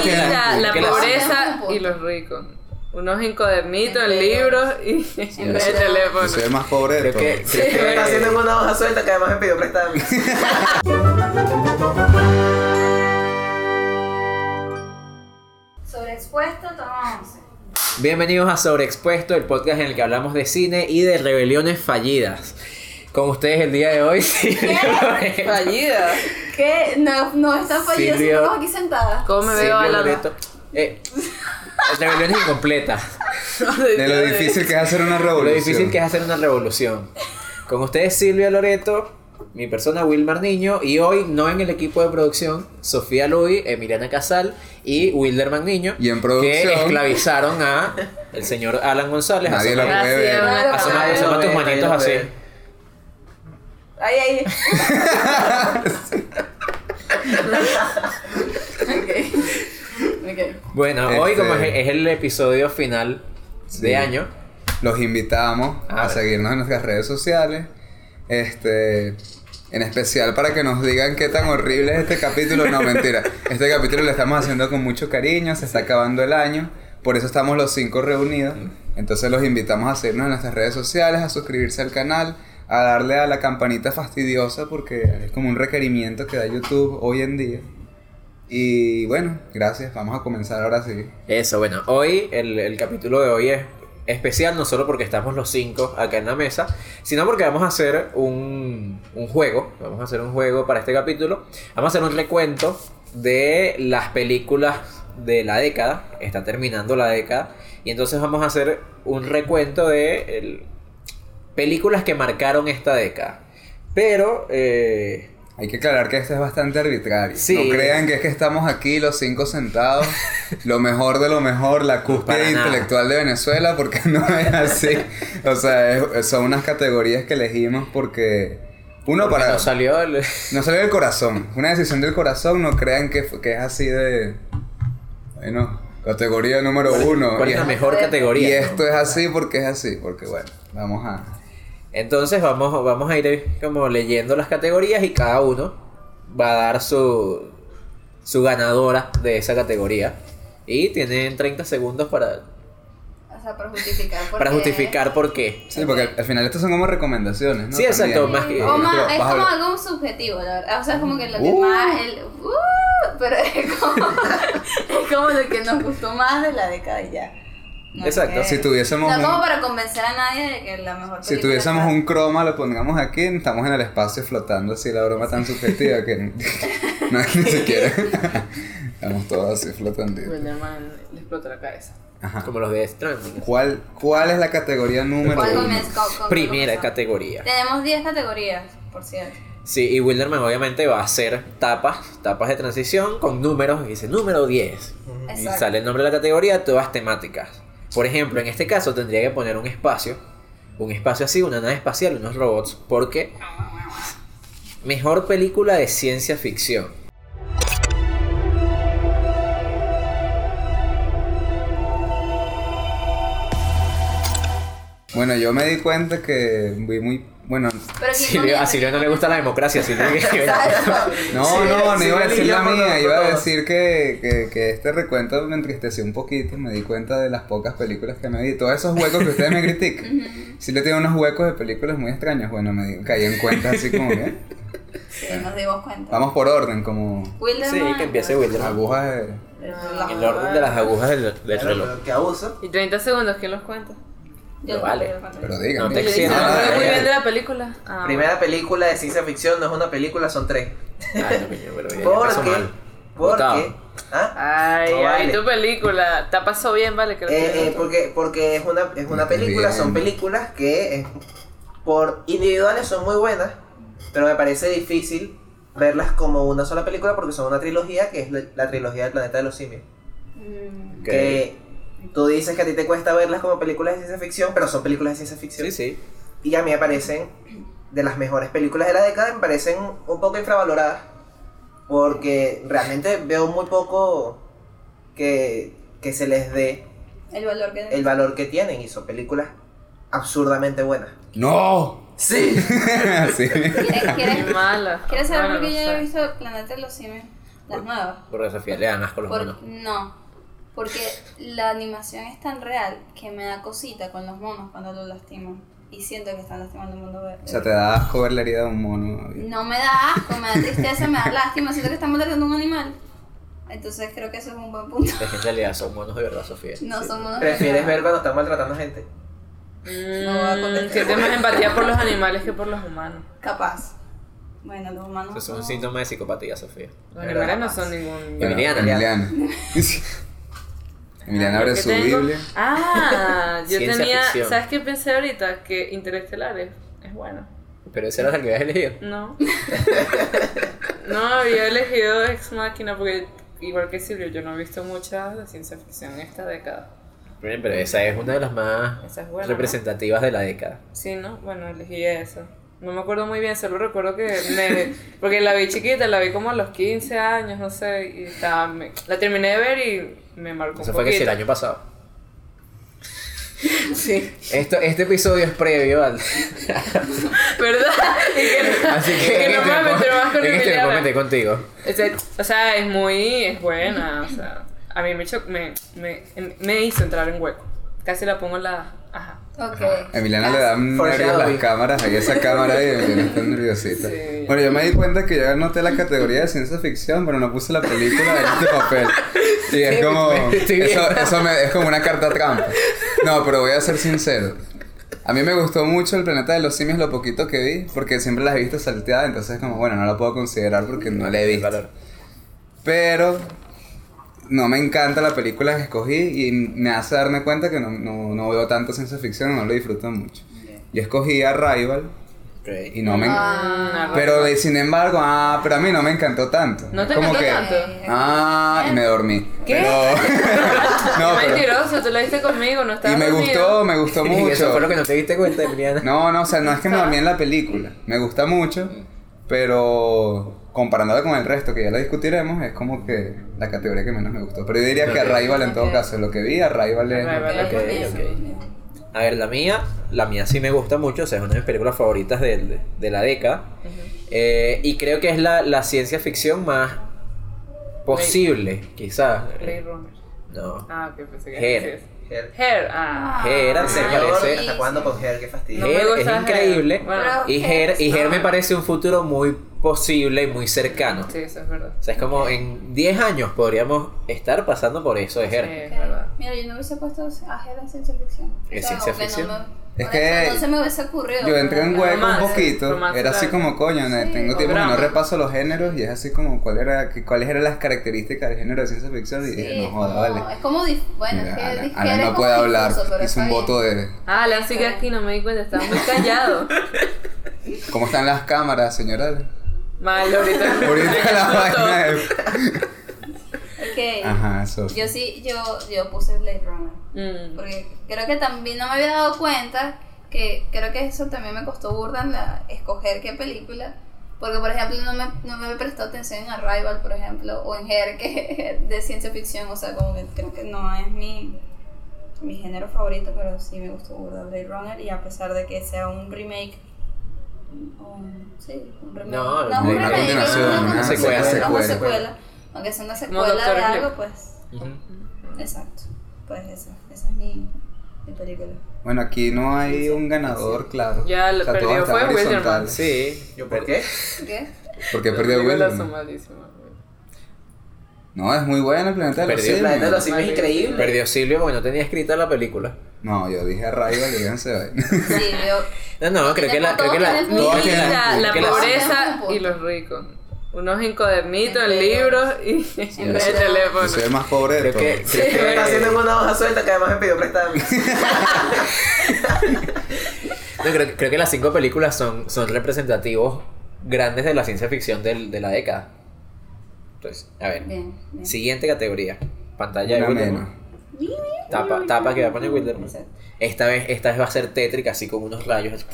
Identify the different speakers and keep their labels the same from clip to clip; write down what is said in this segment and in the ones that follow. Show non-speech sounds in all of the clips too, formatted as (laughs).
Speaker 1: vida, la
Speaker 2: ¿Qué le
Speaker 1: pobreza
Speaker 3: hacemos?
Speaker 1: y los ricos. Unos encuadernitos, libros y (laughs) en vez de
Speaker 2: Yo soy el
Speaker 1: teléfono.
Speaker 2: más pobre de
Speaker 4: Creo
Speaker 2: todos.
Speaker 4: que, creo que me está haciendo en una hoja suelta que además me pidió
Speaker 1: (laughs)
Speaker 4: prestada a mí.
Speaker 3: Sobreexpuesto, toma 11.
Speaker 4: Bienvenidos a Sobreexpuesto, el podcast en el que hablamos de cine y de rebeliones fallidas. Con ustedes el día de hoy, (laughs) Silvio Loreto.
Speaker 1: Fallida.
Speaker 3: ¿Qué? No, no están fallidos,
Speaker 4: Silvio.
Speaker 3: estamos aquí sentadas.
Speaker 1: ¿Cómo me veo
Speaker 4: Silvio
Speaker 1: hablando? (laughs)
Speaker 4: Loreto. Eh, rebeliones incompletas.
Speaker 2: De lo difícil que es hacer una
Speaker 4: Lo
Speaker 2: revolución.
Speaker 4: difícil que es hacer una revolución. Con ustedes Silvia Loreto, mi persona Wilmar Niño y hoy no en el equipo de producción, Sofía Luis, Emiliana Casal y Wilderman Niño.
Speaker 2: Y en producción-
Speaker 4: Que esclavizaron a el señor Alan González.
Speaker 2: Nadie
Speaker 4: hace
Speaker 2: lo
Speaker 4: una-
Speaker 2: puede ver.
Speaker 3: Gracias.
Speaker 4: hace una-
Speaker 3: Nadie
Speaker 4: hace
Speaker 3: lo
Speaker 4: una- tus
Speaker 5: ve,
Speaker 4: manitos
Speaker 5: nadie lo
Speaker 4: así.
Speaker 5: ve.
Speaker 3: Ahí,
Speaker 2: (laughs)
Speaker 3: ahí. ok. Ok.
Speaker 4: Bueno,
Speaker 2: Este-
Speaker 4: hoy como es, es el episodio final
Speaker 2: Sí.
Speaker 4: de año,
Speaker 2: Los invitamos
Speaker 4: Ah,
Speaker 2: a
Speaker 4: vale.
Speaker 2: seguirnos en nuestras redes sociales. Este. En especial para que nos digan qué tan horrible es este capítulo. No, mentira. Este capítulo lo estamos haciendo con mucho cariño. Se está acabando el año. Por eso estamos los cinco reunidos.
Speaker 4: Mm.
Speaker 2: Entonces los invitamos a seguirnos en nuestras redes sociales, a suscribirse al canal, a darle a la campanita fastidiosa porque es como un requerimiento que da YouTube hoy en día. Y bueno, gracias. Vamos a comenzar ahora sí.
Speaker 4: Eso, bueno, hoy el, el capítulo de hoy es especial no solo porque estamos los cinco acá en la mesa, sino porque vamos a hacer un, un juego, vamos a hacer un juego para este capítulo, vamos a hacer un recuento de las películas de la década, está terminando la década, y entonces vamos a hacer un recuento de el- películas que marcaron esta década. Pero eh,
Speaker 2: Hay que aclarar que esto es bastante arbitrario.
Speaker 4: Sí.
Speaker 2: No crean que es que estamos aquí los cinco
Speaker 4: (laughs)
Speaker 2: sentados, lo mejor de lo mejor, la
Speaker 4: Para
Speaker 2: cúspide
Speaker 4: nada.
Speaker 2: intelectual de Venezuela, porque (laughs) no es así. O sea, es- son unas categorías que elegimos porque uno
Speaker 4: porque
Speaker 2: para
Speaker 4: nos salió el-
Speaker 2: no salió del corazón, Fue una decisión del corazón. No crean que, fu- que es así de bueno categoría número uno.
Speaker 4: ¿Cuál
Speaker 2: y,
Speaker 4: es la
Speaker 2: es-
Speaker 4: mejor categoría?
Speaker 2: y
Speaker 4: ¿no?
Speaker 2: esto es así porque es así, porque bueno, vamos a
Speaker 4: Entonces vamos, vamos a ir eh, como leyendo las categorías y cada uno va a dar su, su ganadora de esa categoría. Y tienen 30 segundos para,
Speaker 3: O sea, para justificar. por
Speaker 4: para
Speaker 3: qué.
Speaker 4: justificar por qué.
Speaker 2: sí, porque al- al final estas son como recomendaciones, ¿no?
Speaker 4: Sí, exacto,
Speaker 2: También.
Speaker 4: más que-
Speaker 3: O más-
Speaker 2: Pero
Speaker 3: es
Speaker 2: vas a
Speaker 3: como
Speaker 2: hablar-
Speaker 3: algo subjetivo, la verdad. O sea, es como que lo que
Speaker 2: Uh.
Speaker 3: más. El, uh, pero es como, (laughs) es como lo que nos gustó más de la década y ya. No es
Speaker 4: Exacto,
Speaker 3: que-
Speaker 2: Si tuviésemos
Speaker 3: No
Speaker 2: un-
Speaker 3: como para convencer a nadie de que la mejor
Speaker 2: Si
Speaker 3: película
Speaker 2: tuviésemos
Speaker 3: fue-
Speaker 2: un croma, lo pongamos aquí, estamos en el espacio flotando así, la broma tan subjetiva que (laughs) no es ni siquiera. estamos todos así flotando.
Speaker 1: Me llaman, le explota la cabeza.
Speaker 2: Ajá.
Speaker 4: Como los de Stranding.
Speaker 2: ¿Cuál, ¿Cuál es la categoría número
Speaker 3: ¿Cuál
Speaker 2: uno?
Speaker 3: comienza? ¿Con- con-
Speaker 4: Primera
Speaker 3: con-
Speaker 4: categoría.
Speaker 3: Tenemos 10 categorías, por cierto.
Speaker 4: Sí, y Wilderman obviamente va a hacer tapas, tapas de transición con números, y dice número 10. Y
Speaker 3: Exacto.
Speaker 4: sale el nombre de la categoría, todas temáticas. Por ejemplo, en este caso tendría que poner un espacio, un espacio así, una nave espacial, unos robots, porque mejor película de ciencia ficción.
Speaker 2: Bueno, yo me di cuenta que vi muy. Bueno,
Speaker 3: Pero aquí
Speaker 4: Silvio-
Speaker 3: comienza-
Speaker 4: a Silvio no le gusta la democracia, Silvio.
Speaker 3: Exacto.
Speaker 2: no,
Speaker 4: Sí,
Speaker 2: no, no
Speaker 4: sí,
Speaker 2: iba a
Speaker 4: sí,
Speaker 2: decir la
Speaker 4: llaman a
Speaker 2: mía,
Speaker 4: los
Speaker 2: iba a
Speaker 4: dos.
Speaker 2: decir que, que, que este recuento me entristeció un poquito. Me di cuenta de las pocas películas que me vi, todos esos huecos que ustedes me critican. sí, le tengo unos huecos de películas muy extraños. Bueno, me di- caí en cuenta así como que.
Speaker 3: Sí, nos dimos cuenta.
Speaker 2: Vamos por orden, como.
Speaker 3: Wilderman.
Speaker 4: (laughs) Sí, que empiece Wilderman.
Speaker 2: Agujas de.
Speaker 4: El orden de las agujas del, del reloj.
Speaker 5: Pero Que abuso.
Speaker 1: Y 30 segundos, ¿quién los cuenta?
Speaker 3: Yo
Speaker 4: No vale.
Speaker 2: Pero
Speaker 4: No
Speaker 2: díganme.
Speaker 4: te
Speaker 1: Y yo
Speaker 4: Sí,
Speaker 1: dije,
Speaker 4: no,
Speaker 1: no,
Speaker 4: no,
Speaker 1: me
Speaker 4: no,
Speaker 1: muy
Speaker 4: no.
Speaker 1: bien de la película. Ah,
Speaker 5: Primera película de ciencia ficción, no es una película, son tres.
Speaker 4: Ay, no, coño, pero ya
Speaker 5: ¿Por
Speaker 4: empezó
Speaker 5: qué?
Speaker 4: mal.
Speaker 5: ¿Por
Speaker 4: Votado.
Speaker 5: qué? ¿Ah?
Speaker 1: Ay,
Speaker 5: No
Speaker 1: ay,
Speaker 5: vale.
Speaker 1: tu película. Te pasó bien, vale, que lo
Speaker 5: Eh, eh,
Speaker 1: tengas.
Speaker 5: porque, porque es una, es una
Speaker 2: Muy
Speaker 5: película, son
Speaker 2: bien.
Speaker 5: películas que eh, por individuales son muy buenas, pero me parece difícil verlas como una sola película porque son una trilogía que es la, la trilogía del planeta de los simios.
Speaker 3: Mm,
Speaker 4: Ok.
Speaker 5: Que tú dices que a ti te cuesta verlas como películas de ciencia ficción, pero son películas de ciencia ficción.
Speaker 4: Sí, sí.
Speaker 5: y a mí me parecen de las mejores películas de la década, me parecen un poco infravaloradas, porque realmente veo muy poco que, que se les dé
Speaker 3: El valor que.
Speaker 5: el valor que tienen y son películas absurdamente buenas.
Speaker 2: ¡No!
Speaker 5: Sí.
Speaker 2: (laughs) Sí.
Speaker 3: ¿Quieres,
Speaker 1: Qué
Speaker 3: quieres,
Speaker 1: mala.
Speaker 4: (laughs)
Speaker 3: quieres saber
Speaker 1: Bueno,
Speaker 3: por qué
Speaker 1: no
Speaker 3: yo
Speaker 1: sé.
Speaker 3: he visto Planeta de los Simios? Planeta Las nuevas.
Speaker 4: Porque a Sofía le dan asco los
Speaker 3: Por-
Speaker 4: monos.
Speaker 3: no, porque la animación es tan real que me da cosita con los monos cuando los lastiman. Y siento que están lastimando al mundo verde.
Speaker 2: O sea, te da asco ver la herida de un mono.
Speaker 3: No me da asco, me da tristeza, me da
Speaker 4: (laughs)
Speaker 3: lástima. Siento que están maltratando a un animal. Entonces creo que eso es un buen punto.
Speaker 4: Es que en realidad son monos de verdad, Sofía.
Speaker 3: No
Speaker 4: Sí.
Speaker 3: son monos.
Speaker 5: Prefieres ver cuando están maltratando gente.
Speaker 1: No
Speaker 3: va a contestar.
Speaker 1: Sientes Mm, más empatía por los animales que por los humanos.
Speaker 3: Capaz. Bueno, los humanos.
Speaker 4: Eso es un
Speaker 3: no.
Speaker 4: síntoma de psicopatía, Sofía.
Speaker 1: Los animales no son ningún.
Speaker 2: Bueno, (laughs)
Speaker 4: Emiliana.
Speaker 2: Emiliana. Emiliana abre
Speaker 1: Porque
Speaker 2: su
Speaker 1: tengo-
Speaker 2: Biblia.
Speaker 1: Ah, yo
Speaker 4: Ciencia
Speaker 1: tenía.
Speaker 4: ficción.
Speaker 1: ¿Sabes qué pensé ahorita? Que Interestelares es bueno.
Speaker 4: Pero esa era la que habías elegido.
Speaker 2: (laughs)
Speaker 1: No. no, había elegido Ex Máquina porque, igual que Silvio, yo no he visto muchas de ciencia ficción esta década.
Speaker 4: Bien, Pero esa es una de las más
Speaker 1: Esa es buena, ¿no?
Speaker 4: representativas de la década.
Speaker 1: Sí, ¿no? Bueno, elegí eso. No me acuerdo muy bien, solo recuerdo que
Speaker 2: (laughs)
Speaker 1: me... Porque la vi chiquita, la vi como a los 15 años, no sé, y estaba... me- La terminé de ver y me marcó un
Speaker 4: Eso fue que sí, el
Speaker 1: poquito.
Speaker 4: año pasado.
Speaker 1: Sí,
Speaker 4: Esto, este episodio es previo al.
Speaker 1: (laughs) (laughs) ¿verdad?
Speaker 2: (laughs)
Speaker 1: Y que,
Speaker 4: Así que,
Speaker 1: que
Speaker 4: en
Speaker 1: no
Speaker 4: este
Speaker 1: me voy a
Speaker 4: lo
Speaker 1: meter
Speaker 4: puedo-
Speaker 1: más con
Speaker 4: en este lo puedo
Speaker 1: Emiliana.
Speaker 4: meter contigo.
Speaker 1: O sea, o sea, es muy... es buena, o sea... A mí me, cho- me, me, me hizo entrar en hueco. Casi la pongo en la... Ajá.
Speaker 3: Ok.
Speaker 2: A Emiliana le dan
Speaker 5: Foreshadowing.
Speaker 2: nervios las cámaras, ahí esa cámara y Emiliana está nerviosita.
Speaker 1: Sí.
Speaker 2: Bueno, yo me di cuenta que yo anoté la categoría de ciencia ficción, pero no puse la película en este papel. Y es como.
Speaker 4: estoy viendo.
Speaker 2: Eso, eso me- es como una carta trampa. No, pero voy a ser sincero. A mí me gustó mucho el planeta de los simios, lo poquito que vi, porque siempre las he visto salteadas, entonces, como bueno, no la puedo considerar porque no la he
Speaker 4: El
Speaker 2: visto.
Speaker 4: valor.
Speaker 2: Pero no me encanta la película que escogí y me hace darme cuenta que no, no, no veo tanta ciencia ficción, no lo disfruto mucho. Yo escogí Arrival y no me...
Speaker 1: Ah,
Speaker 2: pero de- sin embargo, ah, pero a mí no me encantó tanto.
Speaker 1: ¿No te
Speaker 2: Es como
Speaker 1: encantó
Speaker 2: que,
Speaker 1: tanto?
Speaker 2: Ah, y me dormí.
Speaker 1: ¿Qué?
Speaker 2: Pero- (laughs) no,
Speaker 1: Qué
Speaker 2: pero...
Speaker 1: mentiroso, tú la viste conmigo, no estabas
Speaker 2: Y me gustó,
Speaker 1: dormido.
Speaker 2: me gustó mucho.
Speaker 4: (laughs) Y eso fue lo que no te diste cuenta, Emiliana.
Speaker 2: No, no, o sea, no es que me dormí en la película. Me gusta mucho, pero comparándola con el resto, que ya lo discutiremos, es como que la categoría que menos me gustó. Pero yo diría que Arrival en todo caso, lo que vi, Arrival es...
Speaker 1: Arrival.
Speaker 4: Ok, ok. (laughs) A ver, la mía, la mía sí me gusta mucho, o sea, es una de mis películas favoritas de, de- de la década. Eh, y creo que es la, la ciencia ficción más posible, quizás.
Speaker 1: Blade Runner.
Speaker 4: No.
Speaker 1: Ah, ok, pensé que
Speaker 4: Hair.
Speaker 1: decías.
Speaker 5: Her.
Speaker 1: Hair, ah.
Speaker 4: Hera se
Speaker 5: Señor,
Speaker 4: parece.
Speaker 5: ¿Hasta cuándo con Her? Qué fastidio.
Speaker 1: No me
Speaker 4: Her es
Speaker 1: gusta Her.
Speaker 4: increíble.
Speaker 1: Bueno.
Speaker 4: Y Her, y Her me
Speaker 1: Ah.
Speaker 4: parece un futuro muy posible y muy cercano.
Speaker 1: Sí, eso es verdad.
Speaker 4: O sea, es como en 10 años podríamos estar pasando por eso de
Speaker 1: Sí,
Speaker 4: Her.
Speaker 1: es
Speaker 3: Ok.
Speaker 1: verdad.
Speaker 3: Mira, yo no hubiese puesto a Hera en ciencia ficción.
Speaker 4: ¿Es
Speaker 3: O sea,
Speaker 4: ciencia
Speaker 3: o que no
Speaker 4: ficción?
Speaker 3: me-
Speaker 2: Es
Speaker 3: o
Speaker 2: que
Speaker 3: sea, No se me hubiese ocurrido.
Speaker 2: Yo entré en
Speaker 3: Pero-
Speaker 2: hueco un
Speaker 1: Romance,
Speaker 2: poquito,
Speaker 1: romance,
Speaker 2: era así
Speaker 1: claro.
Speaker 2: como coño, no, tengo
Speaker 1: o
Speaker 2: tiempo que no
Speaker 1: drama.
Speaker 2: repaso los géneros y es así como cuál era, que- cuáles eran las características del género de ciencia ficción y
Speaker 3: Sí,
Speaker 2: dije,
Speaker 3: es
Speaker 2: no joda,
Speaker 3: como-
Speaker 2: vale.
Speaker 3: Es como. dif- Bueno,
Speaker 2: Mira,
Speaker 3: es que
Speaker 2: Ana-
Speaker 3: dif-
Speaker 2: Ana
Speaker 3: Her es
Speaker 2: no
Speaker 3: como
Speaker 2: puede hablar,
Speaker 3: difuso, pero
Speaker 2: hizo un
Speaker 3: está bien.
Speaker 2: voto de...
Speaker 1: Ah, la sigue aquí, no me di cuenta, estaba muy callado.
Speaker 2: ¿Cómo están las cámaras, señora? (laughs)
Speaker 1: Mal, ahorita.
Speaker 2: Ahorita
Speaker 3: (laughs)
Speaker 2: la vaina de...
Speaker 3: Ok.
Speaker 2: Ajá, eso.
Speaker 3: Yo sí, yo, yo puse Blade Runner.
Speaker 1: Mm.
Speaker 3: Porque creo que también no me había dado cuenta que creo que eso también me costó burda en la- escoger qué película. Porque, por ejemplo, no me, no me prestó atención en Arrival, por ejemplo, o en Her, (laughs) que es de ciencia ficción. O sea, como que creo que no es mi, mi género favorito, pero sí me gustó burda Blade Runner. Y a pesar de que sea un remake. un- sí, un remake.
Speaker 4: No,
Speaker 3: es un
Speaker 2: una
Speaker 3: remake, es
Speaker 2: continuación, una
Speaker 3: continuación,
Speaker 4: secuela.
Speaker 3: es
Speaker 2: Secuela.
Speaker 3: Una secuela. Aunque sea una
Speaker 1: Como
Speaker 3: secuela
Speaker 1: Doctor
Speaker 3: de
Speaker 1: Sleep.
Speaker 3: algo, pues.
Speaker 4: Ujú.
Speaker 3: Exacto. Pues esa, esa es mi, mi película.
Speaker 2: Bueno, aquí no hay un ganador, claro.
Speaker 1: Ya lo
Speaker 2: todo
Speaker 1: perdió,
Speaker 2: está
Speaker 1: fue
Speaker 2: horizontal.
Speaker 1: Wilderman.
Speaker 4: Sí.
Speaker 5: ¿Yo por qué?
Speaker 3: ¿Qué?
Speaker 2: Porque
Speaker 1: Las
Speaker 2: perdió
Speaker 1: películas son
Speaker 2: Wilderman.
Speaker 1: malísimas, güey.
Speaker 2: No, es muy bueno el planeta de los
Speaker 4: Perdió
Speaker 2: simios.
Speaker 5: El planeta de los simios es
Speaker 1: Vale.
Speaker 5: increíble.
Speaker 4: Perdió Silvio porque no tenía escrita la película.
Speaker 2: No, yo dije Rival y fíjense hoy.
Speaker 3: Sí, yo.
Speaker 4: No, no, creo que la. Creo que la
Speaker 3: Todos
Speaker 1: Mi
Speaker 3: Todas
Speaker 4: creo que
Speaker 1: vida,
Speaker 4: creo
Speaker 1: la
Speaker 4: que la-
Speaker 1: pobreza
Speaker 3: Tenemos un
Speaker 1: y
Speaker 3: punto.
Speaker 1: los ricos. Unos en cuadernitos, en libros y (laughs) en
Speaker 2: Yo soy-
Speaker 1: el
Speaker 2: (laughs) Yo
Speaker 1: teléfono.
Speaker 2: soy el más pobre de
Speaker 4: Creo
Speaker 2: todos.
Speaker 4: que, creo
Speaker 5: (laughs) Me está haciendo
Speaker 4: que,
Speaker 5: en una hoja suelta que además me
Speaker 2: (laughs)
Speaker 5: pidió prestada.
Speaker 4: no, creo, creo que las cinco películas son, son representativos grandes de la ciencia ficción del- de la década. Entonces, a ver.
Speaker 3: Bien, bien.
Speaker 4: Siguiente categoría. Pantalla
Speaker 2: Una
Speaker 4: de
Speaker 2: menos.
Speaker 4: Wilderman. Tapa, tapa que va a poner Wilderman.
Speaker 3: Exacto.
Speaker 4: Esta vez, esta vez va a ser tétrica, así con unos rayos. así,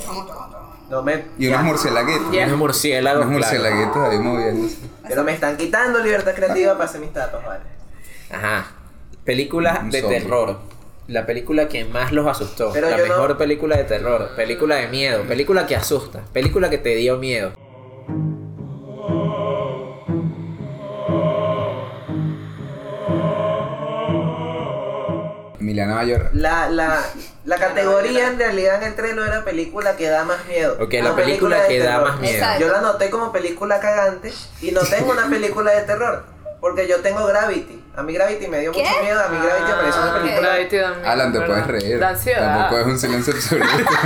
Speaker 5: No me.
Speaker 2: Y unos murcielaguitos.
Speaker 1: Ya.
Speaker 4: Unos murciélagos.
Speaker 2: Unos
Speaker 4: claro.
Speaker 2: murcielaguitos ahí moviéndose.
Speaker 5: Pero me están quitando libertad creativa para hacer mis tapas, vale.
Speaker 4: Ajá. Película
Speaker 2: Un
Speaker 4: de
Speaker 2: zombie.
Speaker 4: terror. La película que más los asustó.
Speaker 5: Pero
Speaker 4: la
Speaker 5: yo no-
Speaker 4: mejor película de terror. Película de miedo. Película que asusta. Película que te dio miedo.
Speaker 2: Emiliana va a llorar.
Speaker 5: La, la, la categoría en realidad en el trailer era película que da más miedo.
Speaker 4: Ok, la
Speaker 5: No
Speaker 4: película
Speaker 5: de
Speaker 4: que da
Speaker 5: terror.
Speaker 4: más miedo.
Speaker 3: Exacto.
Speaker 5: Yo la noté como película cagante y no tengo una película de terror. Porque yo tengo Gravity. A mí Gravity me dio
Speaker 3: ¿Qué?
Speaker 5: mucho miedo. A mí Gravity me pareció una
Speaker 1: Ah,
Speaker 5: película.
Speaker 1: Gravity también,
Speaker 2: Alan, te
Speaker 1: ¿verdad?
Speaker 2: puedes reír.
Speaker 1: Da ansiedad.
Speaker 2: Tampoco es un silencio
Speaker 5: (laughs)
Speaker 2: absoluto.
Speaker 1: Da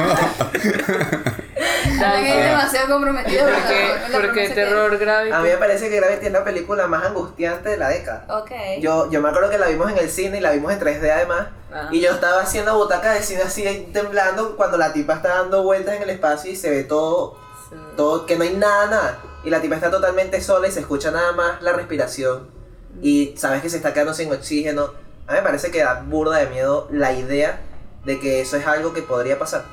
Speaker 3: Alan es
Speaker 1: ansiedad.
Speaker 3: demasiado comprometido con la- con (laughs) la
Speaker 1: Porque, porque
Speaker 3: pronunciación.
Speaker 1: terror Gravity.
Speaker 5: A mí me parece que Gravity es la película más angustiante de la década.
Speaker 3: Ok.
Speaker 5: Yo, yo me acuerdo que la vimos en el cine y la vimos en 3D además.
Speaker 1: Ah.
Speaker 5: Y yo estaba haciendo butaca de cine así temblando cuando la tipa está dando vueltas en el espacio y se ve todo,
Speaker 1: Sí.
Speaker 5: todo que no hay nada, nada. Y la tipa está totalmente sola y se escucha nada más la respiración. Y sabes que se está quedando sin oxígeno. A mí me parece que da burda de miedo la idea de que eso es algo que podría pasar.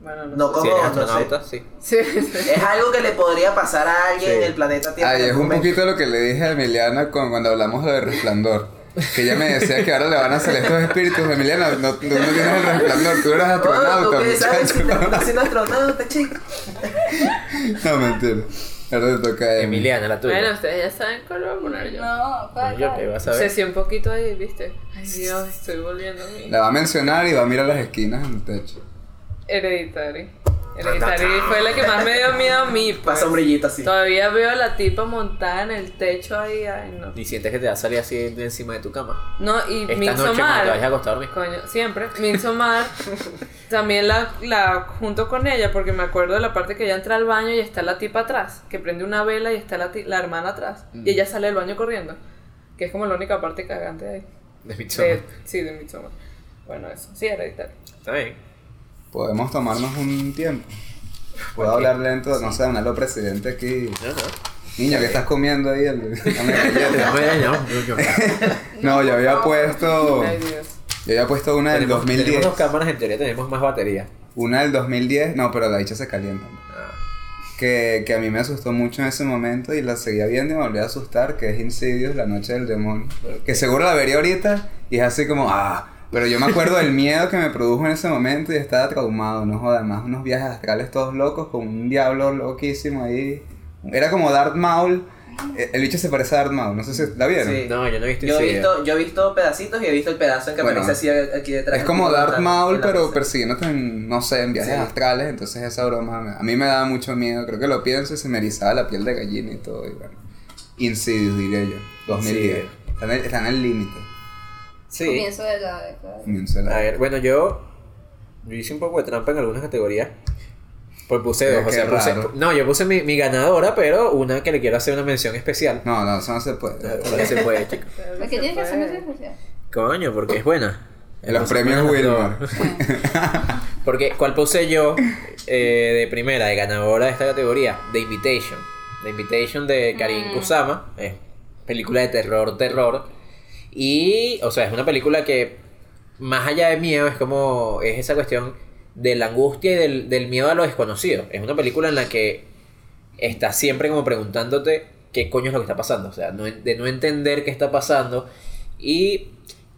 Speaker 1: Bueno,
Speaker 5: No
Speaker 4: Si
Speaker 5: como,
Speaker 4: eres
Speaker 5: no sé.
Speaker 4: astronauta, sí.
Speaker 1: (laughs) Sí, sí.
Speaker 5: Es algo que le podría pasar a alguien
Speaker 4: Sí.
Speaker 5: en el planeta Tierra.
Speaker 2: Ay,
Speaker 5: en
Speaker 2: es
Speaker 5: algún
Speaker 2: un
Speaker 5: momento.
Speaker 2: poquito lo que le dije a Emiliana con- cuando hablamos de resplandor. Que ella me decía que ahora le van a salir estos espíritus. Emiliana, no, tú no tienes el resplandor, tú eres
Speaker 5: (laughs) Oh,
Speaker 2: astronauta.
Speaker 5: ¿tú
Speaker 2: (laughs)
Speaker 5: qué sabes si
Speaker 2: muchacho.
Speaker 5: te- si no astronauta, chico?
Speaker 2: No, mentira. Ahora te toca a Emi.
Speaker 4: Emiliana, la
Speaker 1: Bueno,
Speaker 4: tuya.
Speaker 1: ustedes ya saben cuál voy a poner yo.
Speaker 3: No,
Speaker 4: Bueno,
Speaker 3: ¿cuál?
Speaker 4: yo
Speaker 3: cuál?
Speaker 4: qué vas a ver.
Speaker 1: Se un poquito ahí, ¿viste? Ay, Dios, estoy volviendo a mí.
Speaker 2: La va a mencionar y va a mirar las esquinas en el techo.
Speaker 1: Hereditary. Hereditary fue la que más me dio miedo a
Speaker 4: (laughs)
Speaker 1: mí. pues.
Speaker 5: Pasa un brillito así.
Speaker 1: Todavía veo a la tipa montada en el techo ahí, ay, no.
Speaker 4: Y sientes que te va a salir así de encima de tu cama.
Speaker 1: No, y
Speaker 4: Esta noche cuando te vayas a
Speaker 1: Midsommar.
Speaker 4: acostar a dormir.
Speaker 1: Coño, siempre.
Speaker 4: (laughs)
Speaker 1: Midsommar. también la, la junto con ella, porque me acuerdo de la parte que ella entra al baño y está la tipa atrás, que prende una vela y está la, ti- la hermana atrás.
Speaker 4: Mm.
Speaker 1: Y ella sale del baño corriendo. Que es como la única parte cagante de ahí.
Speaker 4: De Midsommar.
Speaker 1: De, sí, de Midsommar. Bueno, eso. Sí, hereditario.
Speaker 4: Está bien.
Speaker 2: Podemos tomarnos un tiempo. Puedo
Speaker 4: ¿Por qué?
Speaker 2: hablar lento, no sé, una lo presidente aquí.
Speaker 4: No, no.
Speaker 2: Niña, ¿qué estás comiendo
Speaker 4: (laughs)
Speaker 2: ahí? El- la
Speaker 4: No,
Speaker 2: metralleta?
Speaker 4: no, no, no, no.
Speaker 2: no, yo había
Speaker 4: Oh.
Speaker 2: puesto.
Speaker 1: Ay, Dios.
Speaker 2: Yo había puesto una del
Speaker 4: Tenemos- Tenemos
Speaker 2: 2010.
Speaker 4: dos cámaras, en teoría tenemos más batería.
Speaker 2: Una del 2010. No, pero la dicha se calienta. que, que a mí me asustó mucho en ese momento y la seguía viendo y me volví a asustar, que es Insidious, la noche del demonio. Que seguro la vería ahorita y es así como, ah, pero yo me acuerdo del miedo que me produjo en ese momento y estaba traumado, no jodas, más unos viajes astrales todos locos con un diablo loquísimo ahí. Era como Darth Maul, Eh, el bicho se parece a Darth Maul, no sé si la vieron.
Speaker 5: Sí.
Speaker 4: No, yo no he visto
Speaker 5: Yo he,
Speaker 4: ese video.
Speaker 5: visto, yo he visto pedacitos y he visto el pedazo en que
Speaker 2: Bueno,
Speaker 5: aparece así aquí detrás.
Speaker 2: Es como Darth
Speaker 5: Darth
Speaker 2: Maul, pero persiguiéndote en, no sé, en viajes
Speaker 5: Sí.
Speaker 2: astrales, entonces esa broma me- a mí me daba mucho miedo, creo que lo pienso y se me erizaba la piel de gallina y todo, y bueno. Insidious, diría yo, 2010.
Speaker 4: Insidious.
Speaker 2: Está en el- está en el límite.
Speaker 4: Sí.
Speaker 3: Comienzo de la década.
Speaker 2: Comienzo la-
Speaker 4: A ver, bueno, yo, yo hice un poco de trampa en algunas categorías. Pues puse
Speaker 2: Pero
Speaker 4: dos, o sea,
Speaker 2: qué
Speaker 4: puse-
Speaker 2: raro.
Speaker 4: no, yo puse mi, mi ganadora, pero una que le quiero hacer una mención especial.
Speaker 2: No, no, eso no se puede.
Speaker 4: Ahora se puede, chico.
Speaker 3: ¿Por qué tienes que hacer
Speaker 1: hacer
Speaker 3: una especial?
Speaker 4: (laughs) Coño, porque es buena.
Speaker 2: Los premios Wilmore.
Speaker 4: Wilmar Porque, ¿cuál puse yo eh, de primera, de ganadora de esta categoría? The Invitation. The Invitation de Karim
Speaker 3: Mm.
Speaker 4: Kusama. Es película de terror, terror. Y, o sea, es una película que, más allá de miedo, es como, es esa cuestión de la angustia y del, del miedo a lo desconocido. Es una película en la que estás siempre como preguntándote qué coño es lo que está pasando. O sea, no en- de no entender qué está pasando. Y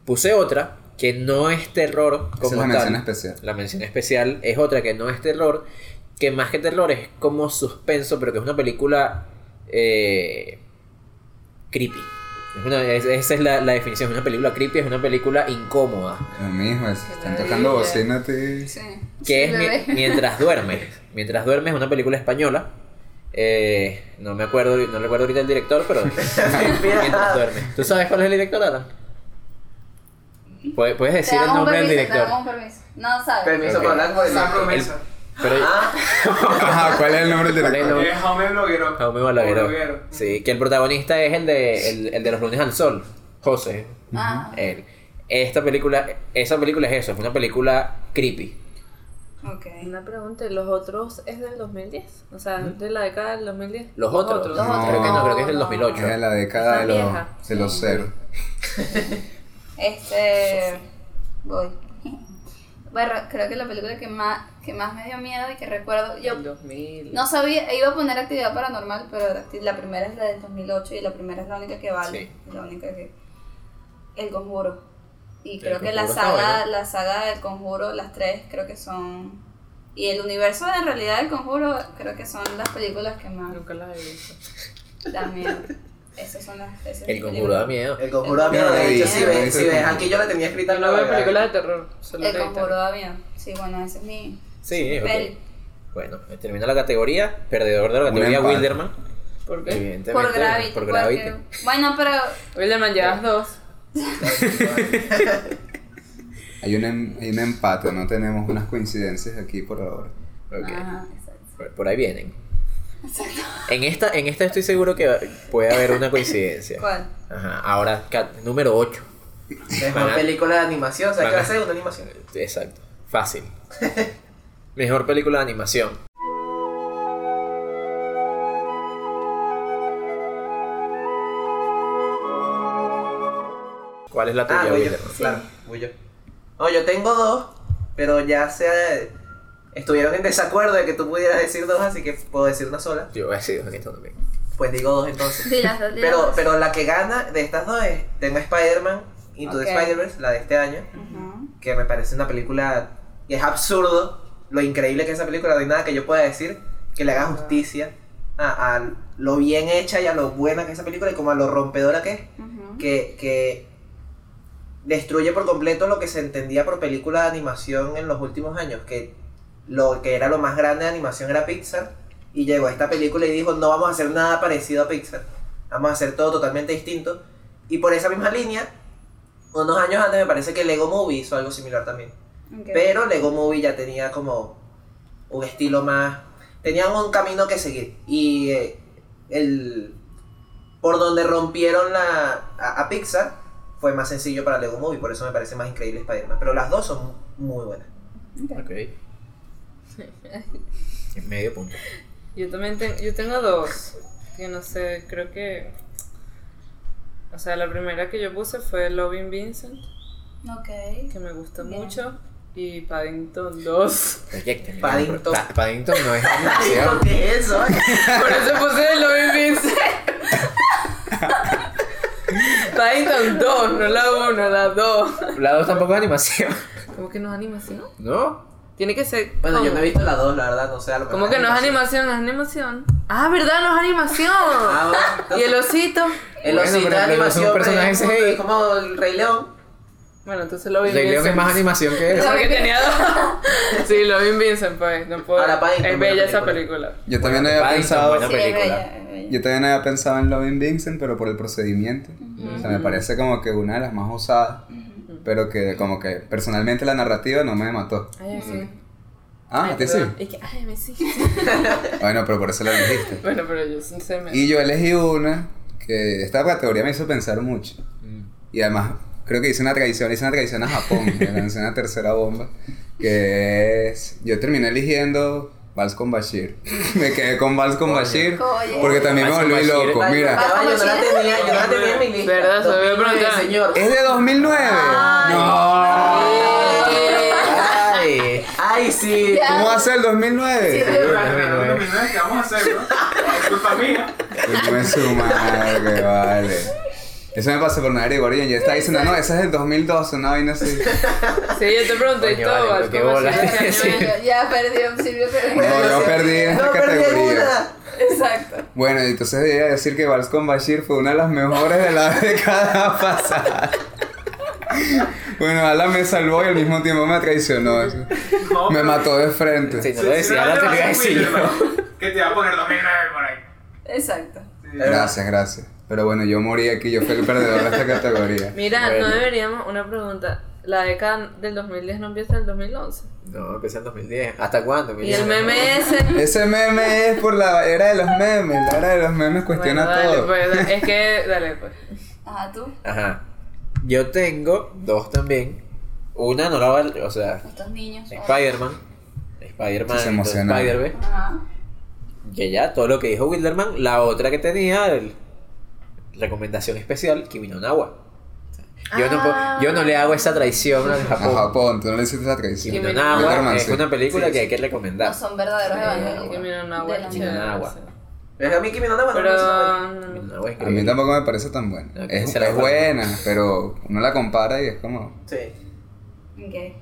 Speaker 4: puse otra que no es terror
Speaker 2: Esa es
Speaker 4: como
Speaker 2: la
Speaker 4: tal.
Speaker 2: mención especial.
Speaker 4: La mención especial es otra que no es terror, que más que terror es como suspenso, pero que es una película eh, creepy. Es una- es- esa es la, la definición, es una película creepy, es una película incómoda,
Speaker 2: Lo mismo, se están tocando bocina a ti.
Speaker 3: Sí.
Speaker 4: que
Speaker 3: Sí,
Speaker 4: es mi-
Speaker 3: bebé.
Speaker 4: Mientras duermes. Mientras duermes es una película española. Eh, no me acuerdo, no recuerdo ahorita el director, pero mientras duermes. ¿Tú sabes cuál es el director, Alan? Puedes, puedes
Speaker 3: Te
Speaker 4: decir el
Speaker 3: damos un
Speaker 4: nombre del
Speaker 3: permiso, te
Speaker 4: director.
Speaker 3: damos un permiso. No sabes.
Speaker 5: Permiso
Speaker 4: Ok.
Speaker 5: para hablar con el
Speaker 6: La promesa.
Speaker 4: Pero, (laughs)
Speaker 5: Ah,
Speaker 2: Ajá, ¿cuál es el nombre del
Speaker 4: ¿Cuál es el
Speaker 2: director?
Speaker 4: nombre?
Speaker 6: Es Jaume Bloguero.
Speaker 4: Jaume Balagueró.
Speaker 6: Balagueró.
Speaker 4: Sí, que el protagonista es el de, el, el de los lunes al sol, José.
Speaker 3: Ah,
Speaker 4: Él. Esta película, esa película es eso, es una película creepy.
Speaker 3: ok.
Speaker 1: Una pregunta, ¿y los otros es del 2010? O sea, ¿es de la década del 2010?
Speaker 4: Los otros,
Speaker 1: Los
Speaker 2: No.
Speaker 4: creo que no, creo que es del
Speaker 3: No.
Speaker 4: 2008.
Speaker 2: Era la década de los,
Speaker 1: Vieja.
Speaker 2: de los cero.
Speaker 3: Este. Voy. (laughs) Bueno, creo que la película que más, que más me dio miedo y que recuerdo. Yo
Speaker 1: Del 2000.
Speaker 3: no sabía, iba a poner actividad paranormal, pero la acti- la primera es la del 2008 y la primera es la única que vale. La única que. El conjuro. Y creo que la
Speaker 4: Conjuro está
Speaker 3: saga,
Speaker 4: bueno.
Speaker 3: la saga del conjuro, las tres, creo que son. Y el universo en realidad del conjuro, creo que son las películas que más
Speaker 1: Nunca las he visto.
Speaker 4: (laughs)
Speaker 3: da miedo. Esas son las. esas
Speaker 4: El
Speaker 3: son las
Speaker 4: conjuro da
Speaker 3: películas.
Speaker 4: miedo.
Speaker 5: El conjuro da miedo,
Speaker 2: Yo no
Speaker 5: de
Speaker 2: la
Speaker 5: hecho,
Speaker 2: vi,
Speaker 5: si
Speaker 2: yo no he
Speaker 5: ves,
Speaker 2: visto
Speaker 5: si
Speaker 2: el
Speaker 5: ves
Speaker 2: conjuro.
Speaker 5: aquí yo la tenía escrita
Speaker 1: Yo
Speaker 5: en
Speaker 1: no veo películas de
Speaker 5: la
Speaker 1: terror, solo
Speaker 3: El
Speaker 1: de esta.
Speaker 3: conjuro da miedo. Sí, bueno, ese es mi.
Speaker 4: Sí, ok.
Speaker 3: Pel-
Speaker 4: Bueno, termina la categoría, perdedor de la categoría
Speaker 2: empate.
Speaker 4: Wilderman.
Speaker 1: ¿Por qué?
Speaker 4: Evidentemente,
Speaker 3: Por Gravity.
Speaker 4: Por Gravity.
Speaker 3: porque- Bueno, pero.
Speaker 1: Wilderman, llevas dos.
Speaker 2: Hay un, em- hay un empate, no tenemos unas coincidencias aquí por ahora.
Speaker 4: Ok.
Speaker 3: Ajá, exacto.
Speaker 4: Por, por ahí vienen. En esta, en esta estoy seguro que va- puede haber una coincidencia.
Speaker 3: (laughs) ¿Cuál?
Speaker 4: Ajá, ahora, cat- número 8.
Speaker 5: Mejor película de animación, ¿sabes qué va a ser? Una animación.
Speaker 4: Exacto,
Speaker 5: (laughs)
Speaker 4: fácil. Mejor película de animación. ¿Cuál es la
Speaker 5: Ah,
Speaker 4: tuya,
Speaker 5: voy yo,
Speaker 4: Wilderman?
Speaker 5: claro, voy yo. No, yo tengo dos, pero ya se estuvieron en desacuerdo de que tú pudieras decir dos, así que puedo decir una sola.
Speaker 4: Yo voy a decir esto también.
Speaker 5: Pues digo dos entonces.
Speaker 3: Sí, las dos. las
Speaker 5: Pero,
Speaker 3: dos.
Speaker 5: pero la que gana de estas dos es tengo Spider-Man Into
Speaker 3: Ok.
Speaker 5: the Spider-Verse, la de este año,
Speaker 3: Ajá.
Speaker 5: que me parece una película que es absurdo lo increíble que es esa película, no hay nada que yo pueda decir que le haga
Speaker 3: Ah.
Speaker 5: justicia a, a lo bien hecha y a lo buena que es esa película y como a lo rompedora que es
Speaker 3: Ujú.
Speaker 5: que, que destruye por completo lo que se entendía por película de animación en los últimos años, que lo que era lo más grande de animación era Pixar, y llegó a esta película y dijo, no vamos a hacer nada parecido a Pixar, vamos a hacer todo totalmente distinto, y por esa misma línea, unos años antes me parece que Lego Movie hizo algo similar también,
Speaker 3: Ok.
Speaker 5: pero Lego Movie ya tenía como un estilo más. Tenían un camino que seguir. Y eh, el. Por donde rompieron la, a, a Pixar fue más sencillo para Lego Movie, por eso me parece más increíble Spider-Man. Pero las dos son muy (laughs) buenas.
Speaker 4: Ok. Medio punto.
Speaker 1: Yo también tengo, yo tengo dos. Que no sé, creo que. O sea, la primera que yo puse fue Loving Vincent,
Speaker 3: Ok.
Speaker 1: que me gusta
Speaker 3: Bien.
Speaker 1: mucho. Y Paddington 2.
Speaker 4: Proyecten.
Speaker 5: Paddington.
Speaker 4: Pa- Paddington no es
Speaker 5: (laughs)
Speaker 4: animación.
Speaker 5: ¿Qué es eso?
Speaker 1: Por eso puse Loving Vincent. Paddington 2, no la 1, la 2.
Speaker 4: La 2 tampoco es animación.
Speaker 1: ¿Cómo que no es animación?
Speaker 4: ¿No?
Speaker 1: Tiene que ser.
Speaker 5: Bueno, yo
Speaker 1: como-
Speaker 5: no he visto las dos, la verdad, no sé. a lo
Speaker 1: ¿Cómo
Speaker 5: mejor
Speaker 1: que no es animación? No es animación. Ah, ¿verdad? No es animación.
Speaker 5: Ah,
Speaker 1: (laughs)
Speaker 5: bueno,
Speaker 1: y
Speaker 5: entonces,
Speaker 1: el osito.
Speaker 5: el
Speaker 4: Bueno, pero-
Speaker 5: osito de
Speaker 4: pero son
Speaker 5: animación pero
Speaker 4: personajes
Speaker 5: es como-
Speaker 4: CGI.
Speaker 5: es como el Rey León.
Speaker 1: Bueno, entonces
Speaker 5: Pues
Speaker 1: Loving
Speaker 4: Rey León es
Speaker 1: Vincent.
Speaker 4: más animación que eso.
Speaker 1: Eso que tenía dos. (laughs) Sí, lo vi en Vincent, pues. No puedo.
Speaker 5: Ahora, Paddington,
Speaker 1: es
Speaker 5: buena
Speaker 1: bella esa
Speaker 5: película.
Speaker 1: película.
Speaker 2: Yo también
Speaker 4: Bueno,
Speaker 2: había
Speaker 4: Paddington,
Speaker 2: pensado.
Speaker 4: bueno.
Speaker 3: Sí, es
Speaker 4: película.
Speaker 3: bella, es bella.
Speaker 2: Yo también había pensado en Loving Vincent, pero por el procedimiento. O sea, me parece como que una de las más usadas. Pero que como que personalmente la narrativa no me mató.
Speaker 1: Ay, a sí.
Speaker 2: Ah,
Speaker 1: Ay,
Speaker 2: a
Speaker 4: este
Speaker 2: ti sí.
Speaker 1: perdón. Es que, ay, me sí.
Speaker 2: Bueno, pero por eso la elegiste.
Speaker 1: Bueno, pero yo sí se me.
Speaker 2: Y yo elegí una que esta categoría me hizo pensar mucho. Y además, creo que hice una tradición, hice una tradición a Japón, me lancé una tercera bomba, que es, yo terminé eligiendo Vals con Bashir. (laughs) me quedé con Vals con Bashir,
Speaker 3: Coño.
Speaker 2: porque también me
Speaker 4: Vals con
Speaker 2: volví
Speaker 4: Bashir.
Speaker 2: loco,
Speaker 5: Ay,
Speaker 2: Pues mira.
Speaker 5: ya va, Yo no la tenía, yo no la tenía en mi lista.
Speaker 1: Verdad, se me había
Speaker 5: 2009,
Speaker 1: preguntado.
Speaker 5: señor.
Speaker 2: ¿Es de 2009?
Speaker 4: Ay.
Speaker 5: Ay, sí.
Speaker 2: ¡No! ¿Cómo va a ser el 2009?
Speaker 6: ¿Qué vamos a hacer, bro? Es culpa mía.
Speaker 2: No es su madre, vale. Eso me pasó por una averiguación, yo estaba diciendo, no, esa es del 2012, una vaina
Speaker 5: (laughs)
Speaker 2: así.
Speaker 1: Sí, yo te pregunté
Speaker 4: Coño,
Speaker 1: y todo.
Speaker 4: vale,
Speaker 1: ¿cómo
Speaker 4: qué bola.
Speaker 1: así?
Speaker 3: (laughs)
Speaker 1: ¿De qué
Speaker 4: (laughs) Sí.
Speaker 1: año es?
Speaker 3: Ya- Ya perdió, Silvio
Speaker 2: No,
Speaker 3: perdió.
Speaker 2: yo perdí en esta
Speaker 5: No, perdí
Speaker 2: categoría.
Speaker 5: una.
Speaker 3: Exacto.
Speaker 2: Bueno, y entonces debía decir que Vals con Bashir fue una de las mejores de la (laughs) década pasada. Bueno, Alan me salvó y al mismo tiempo me traicionó. eso.
Speaker 6: No,
Speaker 2: Me
Speaker 6: pero-
Speaker 2: mató de frente.
Speaker 4: Sí, no
Speaker 6: si-
Speaker 4: lo
Speaker 6: si
Speaker 4: decía,
Speaker 6: no
Speaker 4: ahora
Speaker 6: te
Speaker 4: te lo
Speaker 6: vas
Speaker 4: iba a
Speaker 6: a
Speaker 4: decir.
Speaker 6: Wilder, bro, Que te va a poner 2009 por ahí.
Speaker 3: Exacto.
Speaker 2: Gracias, gracias. Pero bueno, yo morí aquí, yo fui el perdedor de esta
Speaker 5: (laughs)
Speaker 2: categoría.
Speaker 1: Mira,
Speaker 4: Bueno.
Speaker 1: no deberíamos. Una pregunta. La década del 2010 no empieza en el 2011.
Speaker 4: No, empecé en 2010. ¿Hasta cuándo?
Speaker 1: Y el
Speaker 4: (laughs)
Speaker 1: meme ese.
Speaker 2: Ese meme es por la era de los memes. La era de los memes cuestiona
Speaker 1: Bueno, dale,
Speaker 2: todo.
Speaker 1: pues, da- es que, dale,
Speaker 3: (laughs)
Speaker 1: pues.
Speaker 3: Ajá, tú.
Speaker 4: Ajá. Yo tengo dos también. Una no la voy a- O sea,
Speaker 3: Estos niños.
Speaker 4: Spider-Man. Spider-Man.
Speaker 2: Sí, se
Speaker 4: entonces
Speaker 2: emocionaron.
Speaker 4: Spider-Man.
Speaker 3: Ajá.
Speaker 4: Que ya, todo lo que dijo Wilderman. La otra que tenía, el- recomendación especial, Kimi no Nawa. Yo, no puedo- yo no le hago esa traición al
Speaker 2: A Japón, tú no le hiciste esa traición.
Speaker 4: Kimi
Speaker 1: Kimi
Speaker 4: no
Speaker 1: no
Speaker 4: Nawa
Speaker 2: Nawa,
Speaker 4: es
Speaker 2: pues. sí.
Speaker 4: una película que hay que recomendar.
Speaker 3: No son verdaderos
Speaker 4: Sí,
Speaker 3: evangélicos.
Speaker 1: Que mira, no,
Speaker 3: De la
Speaker 1: bueno, chévere,
Speaker 4: Mira,
Speaker 1: no
Speaker 4: agua.
Speaker 1: sé.
Speaker 5: Pero a mí Kimi no me
Speaker 1: Pero. mm,
Speaker 4: Kimi
Speaker 1: no,
Speaker 4: no Nawa
Speaker 2: A
Speaker 4: es
Speaker 2: mí
Speaker 4: increíble.
Speaker 2: tampoco me parece tan buena.
Speaker 4: Ok,
Speaker 2: Es,
Speaker 4: se la
Speaker 2: es
Speaker 4: guardo.
Speaker 2: buena, pero uno la compara y es como
Speaker 5: Sí.
Speaker 3: Ok.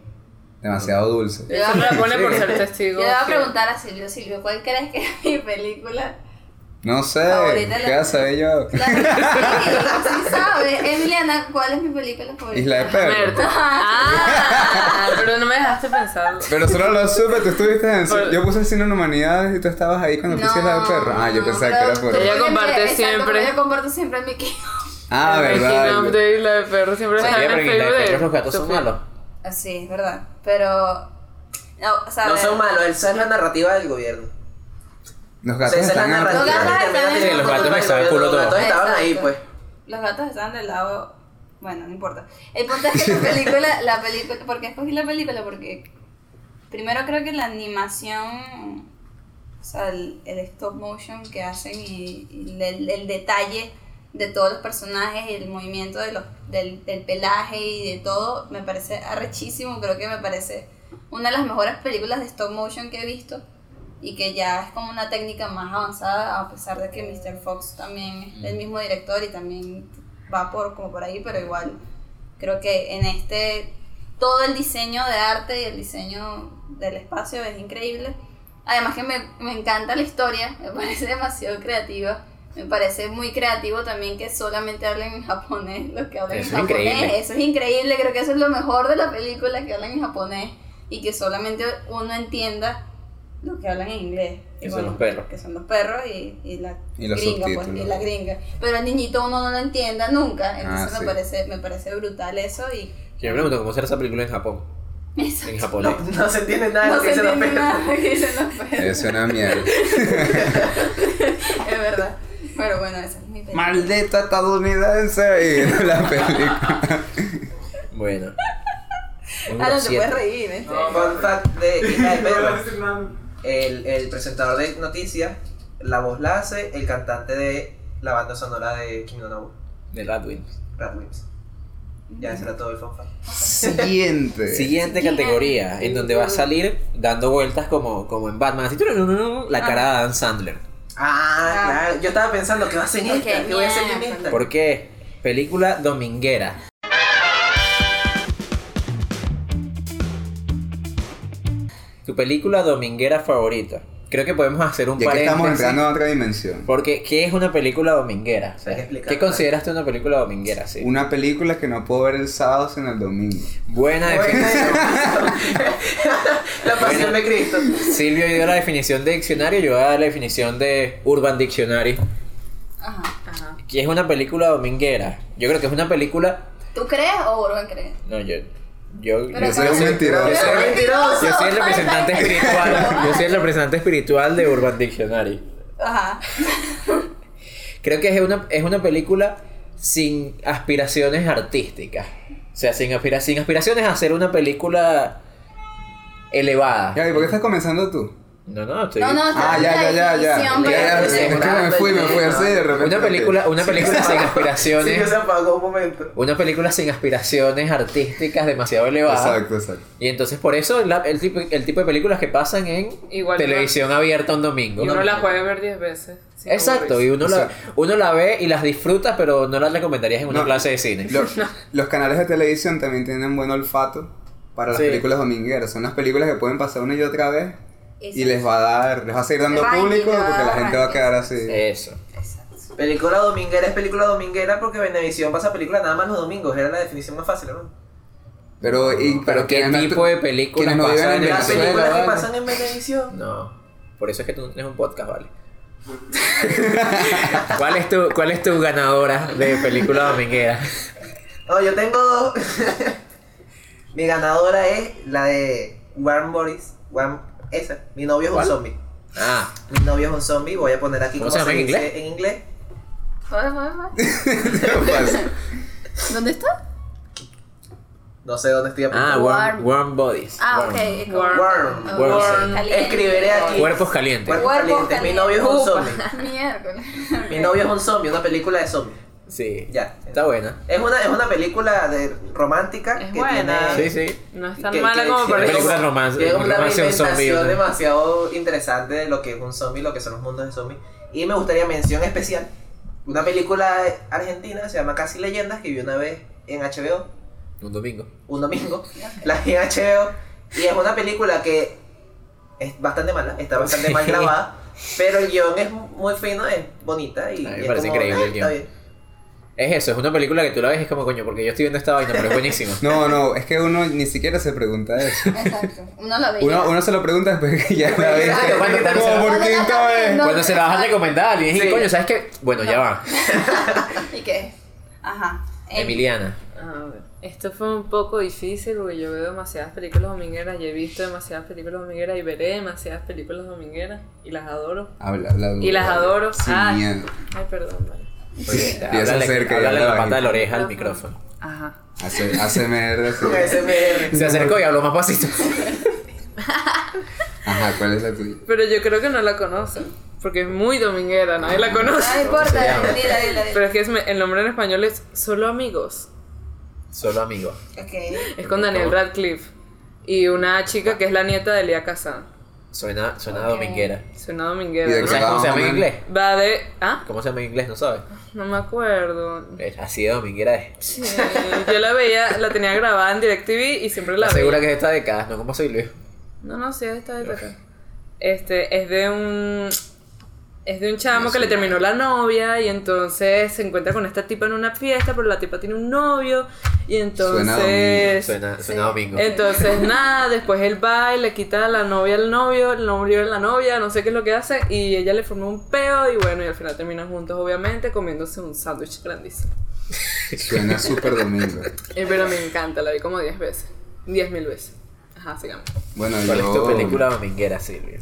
Speaker 2: demasiado dulce.
Speaker 1: Eso me la pone por ser
Speaker 3: Yo
Speaker 1: testigo.
Speaker 3: le voy a
Speaker 1: sí.
Speaker 3: preguntar a Silvio, Silvio, ¿cuál crees que es mi película
Speaker 2: No sé,
Speaker 3: Favorita de la-
Speaker 2: ¿qué hace yo?
Speaker 3: Claro, sí, sí sabes. Emiliana, ¿cuál es mi película favorita?
Speaker 2: Isla de
Speaker 1: Muerto.
Speaker 3: (laughs)
Speaker 2: Perro.
Speaker 1: Ah, pero no me dejaste pensarlo.
Speaker 2: Pero solo lo supe, tú estuviste en...
Speaker 1: Por-
Speaker 2: Yo puse cine en humanidades y tú estabas ahí cuando puse Isla de Perro. Ah, yo pensaba que era por...
Speaker 1: Ella comparte siempre.
Speaker 3: Yo comparto siempre mi Mickey.
Speaker 2: Ah,
Speaker 1: El making of
Speaker 2: verdad.
Speaker 1: de Isla de Perro siempre
Speaker 4: Oye,
Speaker 1: está en
Speaker 4: pero
Speaker 1: el
Speaker 4: en Isla de
Speaker 1: Facebook de
Speaker 4: Perros los gatos son
Speaker 1: Sofía.
Speaker 4: malos.
Speaker 3: Ah, Sí, es verdad. Pero. No, o sea, a
Speaker 5: No
Speaker 3: ver,
Speaker 5: son malos, esa es la narrativa del gobierno.
Speaker 2: Los
Speaker 5: O sea,
Speaker 2: gatos
Speaker 5: esa es la
Speaker 2: están...
Speaker 5: narrativa.
Speaker 3: Los gatos
Speaker 5: que
Speaker 3: están
Speaker 5: termina
Speaker 3: en-
Speaker 5: teniendo
Speaker 4: Sí, los gatos
Speaker 5: el
Speaker 4: me saben
Speaker 5: gobierno.
Speaker 4: culo
Speaker 5: Los
Speaker 4: todo.
Speaker 5: gatos estaban ahí,
Speaker 3: Exacto.
Speaker 5: pues.
Speaker 3: Los gatos estaban del lado. Bueno, no importa. El punto es que la
Speaker 5: (laughs)
Speaker 3: película. La película ¿Por qué escogí la película? Porque. Primero creo que la animación. O sea, el, el stop motion que hacen y, y el, el detalle de todos los personajes y el movimiento de los, del, del pelaje y de todo me parece arrechísimo. Creo que me parece una de las mejores películas de stop motion que he visto y que ya es como una técnica más avanzada, a pesar de que Mr. Fox también es
Speaker 4: Mm.
Speaker 3: el mismo director y también va por como por ahí, pero igual creo que en este todo el diseño de arte y el diseño del espacio es increíble. Además que me, me encanta la historia, (laughs) me parece demasiado creativa. Me parece muy creativo también que solamente hablen en japonés, lo que hablan
Speaker 4: Eso
Speaker 3: en
Speaker 4: es
Speaker 3: japonés.
Speaker 4: increíble.
Speaker 3: Eso es increíble, creo que eso es lo mejor de la película, que hablan en japonés y que solamente uno entienda lo que hablan en inglés.
Speaker 4: Que
Speaker 3: Y
Speaker 4: son los perros.
Speaker 3: Que son los perros y, y la
Speaker 2: Y los
Speaker 3: gringa, pues,
Speaker 2: subtítulos.
Speaker 3: y la gringa. Pero al niñito uno no lo entienda nunca, entonces
Speaker 2: sí.
Speaker 3: me, parece, me parece brutal eso
Speaker 5: (laughs)
Speaker 3: y...
Speaker 4: Yo me pregunto cómo será esa película en Japón.
Speaker 3: Eso.
Speaker 4: En
Speaker 5: No,
Speaker 4: japonés.
Speaker 5: no se entiende nada de
Speaker 3: No
Speaker 5: lo que
Speaker 3: se
Speaker 5: dicen los
Speaker 3: entiende
Speaker 5: perros.
Speaker 3: nada (laughs) que dicen los perros,
Speaker 2: Es una mierda.
Speaker 3: (laughs) es verdad. Pero bueno, esa es mi película.
Speaker 2: Maldita estadounidense y (laughs) la película.
Speaker 4: Bueno. Un
Speaker 3: Ah, no te
Speaker 4: siete.
Speaker 3: puedes reír, ¿eh?
Speaker 5: No, fun fact de Isla de
Speaker 6: No voy a
Speaker 5: Perros.
Speaker 6: decir nada.
Speaker 5: El, el presentador de noticias, la voz la hace el cantante de la banda sonora de Kim Donabu,
Speaker 4: De Radwin.
Speaker 5: Rat Wimps. Ya será todo el fun fact.
Speaker 2: Siguiente.
Speaker 4: Siguiente categoría, en donde va a salir dando vueltas como, como en Batman, así, tururururu, la cara de Adam Sandler.
Speaker 5: Ah,
Speaker 3: Ah.
Speaker 5: claro. Yo estaba pensando, ¿qué va a hacer en
Speaker 3: Ok,
Speaker 5: esta? ¿Qué voy a hacer en
Speaker 3: mierda.
Speaker 5: esta?
Speaker 4: ¿Por qué? Película dominguera. Tu película dominguera favorita. Creo que podemos hacer un
Speaker 2: Ya que estamos
Speaker 4: paréntesis.
Speaker 2: entrando a otra dimensión.
Speaker 4: Porque, ¿qué es una película dominguera? O sea,
Speaker 5: Hay que explicar,
Speaker 4: ¿Qué consideraste una película dominguera? Sí.
Speaker 2: Una película que no puedo ver el sábado sino el domingo.
Speaker 4: Buena definición.
Speaker 5: La pasión de Cristo.
Speaker 4: Silvio dio la definición de diccionario, yo voy a dar la definición de Urban Dictionary.
Speaker 3: Ajá.
Speaker 1: Ajá.
Speaker 4: ¿Qué es una película dominguera? Yo creo que es una película.
Speaker 3: ¿Tú crees o Urban cree?
Speaker 4: No, yo. Yo,
Speaker 3: Pero
Speaker 2: Yo soy
Speaker 3: no,
Speaker 2: un
Speaker 3: sí.
Speaker 2: mentiroso.
Speaker 4: Yo soy,
Speaker 5: mentiroso.
Speaker 4: yo soy el representante espiritual. Yo soy el representante espiritual de Urban Dictionary.
Speaker 3: Ajá.
Speaker 4: Creo que es una, es una película sin aspiraciones artísticas. O sea, sin, aspira- sin aspiraciones a hacer una película elevada.
Speaker 2: Ya, ¿y por qué estás comenzando tú?
Speaker 4: No, no, estoy.
Speaker 3: No, no,
Speaker 2: Ah,
Speaker 3: está
Speaker 2: ya, ya,
Speaker 3: bien la
Speaker 2: ya, ya.
Speaker 3: definición,
Speaker 2: Ya, ya,
Speaker 3: pero-
Speaker 2: Es que me fui, me fui así de repente.
Speaker 4: Una película, una película sin
Speaker 5: Sí,
Speaker 4: aspiraciones.
Speaker 5: se apagó un momento.
Speaker 4: Una película sin aspiraciones artísticas demasiado elevadas.
Speaker 2: Exacto, exacto.
Speaker 4: Y entonces por eso la- el, tipo, el tipo de películas que pasan en
Speaker 1: Igual,
Speaker 4: televisión abierta un domingo.
Speaker 1: Y uno la puede ver 10 veces. sin
Speaker 4: Exacto, y
Speaker 1: aburrirse.
Speaker 4: uno la, uno la ve y las disfruta, pero no las recomendarías en una
Speaker 2: No.
Speaker 4: clase de cine.
Speaker 2: (laughs) Lo- Los canales de televisión también tienen buen olfato para las
Speaker 4: Sí.
Speaker 2: películas domingueras. Son las películas que pueden pasar una y otra vez y
Speaker 3: Exacto.
Speaker 2: les va a dar, les va a seguir dando
Speaker 3: Ranking,
Speaker 2: público
Speaker 3: le va a
Speaker 2: porque la
Speaker 3: dar
Speaker 2: gente va a
Speaker 3: ranking.
Speaker 2: quedar así.
Speaker 4: Eso.
Speaker 3: Exacto.
Speaker 5: Película dominguera es película dominguera porque Venevisión pasa película nada más los domingos. Era la definición más fácil, hermano.
Speaker 2: Pero, y,
Speaker 4: Pero ¿qué
Speaker 2: quienes no-
Speaker 4: tipo de
Speaker 2: quienes
Speaker 4: películas
Speaker 2: no viven
Speaker 4: pasan
Speaker 2: en
Speaker 4: en
Speaker 5: Las
Speaker 2: Venezuela,
Speaker 5: películas que
Speaker 2: vale. (laughs)
Speaker 5: pasan en Venevisión.
Speaker 4: No. Por eso es que tú no tienes un podcast, ¿vale? ¿Cuál es tu, cuál es tu ganadora de película dominguera?
Speaker 5: No, Oh, yo tengo dos. (laughs) mi ganadora es la de Warren Boris. Warren- esa. Mi novio es un
Speaker 4: ¿Cuál?
Speaker 5: zombie.
Speaker 4: Ah,
Speaker 5: Mi novio es un zombie. Voy a poner aquí
Speaker 4: ¿Cómo
Speaker 5: cómo,
Speaker 4: se
Speaker 5: se,
Speaker 4: llama en
Speaker 5: dice
Speaker 4: inglés?
Speaker 5: en inglés.
Speaker 3: Joder, joder, joder.
Speaker 2: pues,
Speaker 3: ¿Dónde está?
Speaker 5: No sé dónde estoy
Speaker 4: ah
Speaker 5: apuntando.
Speaker 4: warm, warm Bodies.
Speaker 3: Ah,
Speaker 4: Warm.
Speaker 3: ok. es como-
Speaker 1: Warm.
Speaker 5: Warren.
Speaker 3: Ah,
Speaker 4: Warm.
Speaker 3: sí, caliente.
Speaker 5: Escribiré aquí.
Speaker 4: Cuerpos calientes.
Speaker 5: Cuerpos
Speaker 3: Cuerpos
Speaker 5: calientes. Mi novio es un zombie.
Speaker 4: (laughs)
Speaker 3: (laughs) Miércoles.
Speaker 5: Mi novio es un zombie, una película de zombies.
Speaker 4: Sí.
Speaker 5: Ya.
Speaker 4: Ah, Está buena.
Speaker 5: Es una, es una película de, romántica
Speaker 1: Es
Speaker 5: que
Speaker 1: buena.
Speaker 5: tiene.
Speaker 4: Sí, sí.
Speaker 1: No es tan
Speaker 5: que-
Speaker 1: mala
Speaker 5: que-
Speaker 1: como
Speaker 5: que-
Speaker 1: parece.
Speaker 4: película romance-
Speaker 5: que Es una
Speaker 4: romance de un
Speaker 5: reinventación
Speaker 4: zombie, ¿no?
Speaker 5: demasiado interesante de lo que es un zombie, lo que son los mundos de zombies. Y me gustaría mención especial. Una película argentina se llama Casi Leyendas que vi una vez en HBO,
Speaker 4: Un domingo.
Speaker 5: un domingo. La vi en HBO. Y es una película que es bastante mala, está bastante mal grabada. Pero el guión es muy fino, es bonita y.
Speaker 4: A mí me
Speaker 5: y es
Speaker 4: parece increíble el
Speaker 5: "Ah, está
Speaker 4: guión".
Speaker 5: bien".
Speaker 4: Es eso, es una película que tú la ves y es como, coño, porque yo estoy viendo esta vaina, pero es buenísima.
Speaker 2: No, no, es que uno ni siquiera se pregunta eso.
Speaker 3: Exacto. Uno lo ve.
Speaker 2: Uno, uno se lo pregunta después que ya la viste.
Speaker 4: Claro, bueno, tal vez
Speaker 2: Como
Speaker 4: se
Speaker 2: por
Speaker 3: la-
Speaker 2: quinta vez.
Speaker 3: No,
Speaker 4: Cuando se la vas a recomendar, alguien dice,
Speaker 5: Sí.
Speaker 4: coño, ¿sabes qué? Bueno, ya
Speaker 3: No.
Speaker 4: va.
Speaker 3: ¿Y qué? Ajá. Em-
Speaker 4: Emiliana.
Speaker 1: A ver, Ah, Esto fue un poco difícil porque yo veo demasiadas películas domingueras y he visto demasiadas películas domingueras y veré demasiadas películas domingueras y las adoro.
Speaker 2: Habla, habla duro.
Speaker 1: Y las adoro.
Speaker 2: Sin
Speaker 1: Ah.
Speaker 2: miedo.
Speaker 1: Ay, perdón, vale.
Speaker 2: empieza
Speaker 4: háblale,
Speaker 2: cerca y
Speaker 4: háblale
Speaker 2: habla
Speaker 4: la
Speaker 2: bajito.
Speaker 4: pata de la oreja al micrófono.
Speaker 1: Ajá.
Speaker 2: Hace, hace mierda. sí.
Speaker 5: Ese me-
Speaker 4: Se acercó y habló más pasito. (laughs)
Speaker 2: Ajá, ¿cuál es la tuya?
Speaker 1: Pero yo creo que no la conocen porque es muy dominguera, nadie la conoce.
Speaker 3: No
Speaker 4: se
Speaker 3: importa,
Speaker 4: llama?
Speaker 3: dila, dila, dila.
Speaker 1: Pero es que es me- el nombre en español es Solo Amigos.
Speaker 4: Solo amigo.
Speaker 3: Ok.
Speaker 1: Es con Daniel Radcliffe y una chica que es la nieta de Elia Kazan.
Speaker 4: Suena, suena
Speaker 3: Ok.
Speaker 4: dominguera.
Speaker 1: Suena
Speaker 2: ¿Y
Speaker 1: dominguera.
Speaker 2: de
Speaker 4: ¿No
Speaker 1: ¿no?
Speaker 2: qué
Speaker 4: sabes cómo se llama en
Speaker 2: Vamos,
Speaker 4: inglés?
Speaker 1: Va de. ¿Ah?
Speaker 4: ¿Cómo se llama en inglés? No sabes.
Speaker 1: No me acuerdo.
Speaker 4: Eh, Así de dominguera es.
Speaker 1: Sí, yo la veía, la tenía grabada en DirecTV y siempre la
Speaker 4: La segura
Speaker 1: veía.
Speaker 4: que es esta década, ¿no? ¿Cómo soy Luis?
Speaker 1: No, no, sí, esta de acá. Este, es de un. Es de un chamo que le terminó la novia y entonces se encuentra con esta tipa en una fiesta, pero la tipa tiene un novio y entonces.
Speaker 4: Suena, suena domingo. (laughs)
Speaker 1: Entonces, nada, después él va y le quita la novia al novio, el novio a la novia, no sé qué es lo que hace, y ella le forma un peo, y bueno, y al final terminan juntos, obviamente, comiéndose un sándwich grandísimo.
Speaker 2: Suena súper domingo.
Speaker 1: Eh, pero me encanta, la vi como 10 veces. 10 mil veces. Ajá, sigamos.
Speaker 2: Bueno,
Speaker 4: ¿Cuál es tu
Speaker 2: yo,
Speaker 4: película dominguera, Silvio?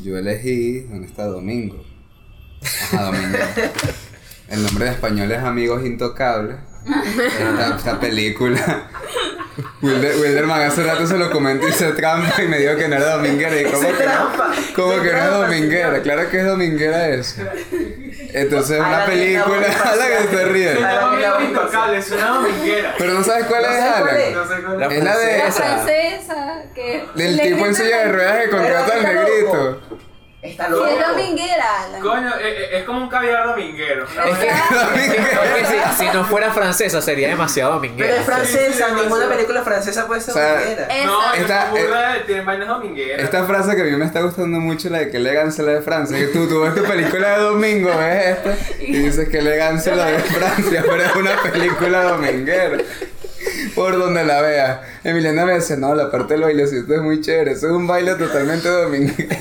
Speaker 2: yo elegí ¿Dónde está Domingo? Ajá, Domingo. El nombre de español es Amigos Intocables. Esta, esta película. Wilder, Wilderman hace rato se lo comentó y se trampa y me dijo que no era dominguera. Y como que
Speaker 5: trampa,
Speaker 2: no, como
Speaker 5: se
Speaker 2: que no es
Speaker 5: trampa,
Speaker 2: dominguera.
Speaker 5: señor.
Speaker 2: Claro que es dominguera eso. Entonces es
Speaker 5: A
Speaker 2: una
Speaker 5: la que estamos
Speaker 2: película a la que se ríen.
Speaker 5: pasando.
Speaker 6: Sonaba amigos intocables, sonaba minguera.
Speaker 2: Pero no sabes cuál
Speaker 5: No
Speaker 2: es,
Speaker 5: sé cuál
Speaker 2: Alan.
Speaker 5: es.
Speaker 6: No sé cuál
Speaker 4: La
Speaker 6: es.
Speaker 2: Es la de
Speaker 3: La
Speaker 4: Esa.
Speaker 3: francesa que.
Speaker 2: Del
Speaker 3: le
Speaker 2: tipo en
Speaker 3: gritan-
Speaker 2: silla de ruedas que contrata al
Speaker 5: está
Speaker 2: negrito.
Speaker 5: loco. Está
Speaker 3: Sí,
Speaker 5: loco.
Speaker 3: es dominguera, Alan.
Speaker 6: Coño, eh, eh, es como un caviar dominguero.
Speaker 4: Es que, es que si, si no fuera francesa sería demasiado
Speaker 5: Pero
Speaker 4: dominguera.
Speaker 5: es francesa,
Speaker 6: Sí, sí,
Speaker 5: ninguna
Speaker 6: sí.
Speaker 5: película francesa puede ser
Speaker 2: O sea,
Speaker 5: dominguera.
Speaker 3: Eh,
Speaker 6: No,
Speaker 2: Esta-
Speaker 6: esta, burla de tiene vainas domingueras.
Speaker 2: Esta frase que a mí me está gustando mucho, la de que elegancia la de Francia, que tú, tú ves tu película de domingo, ves esta, y dices que elegancia la de Francia, pero es una película dominguera. Por donde la veas. Emiliana me dice, no, la parte del bailecito es muy chévere, eso es un baile totalmente dominguero.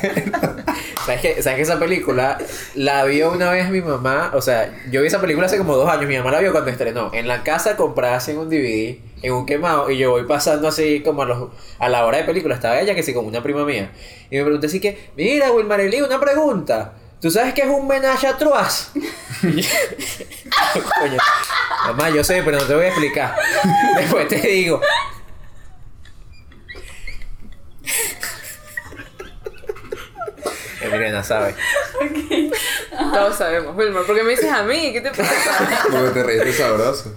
Speaker 4: ¿Sabes que, ¿Sabes que esa película la vio una vez mi mamá? O sea, yo vi esa película hace como dos años. Mi mamá la vio cuando estrenó. En la casa comprada así en un DVD, en un quemado. Y yo voy pasando así como a, los, a la hora de película. Estaba ella que sí, como una prima mía. Y me pregunté así que, mira, Wilmarely, una pregunta. ¿Tú sabes qué es un menage a trois? (laughs) Y yo, Coño, mamá, yo sé, pero no te voy a explicar. (laughs) Después te digo. Emiliana sabe.
Speaker 1: Todos sabemos, Wilmer. Porque me dices a mí, ¿qué te pasa?
Speaker 2: Porque te reíste sabroso.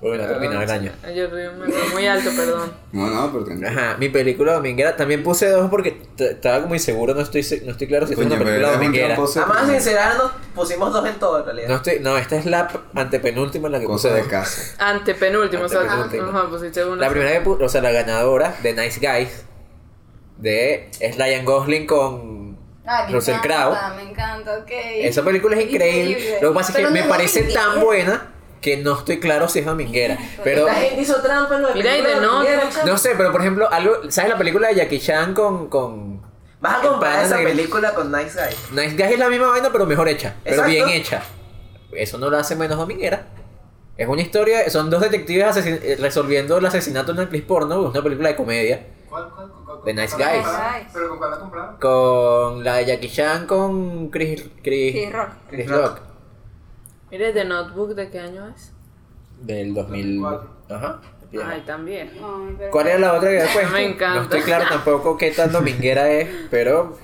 Speaker 4: Bueno, terminó el año.
Speaker 1: Ay, Yo río, me río muy alto, perdón.
Speaker 2: No, no, porque no.
Speaker 4: Ajá, mi película dominguera también puse dos porque t- estaba como inseguro, no estoy, se- no estoy claro si esta es una
Speaker 2: Coño, pero
Speaker 4: película
Speaker 2: eres un
Speaker 4: dominguera.
Speaker 2: tramposo.
Speaker 5: A más sincerarnos, pusimos dos en todo en realidad.
Speaker 4: No, estoy, no, esta es la p- antepenúltima en la que
Speaker 2: Cosa
Speaker 4: puse
Speaker 2: de
Speaker 4: dos.
Speaker 1: (laughs)
Speaker 2: casa.
Speaker 1: Antepenúltimo, o sea,
Speaker 4: Antepenúltimo.
Speaker 1: ajá, pusiste una.
Speaker 4: La primera que puse, o sea, la ganadora de Nice Guys de es Ryan Gosling con
Speaker 3: Ay, Ah, me
Speaker 4: Russell
Speaker 3: encanta,
Speaker 4: Crowe.
Speaker 3: Me encanta, ok.
Speaker 4: Esa película es increíble. Lo que pasa es que
Speaker 3: Pero
Speaker 4: me
Speaker 3: no
Speaker 4: parece tan
Speaker 3: dominguera.
Speaker 4: buena que no estoy claro si es dominguera. Pero
Speaker 5: La gente hizo trampa en lo de
Speaker 1: Mira, y de
Speaker 5: películas
Speaker 1: no-
Speaker 5: domingueras, chamo.
Speaker 4: no sé, pero por ejemplo, algo, ¿sabes la película de Jackie Chan con, con
Speaker 5: Vas a
Speaker 4: el
Speaker 5: comparar
Speaker 4: pana
Speaker 5: esa
Speaker 4: negro?
Speaker 5: película con Nice Guy.
Speaker 4: Nice Guys es la misma vaina, pero mejor hecha. Pero
Speaker 5: Exacto.
Speaker 4: bien hecha. Eso no la hace menos dominguera. Es una historia, son dos detectives asesin- eh, resolviendo el asesinato en una actriz porno, una película de comedia,
Speaker 6: ¿Cuál, cuál, cuál, cuál?
Speaker 4: The Nice
Speaker 6: ¿Con cuál la
Speaker 4: Guys.
Speaker 6: compraron? ¿Pero con cuál la compraron?
Speaker 4: con la de Jackie Chan con Chris, Chris,
Speaker 3: Sí, Rock.
Speaker 4: Chris Rock,
Speaker 1: Mire, The Notebook, ¿de qué año es?
Speaker 4: del 2000.
Speaker 6: 2004.
Speaker 4: Ajá.
Speaker 1: Ay, también.
Speaker 3: Ay, pero-
Speaker 4: ¿Cuál era la otra que había
Speaker 1: (laughs)
Speaker 4: puesto?
Speaker 1: Me encanta.
Speaker 4: No estoy claro tampoco qué tan dominguera es, pero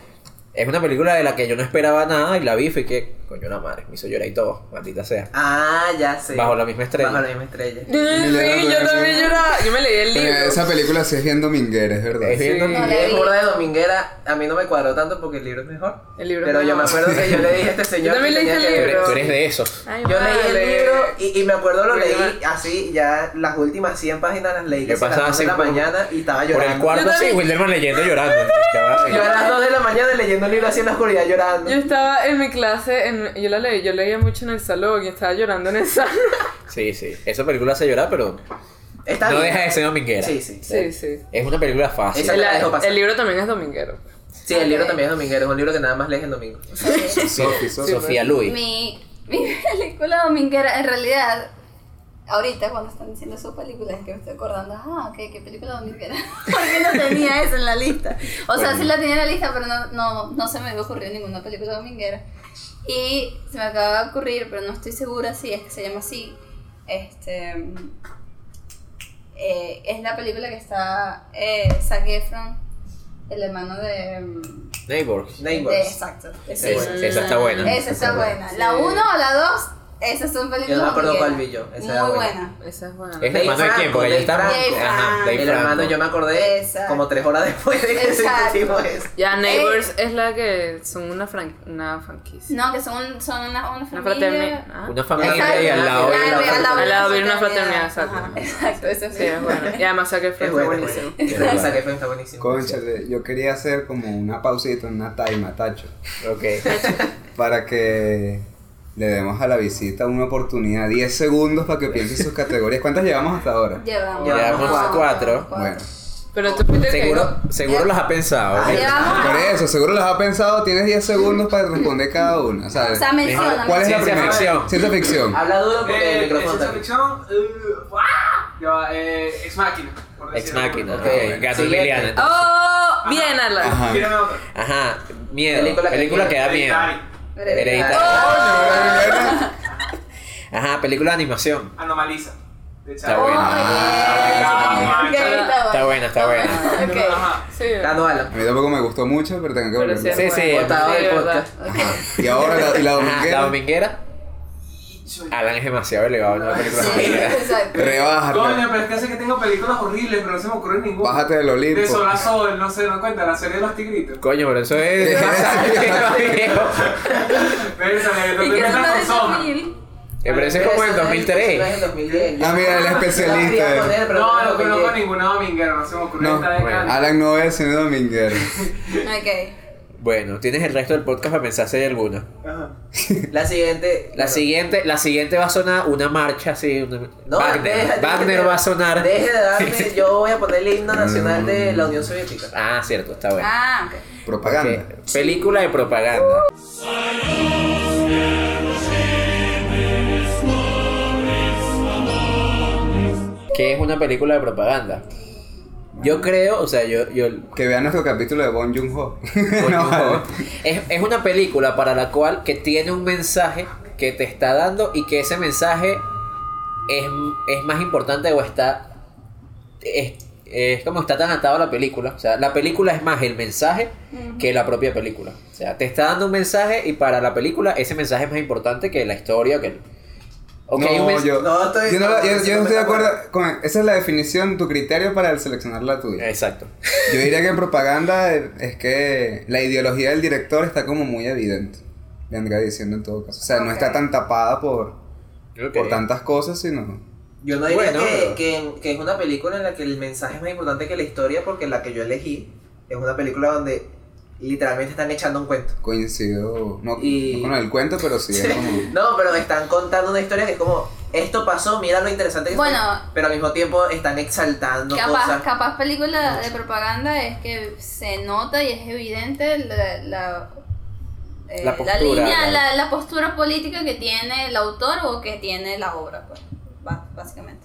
Speaker 4: es una película de la que yo no esperaba nada y la vi y fue que, coño la madre, me hizo llorar y todo, maldita sea.
Speaker 5: Ah, ya sé.
Speaker 4: Bajo la misma estrella.
Speaker 5: Bajo la misma estrella.
Speaker 1: Sí, yo también lloraba. Yo me leí el
Speaker 2: Pero
Speaker 1: libro.
Speaker 2: esa película sí es bien dominguera, es verdad.
Speaker 4: Es bien
Speaker 1: Sí.
Speaker 4: dominguera.
Speaker 3: No le-
Speaker 5: Es burda de dominguera, a mí no me cuadró tanto porque el libro es mejor.
Speaker 1: El libro
Speaker 5: pero
Speaker 1: es
Speaker 5: yo me
Speaker 1: mejor.
Speaker 5: acuerdo que yo le dije a este señor.
Speaker 1: Yo también
Speaker 5: que
Speaker 1: leí
Speaker 5: tenía
Speaker 1: el
Speaker 4: Tú
Speaker 5: que-
Speaker 4: eres,
Speaker 1: libro.
Speaker 4: tú eres de esos.
Speaker 1: Ay,
Speaker 5: Yo leí el
Speaker 1: vale.
Speaker 5: libro y, y me acuerdo lo
Speaker 1: Mira.
Speaker 5: leí así, ya las últimas 100 páginas las leí
Speaker 4: Yo
Speaker 5: que a
Speaker 4: pasaba
Speaker 5: las 2 de
Speaker 4: así
Speaker 5: la
Speaker 4: por-
Speaker 5: mañana y estaba
Speaker 4: Por el
Speaker 5: llorando.
Speaker 4: cuarto, sí,
Speaker 1: también.
Speaker 4: Wilderman leyendo llorando.
Speaker 5: (laughs)
Speaker 4: Ya va,
Speaker 5: Yo a las 2 de la mañana leyendo un libro así en la oscuridad llorando.
Speaker 1: Yo estaba en mi clase, en, yo la leí, yo leía mucho en el salón y estaba llorando en el salón.
Speaker 4: Sí, sí. Esa película hace llorar, pero
Speaker 5: Está
Speaker 4: no
Speaker 5: bien.
Speaker 4: deja de ser dominguera.
Speaker 5: Sí, sí.
Speaker 1: Sí, sí.
Speaker 4: Es una película fácil.
Speaker 5: Esa-
Speaker 1: El,
Speaker 5: la dejo pasar.
Speaker 1: el libro también es dominguero.
Speaker 5: Sí, el libro también es dominguero, es un libro que nada más lees en domingo.
Speaker 4: Sí.
Speaker 2: Sophie, Sophie.
Speaker 4: Sofía Luis.
Speaker 3: Mi, mi (laughs) película dominguera, en realidad, ahorita cuando están diciendo sus películas es que me estoy acordando, ah, ok, qué película dominguera. (laughs) Porque no tenía eso en la lista. O sea, sí la tenía en la lista, pero no, no, no se me había ocurrido ninguna película dominguera. Y se me acaba de ocurrir, pero no estoy segura si es que se llama así. Este. eh, es la película que está eh, Zac Efron, el hermano de. mm,
Speaker 4: Neighbors.
Speaker 3: de-
Speaker 5: Neighbors.
Speaker 3: exacto. de
Speaker 4: Sí,
Speaker 3: Sid.
Speaker 4: esa está buena.
Speaker 3: Esa está buena. La 1 o la 2, esas son
Speaker 5: Yo
Speaker 3: películas.
Speaker 5: no me acuerdo
Speaker 3: domingueras.
Speaker 5: cuál vi yo, esa era
Speaker 3: Muy
Speaker 5: buena.
Speaker 3: buena.
Speaker 1: Esa es buena.
Speaker 4: Es la
Speaker 5: Dave
Speaker 4: hermana de
Speaker 5: Franco,
Speaker 4: quién, porque ya
Speaker 5: Dave
Speaker 4: está.
Speaker 5: Franco.
Speaker 4: Ajá, Dave
Speaker 5: El hermano
Speaker 4: Franco.
Speaker 5: yo me acordé
Speaker 3: Exacto.
Speaker 5: como 3 horas después de que
Speaker 3: Exacto.
Speaker 5: discutimos eso.
Speaker 1: Ya, Neighbors es la que son una, fran una franquicia.
Speaker 3: No, que son, son una, una
Speaker 1: Una
Speaker 3: familia.
Speaker 1: fraternidad. Ah.
Speaker 4: Una
Speaker 5: Una
Speaker 4: familia
Speaker 5: familia
Speaker 4: y al lado.
Speaker 5: de la
Speaker 3: Exacto,
Speaker 5: otra.
Speaker 1: Al lado
Speaker 3: viene
Speaker 1: viene una fraternidad,
Speaker 3: Ajá,
Speaker 1: exacto.
Speaker 3: Exacto, eso
Speaker 1: Sí, es bueno. Y además saqué
Speaker 5: Es
Speaker 1: Frank, es
Speaker 5: bueno.
Speaker 1: buenísimo.
Speaker 5: (laughs) Esa que fue está buenísimo.
Speaker 2: Cónchale, yo quería hacer como una pausita, una time, tacho,
Speaker 4: Ok.
Speaker 2: para que le demos a la visita una oportunidad, 10 segundos para que piense sus categorías. ¿Cuántas llevamos hasta ahora?
Speaker 3: Llevamos,
Speaker 5: Llevamos
Speaker 4: cuatro.
Speaker 2: Bueno,
Speaker 1: Pero tú fuiste el que
Speaker 4: Seguro, seguro las ha pensado.
Speaker 5: Ah,
Speaker 4: ¿eh?
Speaker 3: Llevamos.
Speaker 2: por eso, seguro las ha pensado, tienes 10 segundos para responder cada una,
Speaker 3: O
Speaker 2: ¿sabes?
Speaker 3: sea, menciona.
Speaker 2: ¿Cuál es la
Speaker 4: Ciencia
Speaker 2: primera?
Speaker 4: ficción.
Speaker 2: Ciencia ficción.
Speaker 5: Habla duro porque el
Speaker 6: Eh,
Speaker 5: micrófono
Speaker 6: ciencia
Speaker 5: está aquí.
Speaker 6: ficción. uh, ¡ah! Ya va, eh, Ex máquina. por
Speaker 4: Ex
Speaker 6: decirlo.
Speaker 4: máquina.
Speaker 5: Ok.
Speaker 4: ok. Gato y
Speaker 5: Siguiente. Oh.
Speaker 4: Liliana. entonces.
Speaker 1: ¡Oh! Bien, Arlan.
Speaker 2: Ajá.
Speaker 6: Tírame otra.
Speaker 4: Ajá. Miedo.
Speaker 5: Película
Speaker 4: Película,
Speaker 5: que
Speaker 4: que da miedo.
Speaker 6: Hereditary. Oh.
Speaker 4: Hereditario. Ajá. Película de animación.
Speaker 6: Anomaliza. De
Speaker 4: Está
Speaker 6: Chavo.
Speaker 4: buena.
Speaker 6: Ah,
Speaker 4: Está buena,
Speaker 5: Oh.
Speaker 4: está buena.
Speaker 6: Ajá.
Speaker 1: Sí.
Speaker 5: Ganó
Speaker 2: A
Speaker 5: Alan.
Speaker 2: mí tampoco me gustó mucho, pero tengo que
Speaker 1: Pero
Speaker 2: volverlo.
Speaker 1: sí, es
Speaker 4: Sí, sí.
Speaker 1: buena.
Speaker 5: Botado del
Speaker 1: ¿verdad?
Speaker 5: podcast.
Speaker 2: Y ahora la, y la
Speaker 4: Ajá. La
Speaker 2: dominguera.
Speaker 4: dominguera.
Speaker 6: Hicho,
Speaker 4: Alan es demasiado elevado
Speaker 5: Ah,
Speaker 4: en la película. dominguera.
Speaker 6: Coño,
Speaker 2: Rebájate.
Speaker 6: pero es que hace que tengo películas horribles, pero no se me ocurre ninguna.
Speaker 2: Bájate del
Speaker 6: De Sol
Speaker 2: Olimpo.
Speaker 6: a Sol, no sé, no cuenta, la serie de
Speaker 4: (laughs)
Speaker 6: los tigritos.
Speaker 4: Coño, pero eso
Speaker 5: (laughs)
Speaker 4: es.
Speaker 6: (laughs) Pésale,
Speaker 3: Y
Speaker 6: te
Speaker 3: que
Speaker 6: metas
Speaker 3: no
Speaker 6: con
Speaker 3: es
Speaker 6: Soma.
Speaker 4: Me parece como en
Speaker 5: Eso es- eso es
Speaker 4: 2003.
Speaker 5: en 2010.
Speaker 2: Ah, mira, el especialista.
Speaker 5: No, poner, pero
Speaker 6: No, no
Speaker 5: en
Speaker 6: conozco
Speaker 5: 2010.
Speaker 6: ninguna dominguera, no se me ocurre
Speaker 2: No,
Speaker 6: esta década.
Speaker 2: Alan no es sino dominguero.
Speaker 3: Ok.
Speaker 4: Bueno, tienes el resto del podcast para pensar si hay alguna.
Speaker 6: Ajá.
Speaker 5: La siguiente.
Speaker 4: La
Speaker 5: bueno,
Speaker 4: siguiente, la siguiente va a sonar una marcha así. una-
Speaker 5: no,
Speaker 4: Wagner,
Speaker 5: deja-
Speaker 4: Wagner
Speaker 5: deja-
Speaker 4: va a sonar.
Speaker 5: Deje de darme. Yo voy a poner el himno nacional de la Unión Soviética.
Speaker 4: Ah, cierto, está bueno.
Speaker 3: Ah, ok.
Speaker 2: Propaganda.
Speaker 4: Ok, Película de propaganda. ¿Qué es una película de propaganda? Yo creo, o sea, yo, yo
Speaker 2: Que vean nuestro capítulo de Bon Joon (laughs) Ho.
Speaker 4: Coño,
Speaker 2: No, vale.
Speaker 4: es, es una película para la cual que tiene un mensaje que te está dando y que ese mensaje es, es más importante o está es, es como está tan atado a la película o sea la película es más el mensaje que la propia película o sea te está dando un mensaje y para la película ese mensaje es más importante que la historia o que el- o que hay un
Speaker 2: No,
Speaker 4: mens-
Speaker 2: yo,
Speaker 5: No, estoy-
Speaker 2: yo no, la- yo-
Speaker 5: no, no,
Speaker 2: yo no
Speaker 5: no
Speaker 2: estoy de
Speaker 5: me
Speaker 2: acuerdo con... e, Esa es la definición, tu criterio para seleccionar la tuya.
Speaker 4: exacto
Speaker 2: Yo diría que en propaganda e, es que la ideología del director está como muy evidente. Vendría diciendo en todo caso. O sea, no está tan tapada por, por tantas cosas, sino.
Speaker 5: Yo no diría
Speaker 4: Bueno,
Speaker 5: que,
Speaker 4: pero-
Speaker 5: que en- que es una película en la que el mensaje es más importante que la historia, porque la que yo elegí es una película donde literalmente están echando un cuento.
Speaker 2: Coincido. No,
Speaker 5: Y-
Speaker 2: no con el cuento, pero sí, es como.
Speaker 5: No, pero están contando una historia que es como, esto pasó, mira lo interesante que
Speaker 3: Bueno.
Speaker 5: fue, pero al mismo tiempo están exaltando
Speaker 3: Capaz,
Speaker 5: cosas.
Speaker 3: capaz película de propaganda es que se nota y es evidente la, la, eh,
Speaker 4: La
Speaker 3: la
Speaker 4: postura, la-
Speaker 3: línea, la, la postura política que tiene el autor o que tiene la obra, pues, ba- básicamente.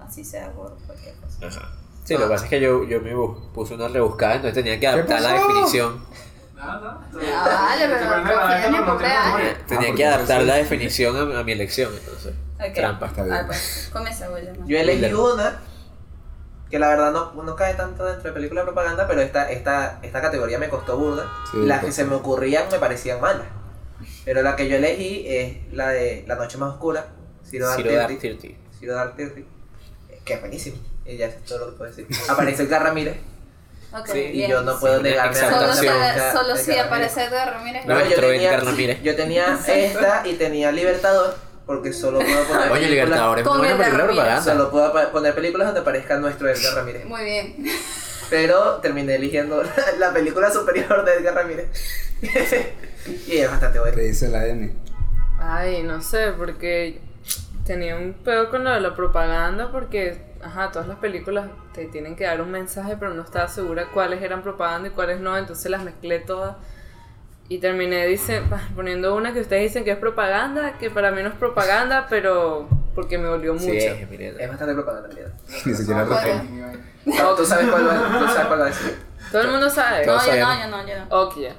Speaker 3: Así sea por cualquier cosa.
Speaker 4: Ajá. sí lo que pasa es que yo, yo me bu- puse una rebuscada entonces tenía que adaptar la
Speaker 2: pasó?
Speaker 4: definición
Speaker 6: Nada,
Speaker 3: Ah, vale, pero
Speaker 6: Te pones
Speaker 3: confía
Speaker 6: la
Speaker 3: en el
Speaker 6: verdad, no tienes
Speaker 3: papel.
Speaker 6: memoria.
Speaker 4: Tenía
Speaker 2: Ah,
Speaker 4: que
Speaker 2: porque
Speaker 4: adaptar
Speaker 2: eso
Speaker 4: la
Speaker 2: es-
Speaker 4: definión a, a mi elección, entonces.
Speaker 3: Ok.
Speaker 4: Trampa.
Speaker 2: Está bien.
Speaker 3: Ah, pues, comienza, William.
Speaker 5: Yo elegí
Speaker 4: Miller.
Speaker 5: una que la verdad no, no cae tanto dentro de película de propaganda, pero esta, esta, esta categoría me costó burda.
Speaker 2: Sí,
Speaker 5: y las
Speaker 2: costó.
Speaker 5: que se me ocurrían me parecían malas. Pero la que yo elegí es la de La Noche Más Oscura, Ciro
Speaker 4: Zero
Speaker 5: Dark
Speaker 4: Dark
Speaker 5: Thirty.
Speaker 4: Thirty.
Speaker 5: Zero Dark Thirty. Eh, que es buenísimo. Y ya eso es todo lo que puedo decir. Aparece Edgar Ramírez
Speaker 3: Ok,
Speaker 5: sí, y
Speaker 3: bien.
Speaker 5: yo no puedo
Speaker 4: Sí,
Speaker 5: negarme a
Speaker 3: Solo,
Speaker 4: Adaptación,
Speaker 3: para-
Speaker 5: Edgar-
Speaker 3: solo
Speaker 5: Edgar
Speaker 3: si
Speaker 5: Ramírez.
Speaker 3: aparece Edgar Ramírez.
Speaker 5: No, yo
Speaker 4: Nuestro
Speaker 5: tenía,
Speaker 4: Edgar Ramírez.
Speaker 5: yo tenía esta y tenía Libertador porque solo puedo poner
Speaker 4: Coño,
Speaker 5: películas-
Speaker 4: Libertadores,
Speaker 3: Con
Speaker 4: muy buena
Speaker 3: Edgar
Speaker 4: película de
Speaker 3: Ramírez.
Speaker 4: propaganda.
Speaker 5: Solo puedo pa- poner películas donde aparezca nuestro Edgar Ramírez.
Speaker 3: Muy bien.
Speaker 5: Pero terminé eligiendo (laughs) la película superior de Edgar Ramírez. (laughs) y es
Speaker 2: Te
Speaker 5: bastante buena.
Speaker 2: dice la N.
Speaker 1: Ay, no sé, porque tenía un pedo con lo de la propaganda porque, ajá, todas las películas te tienen que dar un mensaje, pero no estaba segura cuáles eran propaganda y cuáles no, entonces las mezclé todas. Y terminé dice, pa- poniendo una que ustedes dicen que es propaganda, que para mí no es propaganda, pero porque me volvió mucho.
Speaker 4: Sí, es, mire, (laughs)
Speaker 5: Es bastante propaganda también.
Speaker 2: (laughs) Ni siquiera
Speaker 3: Bueno.
Speaker 2: responde.
Speaker 5: No, tú sabes cuál va, tú sabes cuál va a decir.
Speaker 1: Todo el mundo sabe.
Speaker 4: Todos
Speaker 3: No, yo no,
Speaker 4: sabemos.
Speaker 3: yo no, yo no.
Speaker 1: Ok, ya.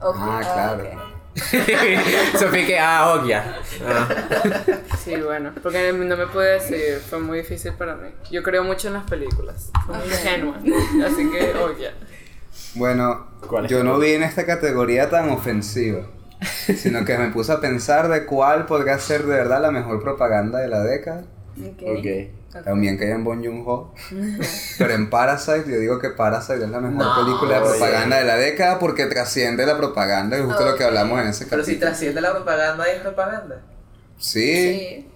Speaker 3: Ok.
Speaker 2: Ah, claro.
Speaker 3: ok.
Speaker 4: Sofía que, ah,
Speaker 2: (laughs)
Speaker 4: obvia. Ah.
Speaker 1: Sí, bueno, porque no me pude decidir, fue muy difícil para mí. Yo creo mucho en las películas, soy muy
Speaker 3: Ok.
Speaker 1: ingenua, así que, oh, ya.
Speaker 2: Bueno,
Speaker 4: ¿Cuál es
Speaker 2: yo
Speaker 4: tu
Speaker 2: no
Speaker 4: nombre?
Speaker 2: vi en esta categoría tan ofensiva, sino que me puse a pensar de cuál podría ser de verdad la mejor propaganda de la década.
Speaker 4: Ah,
Speaker 3: Ok.
Speaker 2: También que hay en Bon Joon-ho. (laughs) Pero en Parasite, yo digo que Parasite es la mejor
Speaker 5: No,
Speaker 2: película de
Speaker 5: oye.
Speaker 2: propaganda de la década porque trasciende la propaganda, es justo lo que hablamos en ese
Speaker 5: Pero si
Speaker 2: capítulo.
Speaker 5: trasciende la propaganda, es propaganda.
Speaker 2: Sí.
Speaker 3: Sí.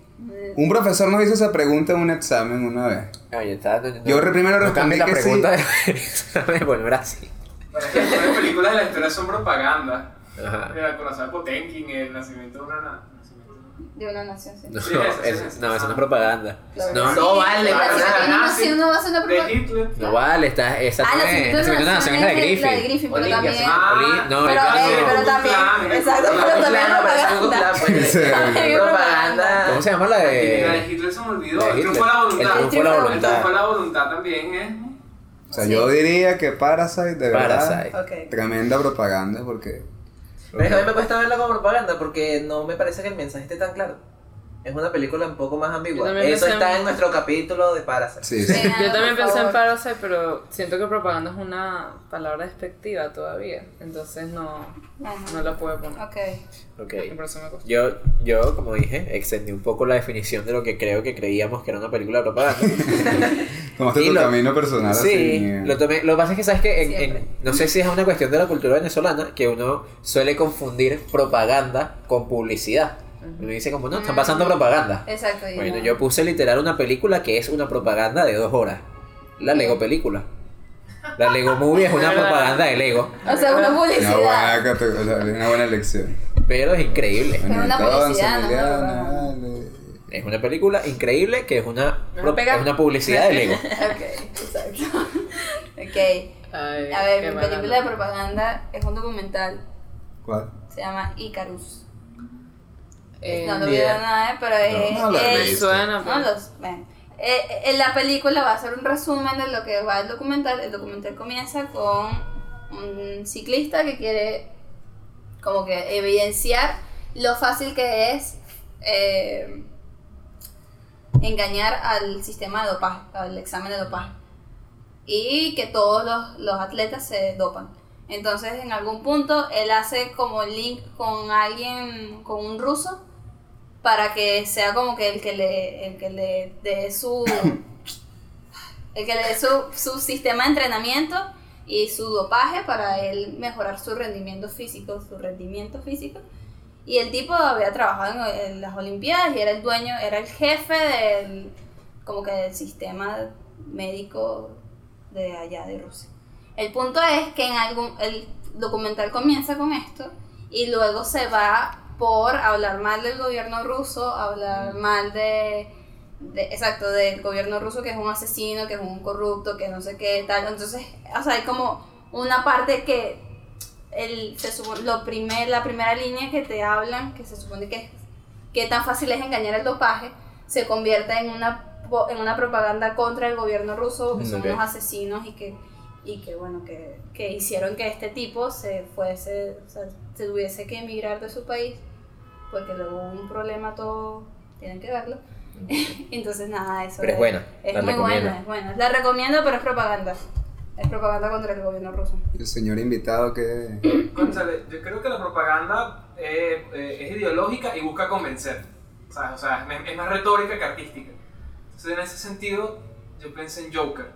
Speaker 2: Un profesor nos hizo esa pregunta en un examen una vez.
Speaker 4: Oye, está, no-
Speaker 2: Yo re- primero
Speaker 4: no
Speaker 2: respondí
Speaker 4: cambia
Speaker 2: que
Speaker 4: la
Speaker 2: sí.
Speaker 4: pregunta de- (laughs) de volver así.
Speaker 6: Bueno, es que las películas de la historia son propaganda.
Speaker 4: Ajá.
Speaker 6: Mira, con la sabe Potenkin, el nacimiento de una nana. nacimiento de una-
Speaker 3: De una nación, sí.
Speaker 4: No,
Speaker 6: Sí, esa,
Speaker 4: eso-
Speaker 6: esa,
Speaker 4: no,
Speaker 6: esa.
Speaker 4: eso no es propaganda.
Speaker 3: Claro.
Speaker 4: No,
Speaker 5: No vale,
Speaker 3: La
Speaker 6: vale,
Speaker 3: nación,
Speaker 6: nada,
Speaker 3: no,
Speaker 6: sí.
Speaker 3: si uno va a hacer una
Speaker 6: De
Speaker 3: propaganda.
Speaker 6: Hitler.
Speaker 4: No vale, está, esa
Speaker 3: Ah, la
Speaker 4: fue- esa fue
Speaker 3: segunda
Speaker 4: una nación es la de
Speaker 3: es la de
Speaker 4: Griffin.
Speaker 3: Griffin, pero
Speaker 5: Olivia,
Speaker 3: también.
Speaker 5: ah,
Speaker 3: (laughs)
Speaker 4: Oli- no,
Speaker 3: pero,
Speaker 4: Oli-
Speaker 3: eh, pero
Speaker 4: no.
Speaker 3: también, exacto, pero también
Speaker 5: Claro, parece un
Speaker 3: propaganda.
Speaker 5: plan,
Speaker 2: (laughs)
Speaker 5: pues.
Speaker 2: Sí.
Speaker 5: Propaganda.
Speaker 4: ¿Cómo se llama Ah, la
Speaker 6: La de
Speaker 4: de...?
Speaker 6: Hitler se me olvidó.
Speaker 4: Eh, La de
Speaker 6: El triunfo de
Speaker 4: Hitler. El
Speaker 6: la voluntad.
Speaker 4: triunfo de la
Speaker 6: El
Speaker 4: voluntad.
Speaker 6: triunfo de la voluntad también ¿eh? es.
Speaker 2: O sea,
Speaker 3: Sí.
Speaker 2: yo diría que Parasite, de verdad,
Speaker 4: Parasite.
Speaker 3: Ok.
Speaker 2: tremenda propaganda porque...
Speaker 5: Pero es que a mí me cuesta verla como propaganda porque no me parece que el mensaje esté tan claro. Es una película un poco más
Speaker 1: Yo
Speaker 5: ambigua.
Speaker 1: también
Speaker 5: Eso
Speaker 1: pensé
Speaker 5: está
Speaker 1: en-
Speaker 5: en nuestro capítulo de Parasite.
Speaker 2: Sí, sí.
Speaker 3: Vean,
Speaker 1: Yo también
Speaker 3: por
Speaker 1: pensé en
Speaker 3: favor.
Speaker 1: Parasite, pero siento que propaganda es una palabra despectiva todavía. Entonces no, no la puedo poner.
Speaker 3: Ok.
Speaker 1: Y
Speaker 4: Ok.
Speaker 1: por eso me costó.
Speaker 4: Yo, yo, como dije, extendí un poco la definición de lo que creo que creíamos que era una película de propaganda.
Speaker 2: Tomaste
Speaker 4: Y
Speaker 2: tu
Speaker 4: lo-
Speaker 2: camino personal así.
Speaker 4: Sí,
Speaker 2: eh.
Speaker 4: lo, tomé- lo que pasa es que sabes que en- en-
Speaker 3: Siempre.
Speaker 4: no sé si es una cuestión de la cultura venezolana que uno suele confundir propaganda con publicidad. Uno dice como, no, están pasando propaganda.
Speaker 3: Exacto. y
Speaker 4: Bueno,
Speaker 3: no.
Speaker 4: yo puse literal una película que es una propaganda de dos horas. La Lego película. La Lego Movie es una
Speaker 1: ¿Verdad?
Speaker 4: propaganda de Lego,
Speaker 3: O sea, una
Speaker 2: Una buena,
Speaker 3: publicidad.
Speaker 2: cate- o sea, una buena elección.
Speaker 4: pero es increíble.
Speaker 3: Pero una publicidad, no,
Speaker 2: Emiliana,
Speaker 3: no,
Speaker 2: dale.
Speaker 4: Es una película increíble que es una,
Speaker 1: ¿Me
Speaker 4: pro-
Speaker 1: pega?
Speaker 4: es una publicidad de Lego. (laughs)
Speaker 3: Ok, exacto. (laughs) Ok.
Speaker 1: Ay,
Speaker 3: A ver,
Speaker 1: qué
Speaker 3: mi
Speaker 1: mala
Speaker 3: película de
Speaker 1: nota.
Speaker 3: propaganda es un documental.
Speaker 2: ¿Cuál?
Speaker 3: Se llama Icarus.
Speaker 1: Eh,
Speaker 3: no, no
Speaker 5: ni idea.
Speaker 3: olvido nada, pero es.
Speaker 2: no la
Speaker 3: es-
Speaker 2: leí.
Speaker 1: Suena,
Speaker 3: No,
Speaker 1: pero-
Speaker 3: los, bueno. Eh, eh, en la película va a ser un resumen de lo que va el documental. El documental comienza con un ciclista que quiere como que evidenciar lo fácil que es eh, engañar al sistema de dopaje, al examen de dopaje. Y que todos los, los atletas se dopan. Entonces en algún punto él hace como link con alguien, con un ruso, para que sea como que el que le, el que le dé su el que le dé su, su sistema de entrenamiento y su dopaje para él mejorar su rendimiento físico, su rendimiento físico. Y el tipo había trabajado en, en las Olimpiadas y era el dueño, era el jefe del como que del sistema médico de allá de Rusia. El punto es que en algún el documental comienza con esto y luego se va por hablar mal del gobierno ruso, hablar mal de, de- exacto, del gobierno ruso que es un asesino, que es un corrupto, que no sé qué tal. Entonces, o sea, hay como una parte que el, se supo- lo primer, la primera línea que te hablan, que se supone que es qué tan fácil es engañar el dopaje, se convierte en una po- en una propaganda contra el gobierno ruso, que son
Speaker 4: Ok.
Speaker 3: unos asesinos y que y que bueno que, que hicieron que este tipo se fuese o sea, se tuviese que emigrar de su país porque luego hubo un problema todo tienen que verlo (laughs) entonces nada eso
Speaker 4: Pero es buena,
Speaker 3: es
Speaker 4: la
Speaker 3: muy
Speaker 4: recomiendo.
Speaker 3: buena es buena la recomiendo pero es propaganda es propaganda contra el gobierno ruso
Speaker 2: El señor invitado
Speaker 3: (clears throat)
Speaker 2: que...
Speaker 6: Cónchale, yo creo que la propaganda eh, eh, es ideológica y busca convencer. ¿sabes? O sea, es- es más retórica que artística. Entonces, en ese sentido, yo pensé en Joker.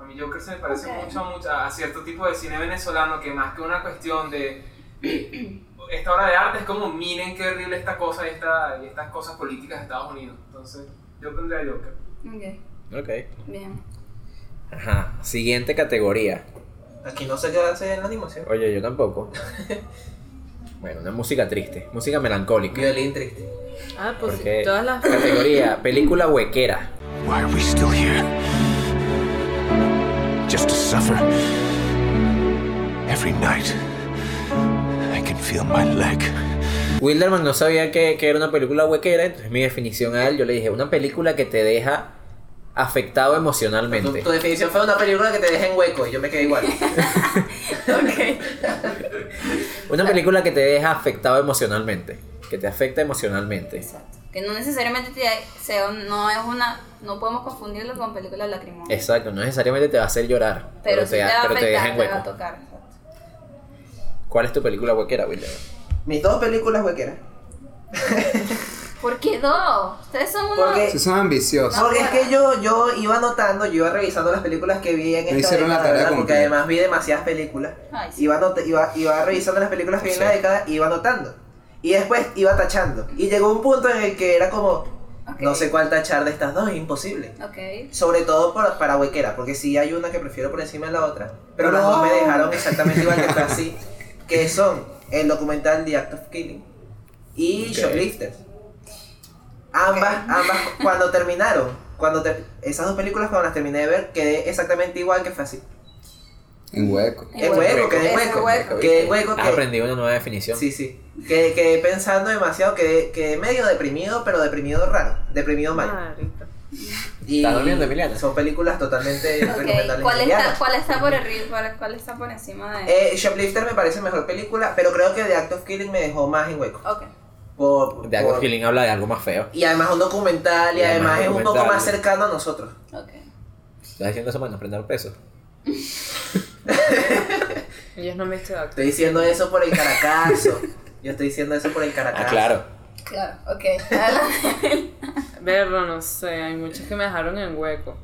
Speaker 6: A mí Joker se me parece
Speaker 3: Ok.
Speaker 6: mucho, a mucho a cierto tipo de cine venezolano que más que una cuestión de (clears throat) esta obra de arte es como miren qué horrible esta cosa y, esta, y estas cosas políticas de Estados Unidos. Entonces, yo pondría a Joker.
Speaker 3: Ok,
Speaker 4: Ok.
Speaker 3: bien.
Speaker 4: Ajá. Siguiente categoría.
Speaker 5: Aquí no sé qué hace en la animación.
Speaker 4: Oye, yo tampoco. (laughs) Bueno, una música triste, música melancólica.
Speaker 5: Violín triste.
Speaker 1: Ah, pues sí,
Speaker 4: Porque
Speaker 1: todas las.
Speaker 4: categoría película huequera.
Speaker 7: Why are we still here? Just to suffer. Every night, I can feel my leg.
Speaker 4: Wilderman no sabía que, que era una película huequera, entonces mi definición a él, yo le dije, una película que te deja afectado
Speaker 5: Tu,
Speaker 4: emocionalmente.
Speaker 5: tu definición fue una película que te deja en hueco y yo me quedé igual.
Speaker 3: Ok.
Speaker 4: Una película que te deja afectado emocionalmente, que te afecta emocionalmente.
Speaker 3: Exacto. Que no necesariamente te- sea, un- no es una, no podemos confundirlo con películas lacrimógenas.
Speaker 4: Exacto, no necesariamente te va a hacer llorar, pero,
Speaker 3: Pero, sí
Speaker 4: te,
Speaker 3: te, va a
Speaker 4: pero te deja
Speaker 3: afectar,
Speaker 4: en
Speaker 3: te va a
Speaker 4: hueco.
Speaker 3: tocar. exacto.
Speaker 4: ¿Cuál es tu película huequera, Wilderman?
Speaker 5: Mis dos películas huequeras.
Speaker 3: ¿Por qué dos? Ustedes son unos...
Speaker 5: Porque-
Speaker 2: Si son ambiciosos.
Speaker 5: Porque es que yo, yo iba anotando, yo iba revisando las películas que vi en
Speaker 2: No
Speaker 5: esta
Speaker 2: hicieron la
Speaker 5: década,
Speaker 2: tarea
Speaker 5: ¿verdad? porque
Speaker 2: completa.
Speaker 5: además vi demasiadas películas.
Speaker 3: Ay, sí.
Speaker 5: Iba, anota- iba, iba revisando las películas que vi en la
Speaker 4: Sí.
Speaker 5: década, iba anotando. Y después iba tachando. Y llegó un punto en el que era como,
Speaker 3: Ok.
Speaker 5: no sé cuál tachar de estas dos, es imposible.
Speaker 3: Ok.
Speaker 5: Sobre todo por- para huequera, porque sí hay una que prefiero por encima de la otra. Pero las dos me dejaron exactamente igual que
Speaker 4: (laughs)
Speaker 5: fue así. Que son el documental The Act of Killing y
Speaker 4: Ok.
Speaker 5: Shoplifters. Ambas, ambas, cuando terminaron, cuando te- esas dos películas cuando las terminé de ver, quedé exactamente igual que fue así.
Speaker 2: En hueco.
Speaker 3: En
Speaker 5: En hueco,
Speaker 3: hueco,
Speaker 5: quedé en
Speaker 3: en
Speaker 5: hueco.
Speaker 3: hueco.
Speaker 5: Quedé en hueco,
Speaker 4: Has
Speaker 5: quedé-
Speaker 4: aprendido una nueva definición.
Speaker 5: Sí, sí. Quedé, quedé pensando demasiado, quedé, quedé medio deprimido, pero deprimido raro, deprimido mal.
Speaker 1: Marica.
Speaker 5: Y
Speaker 4: ¿Estás durmiendo, Emiliana?
Speaker 5: Son películas
Speaker 1: (laughs)
Speaker 5: totalmente
Speaker 3: Ok,
Speaker 5: recomendables.
Speaker 3: ¿Cuál está,
Speaker 5: Emiliana.
Speaker 3: ¿Cuál está por arriba? ¿Cuál está por encima de...?
Speaker 5: Eh, Shoplifter me parece mejor película, pero creo que The Act of Killing me dejó más en hueco.
Speaker 3: Ok.
Speaker 5: Por,
Speaker 4: De algo
Speaker 5: por-
Speaker 4: Feeling habla de algo más feo.
Speaker 5: Y además es un documental, y,
Speaker 4: Y además
Speaker 5: además,
Speaker 4: es
Speaker 5: es un poco
Speaker 4: documental.
Speaker 5: más cercano a nosotros.
Speaker 3: Ok.
Speaker 4: Estás diciendo eso para no prender preso.
Speaker 1: Ellos no me hice acto.
Speaker 5: Estoy diciendo eso por
Speaker 4: (laughs)
Speaker 5: el caracazo. Yo estoy diciendo eso por el caracazo.
Speaker 4: Ah, claro.
Speaker 3: Claro, ok. Adelante.
Speaker 1: Verlo, no sé, hay muchas que me dejaron en hueco.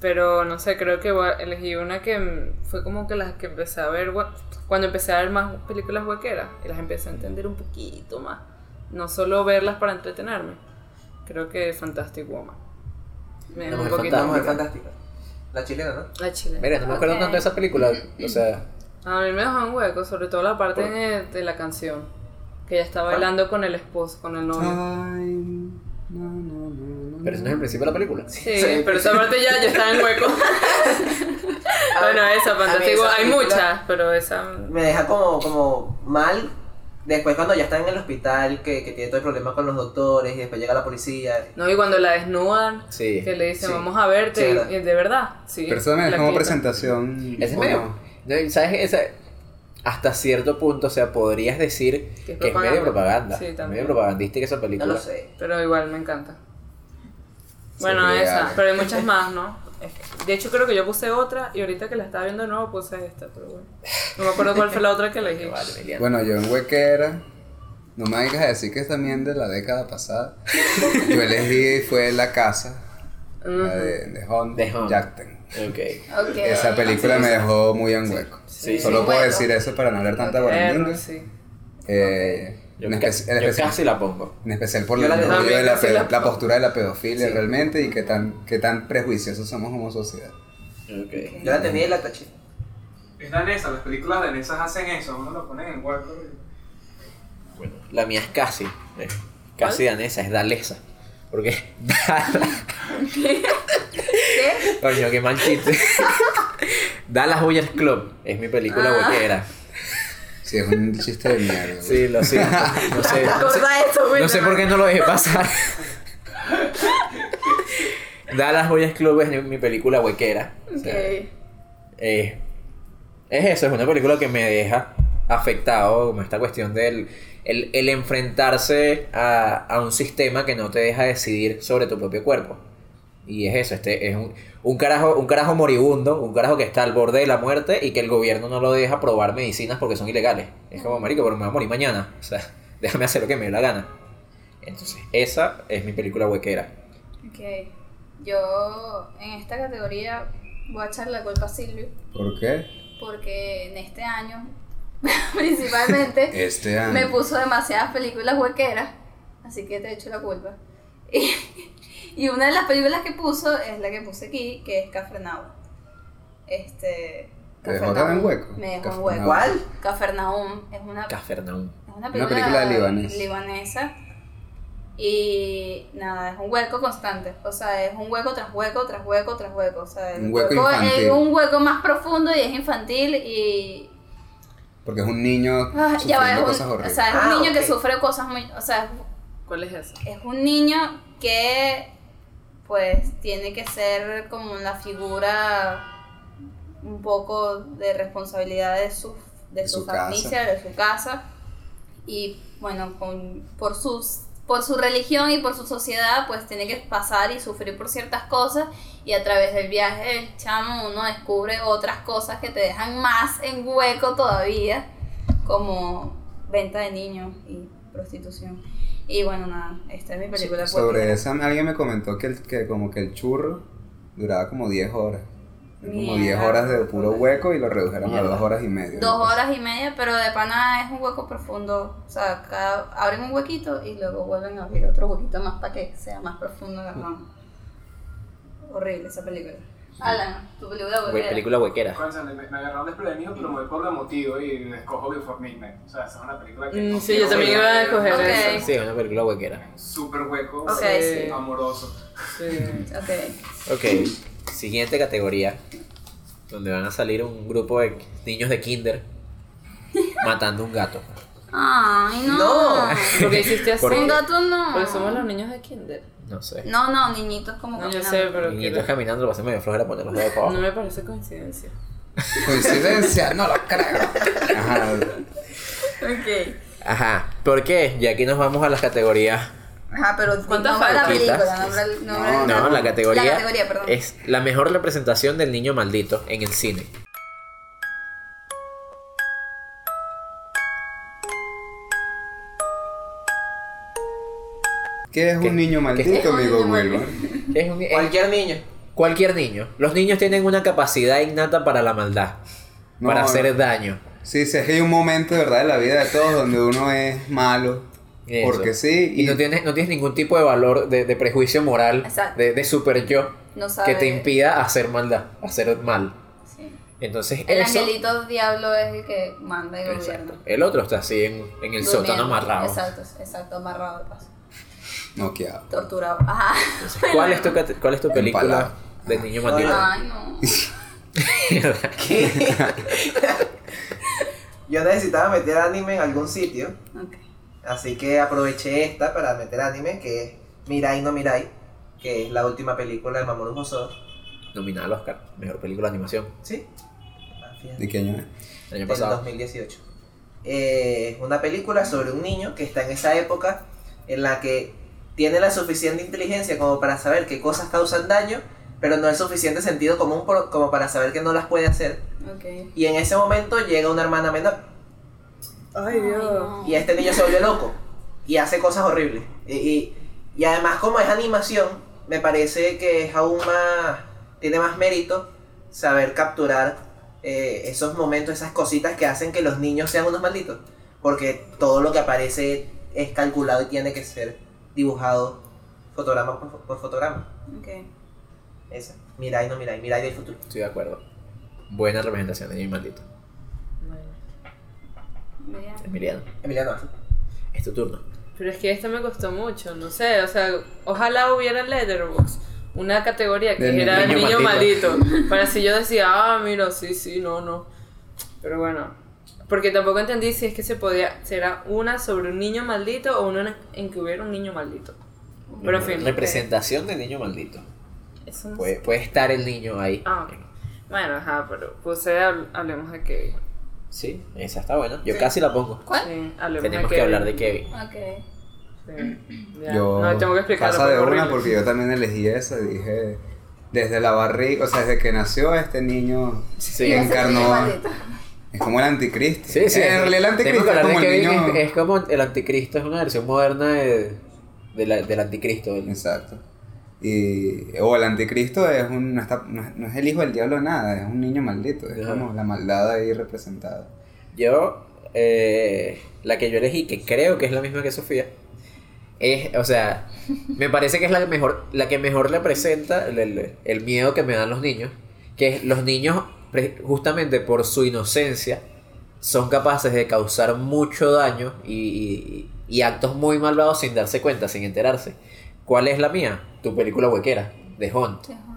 Speaker 1: Pero no sé, creo que voy a- elegí una que mm, fue como que las que empecé a ver hue- cuando empecé a ver más películas huequeras y las empecé a entender un poquito más. No solo verlas para entretenerme. Creo que Fantastic Woman. Me
Speaker 4: La
Speaker 1: dejó un
Speaker 4: Mujer
Speaker 1: poquito.
Speaker 5: La
Speaker 4: Fantástica.
Speaker 5: mujer fantástica. La chilena, ¿no?
Speaker 1: La chile.
Speaker 4: Mira, no me acuerdo
Speaker 3: Ok.
Speaker 4: tanto de esa película. O sea,
Speaker 1: A mí me dejó en hueco, sobre todo la parte de, de la canción. Que ella está bailando con el esposo, con el
Speaker 5: Ah.
Speaker 1: novio.
Speaker 2: Ay, no, no, no, no,
Speaker 4: pero eso no es el principio de la película.
Speaker 1: Sí,
Speaker 5: Sí.
Speaker 1: pero esa parte ya yo estaba en
Speaker 5: (laughs)
Speaker 1: hueco. bueno, esa
Speaker 5: a mí
Speaker 1: fantástica.
Speaker 5: esa
Speaker 1: Hay
Speaker 5: película-
Speaker 1: muchas, pero esa.
Speaker 5: Me deja como, como mal. Después cuando ya está en el hospital, que, que tiene todo el problema con los doctores, y después llega la policía.
Speaker 1: No, y cuando la desnudan,
Speaker 4: Sí,
Speaker 1: que le dicen,
Speaker 5: sí.
Speaker 1: vamos a verte,
Speaker 5: Sí,
Speaker 1: y-
Speaker 5: ¿verdad?
Speaker 1: y de verdad. Sí,
Speaker 2: Pero eso también es
Speaker 1: la
Speaker 2: como
Speaker 1: quita.
Speaker 2: presentación.
Speaker 4: Ese es
Speaker 2: ¿o
Speaker 4: medio.
Speaker 2: no?
Speaker 4: no, ¿Sabes? Esa, hasta cierto punto, o sea, podrías decir
Speaker 1: Que es
Speaker 4: que es
Speaker 1: propaganda.
Speaker 4: medio propaganda.
Speaker 1: Sí, también.
Speaker 4: medio propagandística esa
Speaker 5: No
Speaker 4: película.
Speaker 5: lo sé.
Speaker 1: Pero igual me encanta. Bueno,
Speaker 2: real.
Speaker 1: esa, pero hay
Speaker 4: (laughs)
Speaker 1: muchas más, ¿no? De hecho, creo que yo puse otra y ahorita que la estaba viendo de nuevo puse esta, pero bueno. No me acuerdo cuál fue la otra que elegí.
Speaker 4: (laughs) Vale,
Speaker 2: (laughs)
Speaker 4: Emiliano.
Speaker 2: Bueno, yo en huequera. No me vengas a decir que es también de la década pasada. yo elegí fue La Casa. La de, de Home
Speaker 4: De Home.
Speaker 2: Jackton.
Speaker 4: Ok.
Speaker 3: Ok.
Speaker 2: Esa película me dejó muy en hueco.
Speaker 4: Sí,
Speaker 2: Solo
Speaker 3: sí.
Speaker 2: puedo
Speaker 3: Bueno.
Speaker 2: decir eso para no hablar tanta
Speaker 1: Perro,
Speaker 2: guarandinga.
Speaker 1: sí.
Speaker 2: Eh,
Speaker 4: Yo,
Speaker 2: en,
Speaker 4: ca-
Speaker 2: espe- en
Speaker 4: yo
Speaker 2: especial-
Speaker 4: casi la pongo.
Speaker 2: en especial por
Speaker 5: Yo
Speaker 2: la,
Speaker 5: la
Speaker 2: el rollo
Speaker 1: también
Speaker 2: de la,
Speaker 1: casi
Speaker 2: pedo-
Speaker 1: la-
Speaker 2: la postura de la pedofilia realmente y qué tan, qué tan prejuiciosos somos como sociedad.
Speaker 4: Ok.
Speaker 5: Yo la tenía y la taché.
Speaker 6: Es danesa, las películas danesas hacen eso, uno lo ponen en hueco. y-
Speaker 4: La mía es casi. eh, Casi danesa, es dalesa. Porque. (laughs)
Speaker 3: ¿Qué?
Speaker 4: Coño, qué mal chiste. (laughs) Dallas Buyers Club es mi película
Speaker 3: Ah.
Speaker 4: huequera.
Speaker 2: Sí, es un chiste de mierda.
Speaker 4: Sí, lo siento. No sé, no sé,
Speaker 3: Corta esto,
Speaker 4: no sé por qué no lo dejé pasar. Dallas Boyes Club es mi película huequera. O sea,
Speaker 3: Ok.
Speaker 4: eh, es eso, es una película que me deja afectado, como esta cuestión del el, el enfrentarse a, a un sistema que no te deja decidir sobre tu propio cuerpo. Y es eso, este es un, un carajo, un carajo moribundo, un carajo que está al borde de la muerte y que el gobierno no lo deja probar medicinas porque son ilegales. Es como, marico, pero me voy a morir mañana. O sea, (laughs) déjame hacer lo que me dé la gana. Entonces, esa es mi película huequera.
Speaker 3: Ok. Yo en esta categoría voy a echar la culpa a Silvio
Speaker 2: ¿Por qué?
Speaker 3: porque en este año (laughs)
Speaker 2: (laughs)
Speaker 3: principalmente
Speaker 2: Este año.
Speaker 3: me puso demasiadas películas huequeras, así que te echo la culpa. (laughs) Y, y una de las películas que puso es la que puse aquí, que es Cafarnaum. Este
Speaker 2: ¿Te dejó también
Speaker 3: Cafarnaum.
Speaker 2: hueco?
Speaker 3: Me dejó un
Speaker 2: Cafarnaum.
Speaker 3: hueco.
Speaker 5: ¿Cuál?
Speaker 3: Cafarnaum es una
Speaker 4: Cafarnaum.
Speaker 3: es una
Speaker 2: Una
Speaker 3: película,
Speaker 2: película libanesa.
Speaker 3: libanesa, Y nada, es un hueco constante. O sea, es un hueco tras hueco, tras hueco, tras hueco. O sea, el
Speaker 2: Un hueco infantil.
Speaker 3: es un hueco más profundo y es infantil y.
Speaker 2: Porque es un niño
Speaker 3: Ah, ya va, es
Speaker 2: sufriendo
Speaker 3: un,
Speaker 2: cosas
Speaker 3: o
Speaker 2: horribles.
Speaker 3: sea, es un
Speaker 5: Ah,
Speaker 3: niño
Speaker 5: ok.
Speaker 3: que sufre cosas muy. O sea,
Speaker 1: ¿Cuál es esa?
Speaker 3: es un niño que. Pues tiene que ser como una figura un poco de responsabilidad de su, de
Speaker 2: De
Speaker 3: su,
Speaker 2: su casa.
Speaker 3: familia, de su casa. y bueno, con, por, sus, por su religión y por su sociedad, pues tiene que pasar y sufrir por ciertas cosas y a través del viaje del chamo uno descubre otras cosas que te dejan más en hueco todavía, como venta de niños y prostitución. Y bueno, nada, esta es mi película. pues,
Speaker 2: Sobre
Speaker 3: porque-
Speaker 2: esa alguien me comentó que, el, que como que el churro duraba como 10 horas. Era Como
Speaker 3: Mierda.
Speaker 2: 10 horas de puro hueco y lo redujeron a
Speaker 4: Mierda.
Speaker 2: 2 horas y media.
Speaker 3: Dos horas y media, pero de pana es un hueco profundo. O sea, cada- abren un huequito y luego vuelven a abrir otro huequito más para que sea más profundo la rama. Horrible esa película. Alan, tu película
Speaker 4: Hue-
Speaker 3: huequera.
Speaker 4: película huequera.
Speaker 6: Cónzale, me, me agarraron desprevenido, pero me voy por motivo y escojo Before Midnight. O sea, esa es una película que.
Speaker 1: Mm,
Speaker 6: no
Speaker 1: sí,
Speaker 6: quiero
Speaker 1: yo también
Speaker 6: ver.
Speaker 1: iba a escoger
Speaker 3: Ok.
Speaker 1: esa.
Speaker 4: Sí, es una película huequera.
Speaker 6: Súper hueco,
Speaker 3: Ok,
Speaker 6: eh,
Speaker 3: sí.
Speaker 6: amoroso.
Speaker 4: (laughs)
Speaker 1: Sí.
Speaker 3: Ok.
Speaker 4: Ok, siguiente categoría. Donde van a salir un grupo de niños de kinder matando un gato.
Speaker 3: Ay, no.
Speaker 5: No.
Speaker 1: ¿Por qué hiciste así?
Speaker 4: ¿Por
Speaker 3: (laughs) Un
Speaker 4: qué?
Speaker 3: gato no.
Speaker 1: Porque somos los niños de Kinder.
Speaker 4: No sé.
Speaker 3: No, no, niñitos como
Speaker 1: No, yo
Speaker 3: caminando.
Speaker 1: sé, pero
Speaker 4: Niñitos
Speaker 1: quiero-
Speaker 4: caminando, lo pasé medio flojera poner los dedos para
Speaker 1: no
Speaker 4: abajo.
Speaker 1: me parece coincidencia.
Speaker 2: Coincidencia, no lo creo. Ajá.
Speaker 3: Ok.
Speaker 4: Ajá, ¿por qué? Y aquí nos vamos a las categorías.
Speaker 3: Ajá, pero
Speaker 1: ¿Cuántas
Speaker 3: nombra la
Speaker 4: faltan?
Speaker 3: película, nombra el- nombra el-
Speaker 4: No, la categoría,
Speaker 3: La categoría, perdón.
Speaker 4: es la mejor representación del niño maldito en el cine.
Speaker 2: ¿Qué es
Speaker 4: ¿Qué?
Speaker 2: un niño
Speaker 3: es
Speaker 2: maldito,
Speaker 3: un
Speaker 2: amigo
Speaker 3: niño
Speaker 2: Wilmer?
Speaker 4: Es un- es-
Speaker 5: Cualquier niño.
Speaker 4: cualquier niño. Los niños tienen una capacidad innata para la maldad,
Speaker 2: No,
Speaker 4: para
Speaker 2: no.
Speaker 4: hacer daño.
Speaker 2: Sí, sí, es que hay un momento, de ¿verdad?, en la vida de todos donde uno es malo.
Speaker 4: Eso.
Speaker 2: Porque sí.
Speaker 4: Y, no, tienes, no tienes ningún tipo de valor, de, de prejuicio moral,
Speaker 3: Exacto.
Speaker 4: de, de super yo,
Speaker 3: No sabe.
Speaker 4: que te impida hacer maldad, hacer mal.
Speaker 3: Sí.
Speaker 4: Entonces,
Speaker 3: El
Speaker 4: eso-
Speaker 3: angelito diablo es el que manda y
Speaker 4: Exacto.
Speaker 3: gobierna.
Speaker 4: El otro está así en, en el
Speaker 3: Durmiendo.
Speaker 4: sótano amarrado.
Speaker 3: Exacto, exacto, amarrado de paso.
Speaker 2: Noqueado.
Speaker 3: Torturado. Ajá.
Speaker 4: Entonces, ¿cuál, es tu, cate- ¿Cuál es tu película
Speaker 2: Empalado.
Speaker 4: de niño maldito?
Speaker 3: Ay, no.
Speaker 5: Yo necesitaba meter anime en algún sitio,
Speaker 3: Ok.
Speaker 5: así que aproveché esta para meter anime, que es Mirai no Mirai, que es la última película de Mamoru Hosoda.
Speaker 4: Nominada al Oscar, mejor película de animación,
Speaker 5: ¿Sí? Ah, fíjate.
Speaker 2: ¿De qué año es?
Speaker 4: el año
Speaker 5: del
Speaker 4: pasado.
Speaker 5: 2018. Eh, Es una película sobre un niño que está en esa época en la que tiene la suficiente inteligencia como para saber qué cosas causan daño, pero no el suficiente sentido común por- como para saber que no las puede hacer.
Speaker 3: Ok.
Speaker 5: Y en ese momento llega una hermana menor
Speaker 1: Ay,
Speaker 5: y este niño se vuelve loco y hace cosas horribles. Y, y- y además como es animación, me parece que es aún más, tiene más mérito saber capturar eh, esos momentos, esas cositas que hacen que los niños sean unos malditos. Porque todo lo que aparece es calculado y tiene que ser dibujado fotograma por, fo- por fotograma.
Speaker 3: Ok.
Speaker 5: Esa. Mirai, no mirai, mirai del futuro.
Speaker 4: Estoy de acuerdo. Buena representación de niño maldito.
Speaker 3: Vean.
Speaker 4: Emiliano,
Speaker 5: Emiliano. Arce.
Speaker 4: es tu turno.
Speaker 1: Pero es que esta me costó mucho, no sé, o sea, ojalá hubiera en Letterboxd una categoría que
Speaker 2: Del
Speaker 1: era el
Speaker 4: niño
Speaker 1: niño
Speaker 4: maldito.
Speaker 1: maldito. Para si yo decía, ah, mira, sí, sí, no, no. Pero bueno, porque tampoco entendí si es que se podía, será una sobre un niño maldito o una en que hubiera un niño maldito. Pero en fin. eh,
Speaker 4: representación del niño maldito.
Speaker 1: Eso
Speaker 5: Pues.
Speaker 1: no
Speaker 4: Puede,
Speaker 1: sé.
Speaker 4: Eh, puede estar el niño ahí.
Speaker 1: Ah, ok. Bueno, ajá, pero puse, hab- hablemos de Kevin.
Speaker 4: Sí, esa está buena. Yo casi la pongo.
Speaker 3: ¿Cuál?
Speaker 1: Sí, hablemos
Speaker 4: Tenemos que hablar de Kevin.
Speaker 3: Ok.
Speaker 1: Sí, ya.
Speaker 2: Yo
Speaker 1: no, tengo que explicarlo.
Speaker 2: Pasa de
Speaker 1: porque es
Speaker 2: una
Speaker 1: horrible.
Speaker 2: porque yo también elegí esa y dije, desde la barriga, o sea, desde que nació este niño
Speaker 4: Sí.
Speaker 3: Iba a ser niño
Speaker 2: encarnó.
Speaker 3: maldito.
Speaker 2: Es como el anticristo.
Speaker 4: Sí, sí.
Speaker 2: En realidad el
Speaker 4: Tenemos
Speaker 2: anticristo
Speaker 4: que
Speaker 2: es
Speaker 4: hablar de
Speaker 2: como el
Speaker 4: Kevin,
Speaker 2: niño.
Speaker 4: es, es como el anticristo, es una versión moderna de, de la- del anticristo. del-
Speaker 2: Exacto. Y, o el anticristo es un, no, está- no es- no es el hijo del diablo nada, es un niño maldito, es
Speaker 4: Ya.
Speaker 2: como la maldad ahí representada.
Speaker 4: Yo, eh, la que yo elegí, que creo que es la misma que Sofía, es, o sea, me parece que es la que mejor, la que mejor representa el, el- el miedo que me dan los niños, que es los niños, pre- justamente por su inocencia, son capaces de causar mucho daño y, y- y actos muy malvados sin darse cuenta, sin enterarse. ¿Cuál es la mía? Tu película huequera, The Hunt.
Speaker 3: Te junto.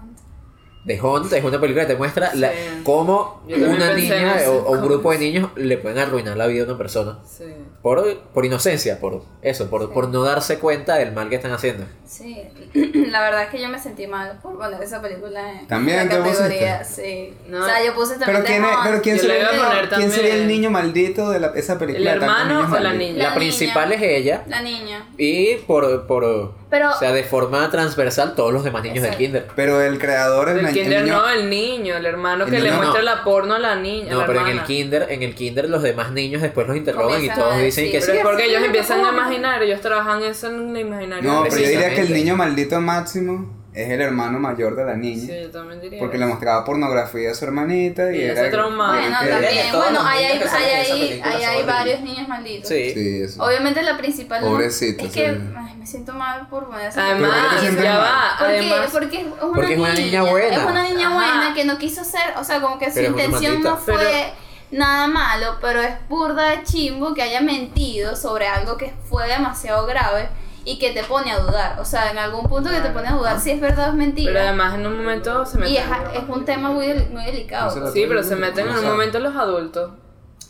Speaker 4: The Hunt es una película que te muestra la-
Speaker 1: Sí.
Speaker 4: cómo
Speaker 1: Yo también
Speaker 4: una
Speaker 1: pensé en
Speaker 4: niña
Speaker 1: eso.
Speaker 4: o, o un grupo de niños le pueden arruinar la vida a una persona.
Speaker 1: Sí.
Speaker 4: Por, por inocencia, por eso, por, por no darse cuenta del mal que están haciendo.
Speaker 3: Sí, (clears throat) la verdad es que yo me sentí mal por poner esa película en
Speaker 2: También
Speaker 3: la
Speaker 2: te
Speaker 3: categoría. Sí.
Speaker 1: No.
Speaker 3: O sea, yo puse también
Speaker 2: Pero
Speaker 3: The
Speaker 2: quién, es-
Speaker 3: Hunt.
Speaker 2: pero quién
Speaker 1: Yo le
Speaker 2: sería,
Speaker 1: iba a poner
Speaker 2: quién sería el
Speaker 1: también-
Speaker 2: niño maldito de la- esa película?
Speaker 1: ¿El
Speaker 2: de tantos
Speaker 1: hermano
Speaker 2: niños
Speaker 1: o la
Speaker 2: malditos?
Speaker 1: niña?
Speaker 4: La,
Speaker 3: La
Speaker 4: principal es ella
Speaker 3: La niña.
Speaker 4: y por, por
Speaker 3: Pero-
Speaker 4: o sea, de forma transversal todos los demás niños
Speaker 3: Exacto.
Speaker 4: del kinder.
Speaker 2: Pero el creador, el,
Speaker 1: El,
Speaker 2: na- el
Speaker 1: kinder
Speaker 2: niño...
Speaker 1: no, el niño, el hermano
Speaker 2: El
Speaker 1: que le
Speaker 2: niño no.
Speaker 1: muestra la porno a la niña.
Speaker 4: No,
Speaker 1: la
Speaker 4: pero en el
Speaker 1: hermana.
Speaker 4: kinder, en el kinder los demás niños después los interrogan y
Speaker 3: Comienzan
Speaker 4: todos
Speaker 3: a
Speaker 4: dicen que
Speaker 3: decir,
Speaker 1: Pero
Speaker 4: sí.
Speaker 1: es
Speaker 3: Sí,
Speaker 1: porque
Speaker 3: sí,
Speaker 1: ellos
Speaker 3: sí,
Speaker 1: empiezan a
Speaker 3: ¿cómo?
Speaker 1: imaginar, ellos trabajan eso en el imaginario.
Speaker 2: No, pero yo diría que el
Speaker 4: Precisamente.
Speaker 2: niño maldito máximo es el hermano mayor de la niña.
Speaker 1: Sí, yo también diría.
Speaker 2: Porque
Speaker 1: eso.
Speaker 2: le mostraba pornografía a su hermanita y,
Speaker 1: Y
Speaker 2: era...
Speaker 1: ese trauma.
Speaker 2: y era
Speaker 3: Bueno,
Speaker 2: que-
Speaker 3: también.
Speaker 5: Todos
Speaker 3: Bueno,
Speaker 5: los
Speaker 3: ahí
Speaker 5: niños
Speaker 3: hay,
Speaker 5: que salen
Speaker 3: ahí
Speaker 5: en esa
Speaker 3: hay,
Speaker 5: película
Speaker 3: ahí
Speaker 5: son
Speaker 3: hay
Speaker 5: horribles.
Speaker 3: varios niños malditos.
Speaker 4: Sí.
Speaker 2: Sí, eso.
Speaker 3: Obviamente la principal. no-
Speaker 2: Pobrecito,
Speaker 3: Es que
Speaker 2: sí.
Speaker 3: ay, me siento mal por poner esa
Speaker 2: Pero ¿por qué te
Speaker 1: Además,
Speaker 2: sientes
Speaker 1: ya
Speaker 2: mal?
Speaker 1: va,
Speaker 3: ¿Por qué?
Speaker 1: además.
Speaker 3: Porque es una,
Speaker 4: Ah, Porque es una niña buena.
Speaker 3: Es una niña
Speaker 1: Ajá.
Speaker 3: buena que no quiso ser, o sea, como que su
Speaker 4: Pero es una
Speaker 3: intención no
Speaker 4: maldita.
Speaker 3: fue
Speaker 1: Pero-
Speaker 3: nada malo, pero es burda de chimbo que haya mentido sobre algo que fue demasiado grave y que te pone a dudar. O sea, en algún punto que te pone a dudar si es verdad o es mentira.
Speaker 1: Pero además en un momento se meten.
Speaker 3: y es, es un tema muy, del- muy delicado. pues.
Speaker 2: No se
Speaker 1: Sí, pero se meten
Speaker 2: No
Speaker 1: en un
Speaker 2: sabe.
Speaker 1: momento los adultos.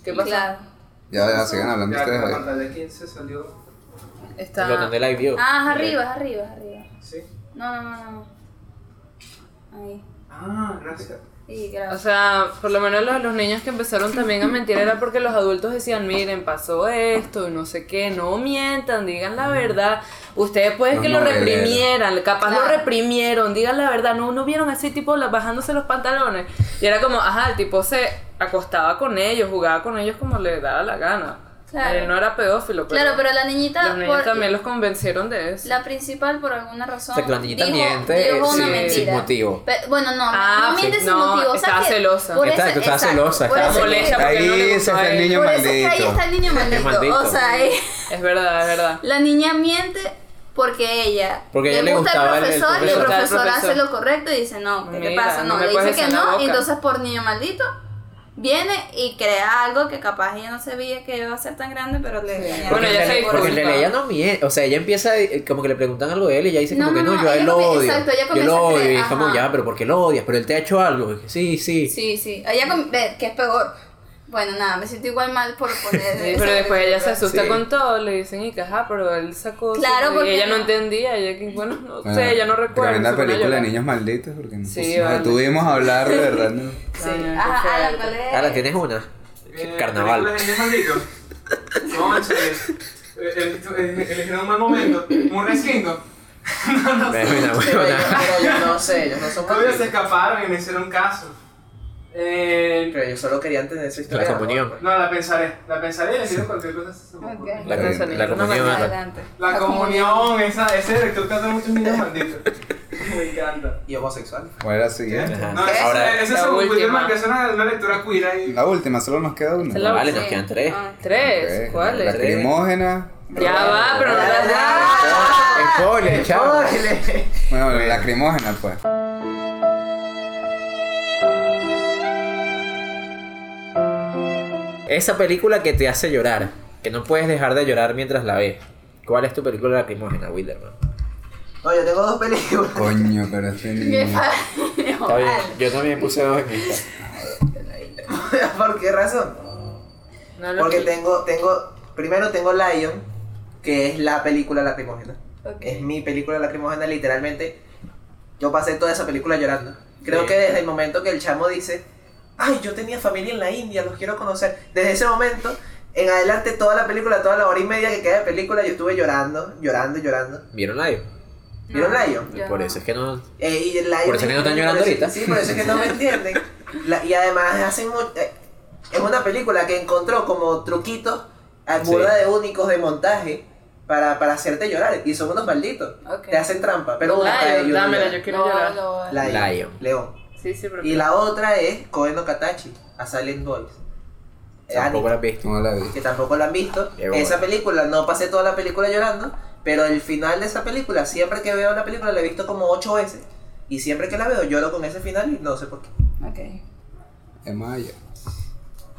Speaker 1: ¿Qué pasa?
Speaker 3: Claro.
Speaker 2: Ya, ya, Ah, sigan hablando
Speaker 6: Ya,
Speaker 2: ustedes eh.
Speaker 6: la
Speaker 2: ahí.
Speaker 6: pantalla 15 salió.
Speaker 1: Está.
Speaker 4: Lo donde la vio.
Speaker 3: Ah, es
Speaker 1: Eh.
Speaker 3: arriba, es arriba, es arriba.
Speaker 6: Sí.
Speaker 3: No, no, no, no. Ahí.
Speaker 6: Ah, gracias.
Speaker 3: Sí,
Speaker 1: O
Speaker 3: gracias.
Speaker 1: sea, por lo menos los, los niños que empezaron también a mentir era porque los adultos decían, miren, pasó esto y no sé qué, no mientan, digan la verdad. Ustedes pueden
Speaker 2: Los
Speaker 1: que lo
Speaker 2: noveleros.
Speaker 1: reprimieran, capaz lo
Speaker 3: Claro.
Speaker 1: reprimieron, digan la verdad, no, no vieron a ese tipo la- bajándose los pantalones. Y era como, ajá, el tipo se acostaba con ellos, jugaba con ellos como le daba la gana.
Speaker 3: Claro.
Speaker 1: Él no era pedófilo, pero,
Speaker 3: claro, pero la niñita.
Speaker 1: los niños
Speaker 3: por-
Speaker 1: también los convencieron de eso.
Speaker 3: La principal, por alguna razón.
Speaker 4: O sea, que la niñita
Speaker 3: dijo-
Speaker 4: miente
Speaker 3: dijo
Speaker 4: eh,
Speaker 3: una
Speaker 4: sin,
Speaker 3: mentira.
Speaker 4: sin motivo.
Speaker 3: Pe- bueno, no,
Speaker 1: Ah,
Speaker 3: no miente
Speaker 1: sí,
Speaker 3: sin
Speaker 1: no,
Speaker 3: motivo. O sea,
Speaker 1: estaba
Speaker 3: que
Speaker 1: celosa.
Speaker 3: por
Speaker 4: Exacto,
Speaker 3: esa-
Speaker 4: estaba celosa,
Speaker 3: por
Speaker 4: estaba
Speaker 3: eso que-
Speaker 1: molesta porque no le
Speaker 2: Ahí
Speaker 1: gustó
Speaker 2: se fue
Speaker 1: a
Speaker 2: el
Speaker 1: él.
Speaker 2: niño
Speaker 3: Por eso es que ahí
Speaker 2: maldito.
Speaker 3: está el niño maldito.
Speaker 4: maldito.
Speaker 3: O sea, ahí-
Speaker 1: Es verdad, es verdad.
Speaker 3: la niña miente porque ella.
Speaker 4: Porque a ella le gustaba
Speaker 3: el
Speaker 4: el- el
Speaker 3: profesor y el
Speaker 4: profesor.
Speaker 3: profesor,
Speaker 1: Le gustaba el
Speaker 3: hace lo correcto y dice: No, ¿qué te
Speaker 1: Mira,
Speaker 3: pasa?
Speaker 1: no
Speaker 3: No,
Speaker 1: me
Speaker 3: le dice
Speaker 1: puedes
Speaker 3: que
Speaker 1: besar la
Speaker 3: no.
Speaker 1: boca.
Speaker 3: Y entonces, por niño maldito, viene y crea algo que capaz ella no sabía que iba a ser tan grande, pero le engañaron.
Speaker 1: Bueno,
Speaker 4: Porque
Speaker 1: ella
Speaker 4: en
Speaker 1: se
Speaker 4: reali-
Speaker 1: disculpa.
Speaker 4: Porque en realidad ella no miente. O sea, ella empieza, eh, como que le preguntan algo de él y ella dice
Speaker 3: No,
Speaker 4: como que
Speaker 3: no,
Speaker 4: no,
Speaker 3: no,
Speaker 4: yo a
Speaker 3: ella
Speaker 4: él lo
Speaker 3: comie-
Speaker 4: odio.
Speaker 3: exacto, ella
Speaker 4: yo
Speaker 3: comienza
Speaker 4: lo
Speaker 3: a
Speaker 4: odio.
Speaker 3: creer,
Speaker 4: Y es como,
Speaker 3: ajá.
Speaker 4: ya, pero ¿por qué lo odias? Pero él te ha hecho algo. Y dije, Sí, sí.
Speaker 3: Sí, sí. Ella con... ve, que es peor. Bueno, nada, me siento igual mal por poner.
Speaker 1: (laughs) Sí,
Speaker 3: esa
Speaker 1: pero después ella se
Speaker 3: película.
Speaker 1: asusta
Speaker 4: Sí.
Speaker 1: con todo, le dicen y que ajá, pero él sacó. su-
Speaker 3: Claro,
Speaker 1: y
Speaker 3: porque
Speaker 1: ella no
Speaker 3: no.
Speaker 1: entendía, ella que, bueno, no
Speaker 2: Bueno,
Speaker 1: sé, ella no recuerda.
Speaker 2: Tremenda
Speaker 1: se pone a
Speaker 2: película de
Speaker 1: llorar.
Speaker 2: niños malditos porque nos,
Speaker 1: Sí,
Speaker 2: pusimos- nos
Speaker 1: vale.
Speaker 2: detuvimos a hablar, de
Speaker 1: (laughs)
Speaker 2: verdad. ¿no?
Speaker 3: Sí.
Speaker 1: Ay, no, qué
Speaker 3: Ajá,
Speaker 1: feo.
Speaker 3: la cual es.
Speaker 4: Ahora Ah, tienes (laughs) una.
Speaker 6: Eh,
Speaker 4: Carnaval.
Speaker 6: películas de maldito. No manches. eh, eh, eh, Elegieron un mal momento. Un resquindo. No, no sé.
Speaker 4: Una
Speaker 5: Pero yo,
Speaker 4: buena.
Speaker 5: pero yo no sé, ellos
Speaker 4: (laughs)
Speaker 5: no son
Speaker 6: Ellos se
Speaker 5: malditos.
Speaker 6: escaparon y no hicieron caso. Eh,
Speaker 5: Pero ellos solo querían tener su historia.
Speaker 4: La
Speaker 6: no,
Speaker 4: comunión.
Speaker 6: No, la pensaré. La pensaré y les digo cualquier cosa. se me ocurre.
Speaker 3: Ok.
Speaker 4: La,
Speaker 2: Está bien,
Speaker 4: la
Speaker 2: está bien.
Speaker 4: comunión.
Speaker 1: No,
Speaker 4: ¿verdad?
Speaker 3: Adelante.
Speaker 6: La comunión, esa, ese director trata muchos niños malditos. Me encanta.
Speaker 5: Y (laughs) homosexual.
Speaker 2: ¿Cuál era la siguiente?
Speaker 4: Ajá.
Speaker 6: No, ese-
Speaker 4: Ahora,
Speaker 6: ese
Speaker 1: la
Speaker 6: es un
Speaker 1: última.
Speaker 6: última que es una, una lectura queer ahí.
Speaker 2: La última, solo nos queda una.
Speaker 1: Es la-
Speaker 4: vale, nos
Speaker 3: Sí.
Speaker 4: quedan tres.
Speaker 3: Ah.
Speaker 1: Tres,
Speaker 2: Ok,
Speaker 1: ¿cuáles?
Speaker 4: tres.
Speaker 2: Lacrimógena.
Speaker 1: Ya va, Ah, pero no
Speaker 5: Ya,
Speaker 1: las
Speaker 5: ya,
Speaker 1: da.
Speaker 4: Spoiler, chao.
Speaker 5: Spoiler.
Speaker 2: Bueno, lacrimógena pues.
Speaker 4: Esa película que te hace llorar. Que no puedes dejar de llorar mientras la ves. ¿Cuál es tu película lacrimógena, Wilderman?
Speaker 5: No, yo tengo dos películas.
Speaker 2: Coño, pero este
Speaker 3: Qué
Speaker 2: niño.
Speaker 3: padre.
Speaker 4: Está bien.
Speaker 3: Ojalá.
Speaker 4: Yo también puse dos en mi lista.
Speaker 5: (laughs) ¿Por qué razón?
Speaker 1: No lo
Speaker 5: Porque
Speaker 1: vi.
Speaker 5: tengo, tengo, primero tengo Lion, que es la película lacrimógena.
Speaker 3: Ok.
Speaker 5: Es mi película lacrimógena, literalmente. Yo pasé toda esa película llorando. Creo
Speaker 4: Sí.
Speaker 5: que desde el momento que el chamo dice, ay, yo tenía familia en la India, los quiero conocer. Desde ese momento, en adelante, toda la película, toda la hora y media que queda de película, yo estuve llorando, llorando, llorando.
Speaker 4: ¿Vieron ahí?
Speaker 5: ¿Vieron Lion?
Speaker 3: yo
Speaker 4: Por
Speaker 3: no.
Speaker 4: eso es que no.
Speaker 5: Eh, y el live-
Speaker 4: Por eso es que no están llorando
Speaker 5: por eso-
Speaker 4: ahorita.
Speaker 5: Sí, por eso es que no me entienden. La- y además hacen mu- eh, es una película que encontró como truquitos a burda
Speaker 4: Sí.
Speaker 5: de únicos de montaje para, para hacerte llorar. Y son unos malditos.
Speaker 3: Ok.
Speaker 5: Te hacen trampa. Pero
Speaker 1: Lion,
Speaker 5: una está de Yuri
Speaker 1: dámela,
Speaker 5: Yuri.
Speaker 1: yo quiero llorar.
Speaker 5: Lion,
Speaker 4: Lion.
Speaker 5: León.
Speaker 1: Sí, sí, pero.
Speaker 5: Y la otra es Koen no Katachi, a Silent Boys. Eh,
Speaker 4: Tampoco
Speaker 5: anime,
Speaker 4: la has visto.
Speaker 2: No la vi.
Speaker 5: Que tampoco la han visto.
Speaker 4: Qué bueno.
Speaker 5: Esa película, no pasé toda la película llorando, pero el final de esa película, siempre que veo la película, la he visto como ocho veces. Y siempre que la veo, lloro con ese final y no sé por qué.
Speaker 3: Ok.
Speaker 2: Es maya.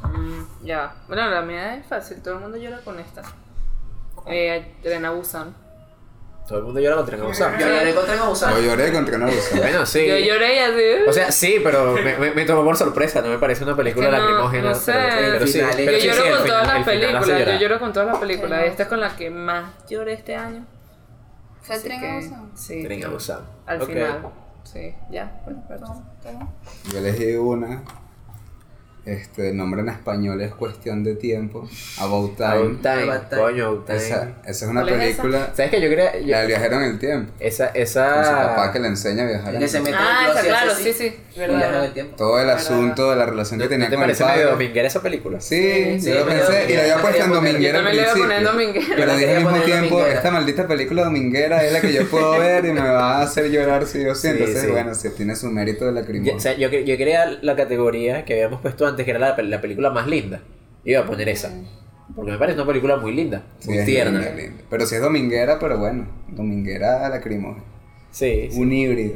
Speaker 1: Mm, ya. Bueno, la mía es fácil, todo el mundo llora con esta. Eh, Elena Busan.
Speaker 4: Todo el mundo llora contra el Gusano.
Speaker 5: Yo lloré contra el gusano.
Speaker 2: Yo lloré contra una busa.
Speaker 4: Bueno, sí.
Speaker 1: Yo lloré y así.
Speaker 4: O sea, sí, pero me, me- me tomó por sorpresa. No me parece una película
Speaker 1: Es que no-
Speaker 4: lacrimógena.
Speaker 1: no sé.
Speaker 4: Pero, pero sí,
Speaker 5: Yo
Speaker 4: pero sí,
Speaker 1: yo
Speaker 4: sí,
Speaker 1: lloro
Speaker 4: el
Speaker 1: con todas
Speaker 4: final- el
Speaker 1: las
Speaker 4: final hace
Speaker 1: películas. Yo
Speaker 4: llorar.
Speaker 1: lloro con todas las películas.
Speaker 3: Sí.
Speaker 1: Esta es con la que más lloré este año.
Speaker 3: ¿Fue el
Speaker 1: así
Speaker 3: tren
Speaker 1: que-
Speaker 3: a Busan?
Speaker 1: Sí.
Speaker 4: Tren a Busan.
Speaker 1: Al
Speaker 4: Ok.
Speaker 1: final. Sí, ya. Bueno, perdón.
Speaker 2: Yo elegí una. Este, el nombre en español es cuestión de tiempo. About Time.
Speaker 4: About Time.
Speaker 5: About Time.
Speaker 4: Coño, About Time.
Speaker 2: Esa, esa es una
Speaker 1: ¿Cuál es
Speaker 2: película.
Speaker 4: ¿Sabes qué? Yo quería. yo- Ah.
Speaker 2: La del viajero en el tiempo.
Speaker 4: esa.
Speaker 2: Con su papá
Speaker 4: esa
Speaker 2: que le enseña a viajar. en
Speaker 5: Que se
Speaker 2: el-
Speaker 5: mete
Speaker 1: Ah,
Speaker 5: en el
Speaker 1: esa,
Speaker 5: closet,
Speaker 1: claro,
Speaker 5: así,
Speaker 1: sí, sí.
Speaker 5: y viaja en el
Speaker 1: Verdad.
Speaker 5: tiempo.
Speaker 2: Todo el
Speaker 1: Verdad.
Speaker 2: asunto de la relación que
Speaker 4: ¿No
Speaker 2: tenía
Speaker 4: te
Speaker 2: con el
Speaker 4: parece medio
Speaker 2: padre.
Speaker 4: dominguera esa película?
Speaker 2: Sí,
Speaker 1: Sí,
Speaker 2: yo lo
Speaker 1: sí,
Speaker 2: pensé y
Speaker 5: pero-
Speaker 2: la había puesto en
Speaker 5: Yo
Speaker 1: Yo
Speaker 2: dominguera al
Speaker 1: también le voy a
Speaker 2: principio.
Speaker 1: poner dominguera. (laughs)
Speaker 2: Pero
Speaker 5: Yo
Speaker 2: dije
Speaker 5: quería
Speaker 2: al mismo
Speaker 5: poner
Speaker 2: tiempo,
Speaker 5: dominguera.
Speaker 2: esta maldita película dominguera es la que
Speaker 1: (laughs)
Speaker 2: yo puedo ver y me va a hacer llorar si yo sí.
Speaker 4: Sí,
Speaker 2: Entonces,
Speaker 4: sí.
Speaker 2: bueno, sí, tiene su mérito de la
Speaker 4: Ya, o sea, yo, cre- yo quería la categoría que habíamos puesto antes, que era la, pel- la película más linda. Yo iba a poner esa. Porque me parece una película muy linda, muy tierna.
Speaker 2: Pero si es dominguera, pero bueno, dominguera lacrimógena.
Speaker 4: Sí, sí,
Speaker 2: Un híbrido.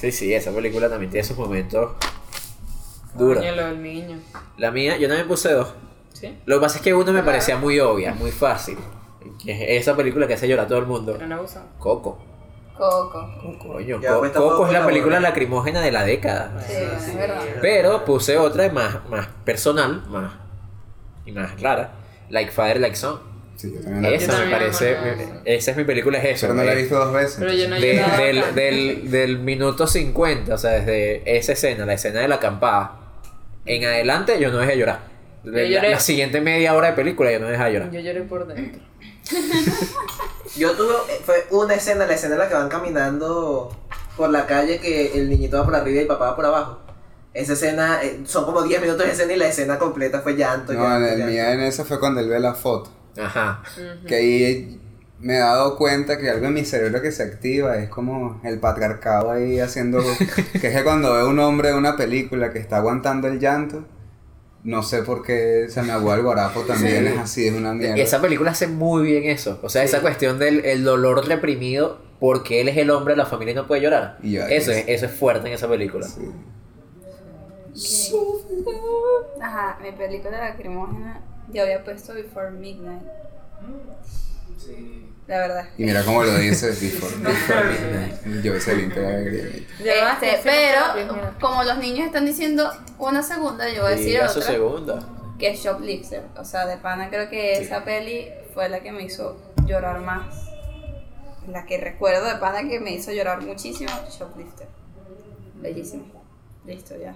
Speaker 4: sí, sí, esa película también tiene sus momentos duros.
Speaker 1: Coño, lo del niño.
Speaker 4: La mía, yo también puse dos.
Speaker 1: ¿Sí?
Speaker 4: Lo que pasa es que una me parecía muy obvia, muy fácil. Que es esa película que hace llorar a todo el mundo.
Speaker 1: Elena Busan.
Speaker 4: Coco.
Speaker 3: Coco.
Speaker 4: Coño,
Speaker 5: Ya,
Speaker 4: Co-
Speaker 5: pues,
Speaker 4: Coco
Speaker 5: tampoco
Speaker 4: es la
Speaker 5: la
Speaker 4: película
Speaker 5: buena.
Speaker 4: lacrimógena de la década.
Speaker 3: Sí, es verdad.
Speaker 4: Pero puse otra más, más personal, más y más rara. Like Father, Like Son.
Speaker 2: Sí, yo también la
Speaker 1: Yo
Speaker 4: Esa me
Speaker 1: también la
Speaker 4: parece.
Speaker 1: conozco.
Speaker 4: me- esa es mi película, es eso.
Speaker 2: Pero no la he
Speaker 4: eh,
Speaker 2: visto dos veces.
Speaker 1: Pero yo no he
Speaker 4: de-
Speaker 1: llorado
Speaker 4: del,
Speaker 1: tanto.
Speaker 4: del, del minuto 50, o sea, desde esa escena, la escena de la acampada, en adelante yo no dejé de llorar. La,
Speaker 1: lloré.
Speaker 4: la siguiente media hora de película yo no dejé de llorar.
Speaker 1: Yo lloré por dentro.
Speaker 3: (laughs)
Speaker 5: Yo tuve, eh, fue una escena, la escena en la que van caminando por la calle que el niñito va por arriba y el papá va por abajo. Esa escena, eh, son como 10 minutos de escena y la escena completa fue llanto.
Speaker 2: No,
Speaker 5: llanto,
Speaker 2: en el
Speaker 5: llanto.
Speaker 2: mío en esa fue cuando él ve la foto.
Speaker 4: Ajá.
Speaker 2: Que ahí me he dado cuenta que algo en mi cerebro que se activa es como el patriarcado ahí haciendo. que es que cuando veo un hombre en una película que está aguantando el llanto, no sé por qué se me aguó el guarapo también.
Speaker 4: Sí.
Speaker 2: Es así, es una mierda.
Speaker 4: Esa película hace muy bien eso. O sea, esa cuestión del el dolor reprimido porque él es el hombre de la familia y no puede llorar.
Speaker 2: Y ya,
Speaker 4: eso,
Speaker 2: es-
Speaker 4: es, eso es fuerte en esa película.
Speaker 2: Sí.
Speaker 3: Ajá, mi película lacrimógena yo había puesto Before Midnight.
Speaker 6: Sí.
Speaker 3: La verdad.
Speaker 2: Y mira cómo lo dice Before. Yo ese link era de-
Speaker 3: Este, pero como los niños están diciendo una segunda, yo voy a
Speaker 4: Y
Speaker 3: decir
Speaker 4: a su
Speaker 3: otra,
Speaker 4: segunda.
Speaker 3: que es Shoplifter. O sea, de pana creo que esa peli fue la que me hizo llorar más. La que recuerdo de pana que me hizo llorar muchísimo, Shoplifter. Bellísimo. Listo, ya.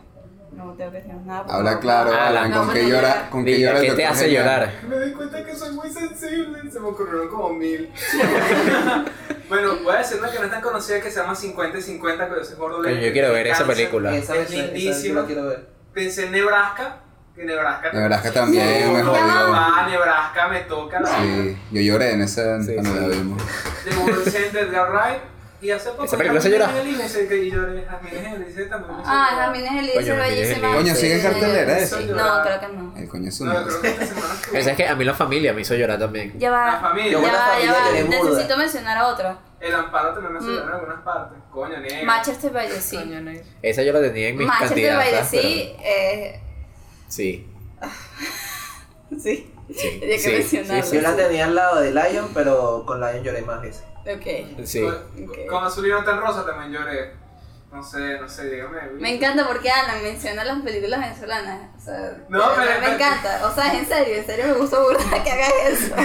Speaker 3: No tengo que decir más nada. porque
Speaker 2: Habla
Speaker 3: no-
Speaker 2: claro,
Speaker 4: Ah, la-
Speaker 2: Alan, con
Speaker 3: no,
Speaker 2: qué
Speaker 3: no,
Speaker 2: llora,
Speaker 3: no.
Speaker 2: con qué
Speaker 4: Diga,
Speaker 2: llora el
Speaker 4: ¿Qué te
Speaker 2: doctor
Speaker 4: hace
Speaker 2: Genial.
Speaker 4: llorar?
Speaker 6: Me di cuenta que soy muy sensible. Se me ocurrieron
Speaker 4: (laughs)
Speaker 6: como mil. bueno, voy a decir una que no es tan conocida que se llama 50 y 50, pero es gordo.
Speaker 4: Coño,
Speaker 6: de-
Speaker 4: yo quiero
Speaker 6: de
Speaker 4: ver esa
Speaker 6: cáncer.
Speaker 4: película.
Speaker 5: Esa,
Speaker 6: Es
Speaker 5: esa- esa-
Speaker 6: lindísima.
Speaker 5: yo la quiero ver.
Speaker 6: Pensé en Nebraska. Que Nebraska.
Speaker 2: De verdad que también me
Speaker 6: No,
Speaker 2: jodió.
Speaker 6: papá, Nebraska me toca. la-
Speaker 2: Sí, yo lloré en esa
Speaker 4: Sí,
Speaker 2: cuando
Speaker 4: sí.
Speaker 2: la vimos.
Speaker 6: de Morrison de Edgar Wright. Y hace poco.
Speaker 4: Esa película se
Speaker 6: también
Speaker 4: llora.
Speaker 6: Jamie Lee Lee, que- Y yo le- Jamie Lee Lee, ese también me hizo
Speaker 3: Ah,
Speaker 6: llorar.
Speaker 3: Jasmine es
Speaker 4: Coño,
Speaker 3: Elise,
Speaker 4: Jasmine es
Speaker 3: bellísima.
Speaker 4: Elise.
Speaker 2: Coño, sigue en cartelera
Speaker 6: eso.
Speaker 3: Sí. No, creo que no.
Speaker 2: El coño es un
Speaker 6: No, creo que
Speaker 2: (laughs)
Speaker 6: esta semana.
Speaker 4: Pero ¿Sabes que A mí la familia me hizo llorar también.
Speaker 3: Ya va.
Speaker 6: La familia.
Speaker 3: Ya
Speaker 5: Yo con la
Speaker 3: va, ya
Speaker 5: familia
Speaker 3: va.
Speaker 5: lloré burda.
Speaker 3: Necesito mencionar a otra.
Speaker 6: El amparo también me hace llorar en algunas partes. Coño, negro.
Speaker 3: Manchester by the Sea.
Speaker 1: Coño, negro.
Speaker 4: Esa yo la tenía en mis
Speaker 3: Manchester by the
Speaker 4: candidatas.
Speaker 3: Sea,
Speaker 4: pero-
Speaker 3: eh,
Speaker 4: Sí.
Speaker 3: sí, (laughs)
Speaker 4: Sí,
Speaker 3: Tenía que
Speaker 4: sí,
Speaker 3: mencionarla.
Speaker 4: sí,
Speaker 5: Yo la tenía al lado de Lion, pero con Lion lloré más veces.
Speaker 3: ok.
Speaker 4: sí. Sí.
Speaker 6: Con,
Speaker 3: Ok.
Speaker 6: con Azul y no tan rosa también lloré. No sé, no sé, dígame.
Speaker 3: Me encanta porque Alan menciona las películas venezolanas. O sea,
Speaker 6: No,
Speaker 3: a mí
Speaker 6: pero-
Speaker 3: me encanta. O sea, en serio, en serio me gusta burda que hagas eso.
Speaker 6: (laughs)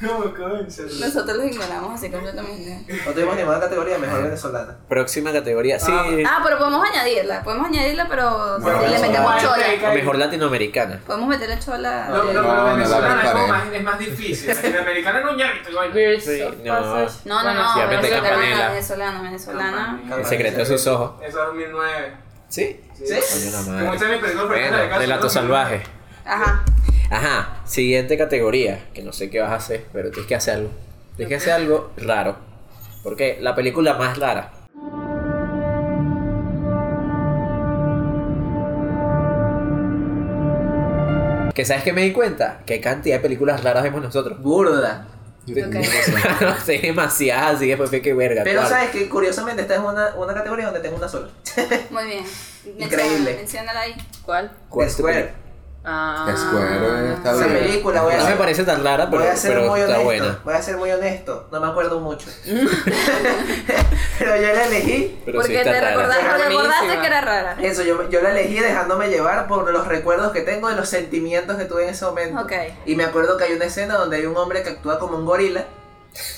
Speaker 6: No, coño.
Speaker 3: Nosotros los ignoramos así completamente.
Speaker 5: No tuvimos ninguna categoría mejor venezolana.
Speaker 4: Próxima categoría. Sí.
Speaker 3: Ah, pero podemos añadirla. Podemos añadirla, pero
Speaker 2: Bueno,
Speaker 3: le
Speaker 2: eso-
Speaker 3: metemos
Speaker 2: Bueno,
Speaker 3: chola.
Speaker 4: o mejor latinoamericana.
Speaker 3: Podemos meterle chola.
Speaker 6: No, no,
Speaker 3: no,
Speaker 2: No,
Speaker 6: pero
Speaker 2: no, la
Speaker 6: venezolana es, como
Speaker 2: comparé.
Speaker 6: más, es más difícil. Latinoamericana es un ñarito, coño.
Speaker 1: Weird
Speaker 4: Sí,
Speaker 1: Soft
Speaker 4: no.
Speaker 1: Passage.
Speaker 3: no,
Speaker 1: Bueno,
Speaker 3: no,
Speaker 1: sí,
Speaker 4: obviamente
Speaker 1: pero-
Speaker 3: venezolana,
Speaker 4: Campanella.
Speaker 3: venezolana, venezolana.
Speaker 4: El secreto de sus ojos.
Speaker 6: Eso es 2009.
Speaker 4: Sí.
Speaker 6: ¿Sí?
Speaker 4: Coño, la madre.
Speaker 6: Como usted me preguntó,
Speaker 4: Bueno, relato salvaje.
Speaker 3: Ajá.
Speaker 4: Ajá, siguiente categoría, que no sé qué vas a hacer, pero tienes que hacer algo. Tienes que hacer algo raro. Porque la película más rara. Que sabes que me di cuenta, qué cantidad de películas raras vemos nosotros. (laughs)
Speaker 5: Burda.
Speaker 2: Yo tengo
Speaker 3: Ok.
Speaker 2: razón.
Speaker 4: sí, demasiadas, así que después fue que verga.
Speaker 5: Pero
Speaker 4: claro.
Speaker 5: sabes que curiosamente esta es una, una categoría donde tengo una sola.
Speaker 3: Muy bien.
Speaker 5: Increíble.
Speaker 3: Menciona- Menciónala ahí.
Speaker 1: ¿Cuál?
Speaker 4: ¿Cuál es tu
Speaker 5: Square.
Speaker 4: película?
Speaker 1: Ah,
Speaker 2: Square, eh, está
Speaker 5: Esa
Speaker 2: bien.
Speaker 5: película voy a
Speaker 4: No me
Speaker 5: hacer-
Speaker 4: parece tan rara, pero,
Speaker 5: Voy a ser
Speaker 4: pero
Speaker 5: muy
Speaker 4: está
Speaker 5: honesto.
Speaker 4: buena.
Speaker 5: Voy a ser muy honesto. No me acuerdo mucho. (laughs) Pero yo la elegí.
Speaker 4: Pero sí
Speaker 3: Porque
Speaker 4: está
Speaker 3: te
Speaker 4: rara.
Speaker 3: recordaste,
Speaker 1: Está
Speaker 3: te acordaste
Speaker 1: buenísima.
Speaker 3: que era rara.
Speaker 5: Eso, yo, yo la elegí dejándome llevar por los recuerdos que tengo de los sentimientos que tuve en ese momento.
Speaker 3: Ok.
Speaker 5: Y me acuerdo que hay una escena donde hay un hombre que actúa como un gorila.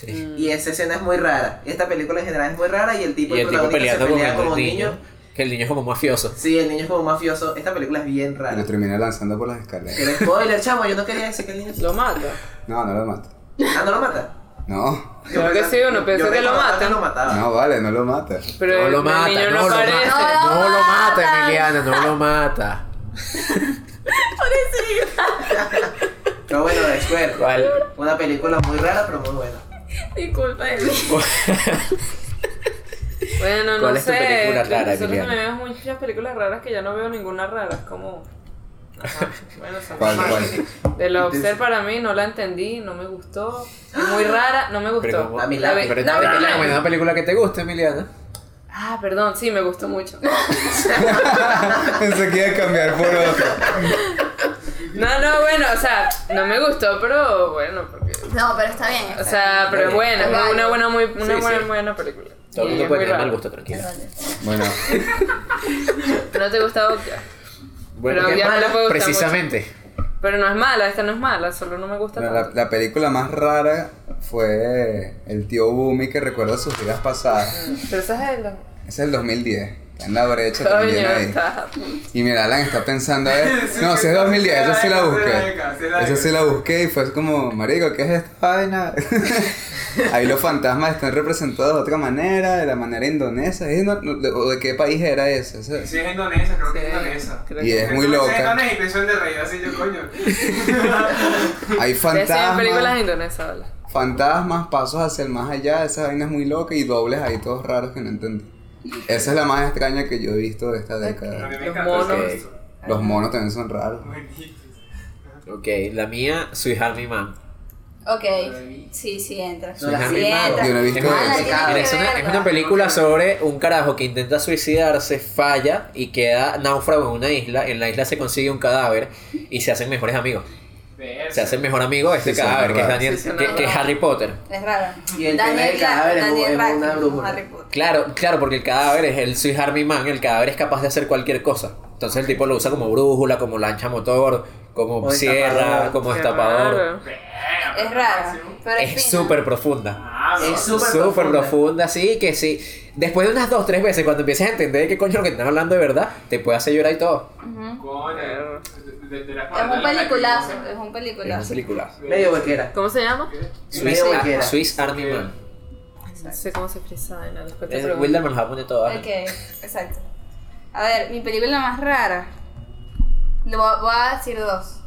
Speaker 5: Y esa escena es muy rara. Y esta película en general es muy rara. Y el tipo,
Speaker 4: Y el tipo
Speaker 5: protagonista
Speaker 4: peleando
Speaker 5: se
Speaker 4: con
Speaker 5: pelea
Speaker 4: el
Speaker 5: como
Speaker 4: niño,
Speaker 5: niño.
Speaker 4: Que el niño es como mafioso.
Speaker 5: Sí, el niño es como mafioso. Esta película es bien
Speaker 2: Y lo
Speaker 5: rara.
Speaker 2: terminé lanzando por las escaleras.
Speaker 5: ¿Quieres spoiler, chamo? Yo no quería decir que el niño.
Speaker 1: Mm. Lo mata.
Speaker 2: No, no lo mato.
Speaker 5: Ah, no lo mata.
Speaker 2: No,
Speaker 5: Yo
Speaker 1: Claro que
Speaker 5: pensaba-
Speaker 1: sí, uno
Speaker 5: yo
Speaker 1: pensó que lo
Speaker 5: recordaba
Speaker 1: mata.
Speaker 5: lo mataba.
Speaker 2: no vale, no lo mata.
Speaker 1: Pero
Speaker 4: no
Speaker 1: el,
Speaker 4: lo mata,
Speaker 1: niño
Speaker 4: no,
Speaker 1: no,
Speaker 4: lo
Speaker 1: aparece.
Speaker 4: mata.
Speaker 3: No
Speaker 4: No
Speaker 3: lo
Speaker 4: lo mata,
Speaker 3: matan.
Speaker 4: Emiliana, no
Speaker 1: (laughs)
Speaker 4: lo mata.
Speaker 5: Pero bueno, de Square.
Speaker 4: ¿Cuál?
Speaker 5: Una película muy rara, pero muy buena.
Speaker 1: (laughs)
Speaker 3: Disculpa de mí.
Speaker 1: Bueno,
Speaker 4: ¿Cuál
Speaker 1: no
Speaker 4: es tu
Speaker 1: sé.
Speaker 4: película rara,
Speaker 1: Nosotros
Speaker 4: Emiliana?
Speaker 1: también vemos muchas películas raras que ya no veo ninguna rara. Es como. Ajá. Bueno, son
Speaker 2: ¿Cuál, (laughs)
Speaker 1: raras.
Speaker 2: cuál?
Speaker 1: De la Obser para mí no la entendí, no me gustó. Muy rara, no me
Speaker 4: Pero
Speaker 1: gustó.
Speaker 4: como-
Speaker 5: A mí
Speaker 1: La
Speaker 5: la
Speaker 1: vi-
Speaker 4: Pero
Speaker 1: no,
Speaker 4: te-
Speaker 1: no,
Speaker 4: te
Speaker 1: no.
Speaker 4: recomiendo una película que te guste, Emiliana.
Speaker 1: Ah, perdón, sí, me gustó mucho.
Speaker 2: Pensé que iba a cambiar por otro.
Speaker 1: No, no, bueno, o sea, no me gustó, pero bueno, porque.
Speaker 3: No, pero está bien.
Speaker 1: O sea, pero es buena,
Speaker 3: Está
Speaker 1: es una buena, muy, una
Speaker 4: Sí,
Speaker 1: buena,
Speaker 4: sí.
Speaker 1: buena película.
Speaker 4: Todo el
Speaker 1: Y
Speaker 4: mundo
Speaker 1: es
Speaker 4: puede
Speaker 1: muy
Speaker 4: tener mal
Speaker 1: rara.
Speaker 4: gusto, tranquila.
Speaker 2: Bueno,
Speaker 1: No te gusta Okja. Pero
Speaker 4: ¿qué
Speaker 1: ya no
Speaker 4: mala?
Speaker 1: le puede gustar
Speaker 4: precisamente.
Speaker 1: Pero no es mala, esta no es mala, solo no me gusta
Speaker 2: bueno,
Speaker 1: tanto.
Speaker 2: la, la película más rara fue El tío Bumi que recuerda sus vidas pasadas.
Speaker 1: Pero esa es el...
Speaker 2: Ese es el 2010. Está en la brecha
Speaker 1: Coño,
Speaker 2: también ahí.
Speaker 1: está.
Speaker 2: Y mira, Alan está pensando, a ver.
Speaker 6: (laughs) Sí,
Speaker 2: No,
Speaker 6: sí,
Speaker 2: si es
Speaker 6: sí,
Speaker 2: 2010,
Speaker 6: sí,
Speaker 2: esa sí la
Speaker 6: sí,
Speaker 2: busqué.
Speaker 6: venga, sí, la
Speaker 2: Esa
Speaker 6: venga.
Speaker 2: sí la busqué y fue como, marico, ¿qué es esta vaina? (laughs) Ahí los fantasmas están representados de otra manera, de la manera indonesia. Y no- no- de- ¿O de qué país era ese? Ese-
Speaker 6: Si es indonesa, creo que es
Speaker 1: Sí,
Speaker 6: indonesa.
Speaker 1: creo
Speaker 2: Y
Speaker 1: que-
Speaker 2: es muy
Speaker 6: Es
Speaker 2: loca.
Speaker 6: indonesa y prisión de rey, así yo,
Speaker 2: (laughs)
Speaker 6: coño.
Speaker 2: Hay
Speaker 1: Ustedes siguen películas
Speaker 2: fantasmas,
Speaker 1: indonesas, ¿vale?
Speaker 2: fantasmas, pasos hacia el más allá. Esa vaina es muy loca y dobles ahí todos raros que no entendí. Esa es la más extraña que yo he visto de esta
Speaker 6: A mí
Speaker 2: década.
Speaker 6: me
Speaker 1: Los
Speaker 6: encanta
Speaker 1: monos.
Speaker 6: eso.
Speaker 2: Los monos también son raros.
Speaker 6: Buenísimo.
Speaker 4: Ok, la mía, Sweet Harmony Man.
Speaker 3: Ok. Sí, sí, entra.
Speaker 5: No la
Speaker 3: sí,
Speaker 5: vi, mano.
Speaker 3: entra.
Speaker 2: Yo no he
Speaker 4: Es
Speaker 2: visto
Speaker 4: una-
Speaker 1: Ah,
Speaker 2: eso.
Speaker 3: tienes que
Speaker 4: mira, es una, es
Speaker 3: verla.
Speaker 4: una película sobre un carajo que intenta suicidarse, falla y queda náufrago en una isla. En la isla se consigue un cadáver y se hacen mejores amigos.
Speaker 6: Verga.
Speaker 4: Se hace el mejor amigo de este
Speaker 2: Sí,
Speaker 4: cadáver,
Speaker 2: suena
Speaker 4: que es,
Speaker 2: raro.
Speaker 4: Daniel,
Speaker 1: Sí, suena
Speaker 4: que, que es
Speaker 1: raro.
Speaker 4: Harry Potter.
Speaker 3: Es rara.
Speaker 5: Y el primer cadáver es un- es una
Speaker 3: Radcliffe,
Speaker 5: brújula.
Speaker 3: Harry Potter.
Speaker 4: Claro, claro, porque el cadáver es el Swiss Army Man, el cadáver es capaz de hacer cualquier cosa. Entonces el tipo lo usa como brújula, como lancha motor, como
Speaker 5: Como
Speaker 4: sierra,
Speaker 5: destapador.
Speaker 4: como
Speaker 1: Qué
Speaker 4: destapador.
Speaker 1: raro.
Speaker 6: Verga,
Speaker 3: Es rara. Pero es
Speaker 4: Es
Speaker 3: fina.
Speaker 4: súper profunda.
Speaker 6: Ah,
Speaker 5: Es
Speaker 6: no.
Speaker 5: súper
Speaker 4: Súper
Speaker 5: profunda.
Speaker 4: profunda, sí, que sí. Después de unas dos, tres veces, cuando empieces a entender qué coño es lo que están hablando de verdad, te puede hacer llorar y todo.
Speaker 3: Ujú.
Speaker 6: Coño, de- de- de las
Speaker 3: Es un
Speaker 6: cuarenta de la
Speaker 3: peliculazo,
Speaker 6: película.
Speaker 3: es un
Speaker 4: Es una
Speaker 3: peliculazo.
Speaker 4: película.
Speaker 5: Medio huequera.
Speaker 1: ¿Cómo se llama?
Speaker 4: Swiss,
Speaker 5: Medio huequera.
Speaker 4: Swiss Army Man.
Speaker 1: No sé cómo se expresa en después te
Speaker 4: Eh,
Speaker 1: pregunto.
Speaker 4: Wilder me las va a poner todas.
Speaker 3: Ok, exacto. A ver, mi película más rara. Lo voy a- voy a decir dos.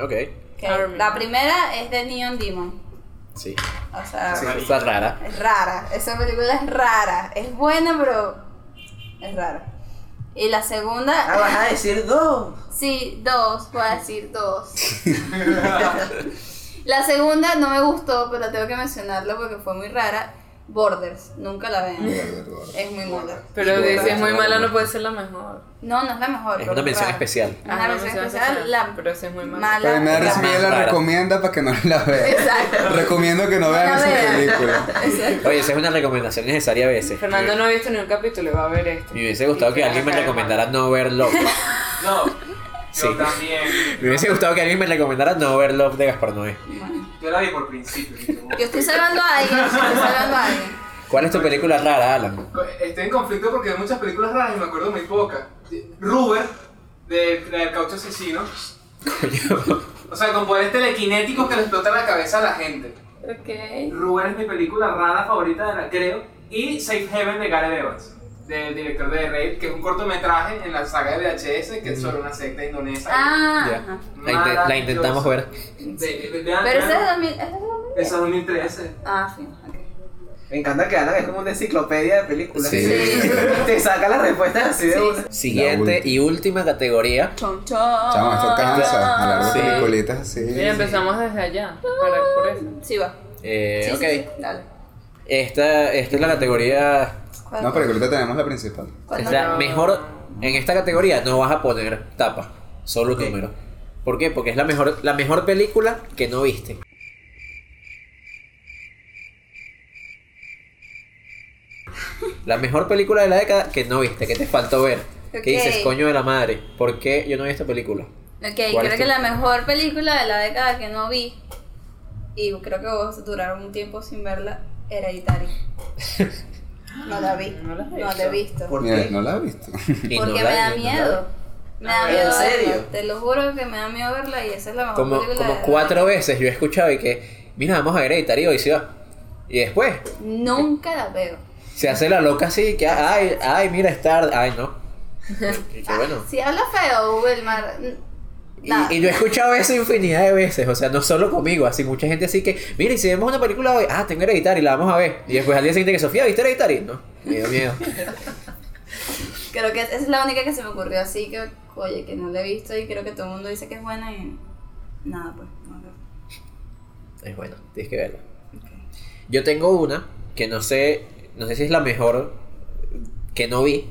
Speaker 4: Ok,
Speaker 3: Ok,
Speaker 1: Army.
Speaker 3: La primera es de Neon Demon.
Speaker 4: sí.
Speaker 3: O sea,
Speaker 4: Sí, está rara.
Speaker 3: es rara. Esa película es rara. Es buena, pero es rara. Y la
Speaker 5: Ah,
Speaker 3: segunda,
Speaker 5: vas a decir dos.
Speaker 3: sí, dos, voy a decir dos. la segunda no me gustó, pero tengo que mencionarlo porque fue muy rara. Borders, nunca la ven. Es muy mala.
Speaker 1: Pero de- si es muy
Speaker 4: Claro.
Speaker 1: mala no puede ser la mejor.
Speaker 3: No, no es la mejor.
Speaker 4: Es
Speaker 3: pero
Speaker 4: una mención
Speaker 3: rara.
Speaker 4: especial.
Speaker 1: Ah,
Speaker 3: Una mención especial, la
Speaker 1: Pero si es muy mala.
Speaker 3: mala.
Speaker 2: Primera
Speaker 3: la
Speaker 4: sí,
Speaker 2: Smith
Speaker 4: más
Speaker 2: la
Speaker 4: rara.
Speaker 2: recomienda para que no la
Speaker 3: (laughs)
Speaker 2: vean.
Speaker 3: Exacto.
Speaker 2: Recomiendo que (laughs) no vean
Speaker 3: la
Speaker 2: esa
Speaker 3: vean.
Speaker 2: película.
Speaker 3: Exacto.
Speaker 4: Oye, esa es una recomendación necesaria a veces.
Speaker 1: Fernando no ha visto ni un capítulo, va a ver este. esto.
Speaker 4: Me hubiese gustado que alguien me recomendara no ver Love.
Speaker 6: No,
Speaker 4: Sí.
Speaker 6: yo también.
Speaker 4: Me hubiese gustado que alguien me recomendara no ver Love de Gaspar Noé.
Speaker 6: Yo la vi por principio. dije,
Speaker 3: (laughs) Yo estoy salvando a alguien, estoy salvando a alguien.
Speaker 4: ¿Cuál es tu película rara, Alan?
Speaker 6: "Wow". Estoy en conflicto porque hay muchas películas raras y me acuerdo muy pocas. Ruber, de la del caucho asesino. O sea, con poderes telequinéticos que le explotan la cabeza a la gente.
Speaker 3: Ok.
Speaker 6: Ruber es mi película rara favorita de la creo. Y Safe Heaven de Gareth Evans. del director de Raid, que es un cortometraje en la saga de VHS que es sobre una secta indonesa.
Speaker 3: Ah,
Speaker 4: Ya.
Speaker 3: ajá.
Speaker 4: La, inte- la intentamos ver.
Speaker 6: Ve- ve- vean,
Speaker 3: pero ese es
Speaker 6: vean.
Speaker 3: 2000. ¿Ese es 2000?
Speaker 6: Esa es 2013.
Speaker 3: Ah, fin, ok.
Speaker 5: Me encanta que Alan es como una enciclopedia de películas.
Speaker 2: Sí.
Speaker 3: Sí.
Speaker 5: (laughs) Te saca las respuestas así de
Speaker 3: Sí.
Speaker 5: una.
Speaker 4: Siguiente y última categoría.
Speaker 3: Chon, chon.
Speaker 2: Chamo, esto cansa. Hablar de
Speaker 4: Sí.
Speaker 2: peliculitas así.
Speaker 1: Mira, empezamos desde allá. Para, por eso.
Speaker 3: Sí, va.
Speaker 4: Eh,
Speaker 3: Sí, sí,
Speaker 4: ok.
Speaker 3: sí, dale.
Speaker 4: Esta, esta es la categoría.
Speaker 3: ¿Cuál-
Speaker 2: No, pero que ahorita tenemos la principal.
Speaker 3: cuál
Speaker 4: es
Speaker 3: no?
Speaker 4: la mejor. En esta categoría no vas a poner tapa, solo número. ¿Por qué? Porque es la mejor, la mejor película que no viste. La mejor película de la década que no viste, que te faltó ver.
Speaker 3: Ok.
Speaker 4: Que dices, coño de la madre, ¿por qué yo no vi esta película?
Speaker 3: Ok,
Speaker 4: ¿Cuál
Speaker 3: creo
Speaker 4: es
Speaker 3: que
Speaker 4: tu-
Speaker 3: la mejor película de la década que no vi, y creo que vos duraron un tiempo sin verla,
Speaker 4: (laughs)
Speaker 3: Hereditary. No la vi.
Speaker 1: No la has
Speaker 3: No la he visto.
Speaker 5: ¿Por
Speaker 2: Mira,
Speaker 5: qué?
Speaker 2: no la he visto. (laughs)
Speaker 4: Y no
Speaker 3: Porque
Speaker 4: la-
Speaker 3: me da
Speaker 4: no la-
Speaker 3: miedo. Me da
Speaker 1: Ah,
Speaker 3: miedo.
Speaker 5: ¿en serio?
Speaker 3: verla, Te lo juro que me da miedo verla y esa es la mejor
Speaker 4: Como,
Speaker 3: película. de
Speaker 4: como
Speaker 3: la
Speaker 4: cuatro
Speaker 3: década.
Speaker 4: veces yo he escuchado y que, mira, vamos a ver Hereditary hoy, sí va. Y después
Speaker 3: Nunca la veo.
Speaker 4: se hace la loca así, que, ay, ay, mira, es tarde. Ay, no. Y que bueno.
Speaker 3: Si habla feo, Wilmar.
Speaker 4: Y,
Speaker 3: Nada.
Speaker 4: y yo he escuchado eso infinidad de veces, o sea, no solo conmigo, así mucha gente así que, mira, y si vemos una película hoy, ah, tengo Hereditary, la vamos a ver. Y después al día siguiente que Sofía, ¿viste Hereditary? No, me dio miedo.
Speaker 3: Creo que esa es la única que se me ocurrió así que, oye, que no la he visto y creo que todo el mundo dice que es buena y. Nada, pues. No la-
Speaker 4: Es bueno, tienes que verla. Yo tengo una que no sé, no sé si es la mejor que no vi,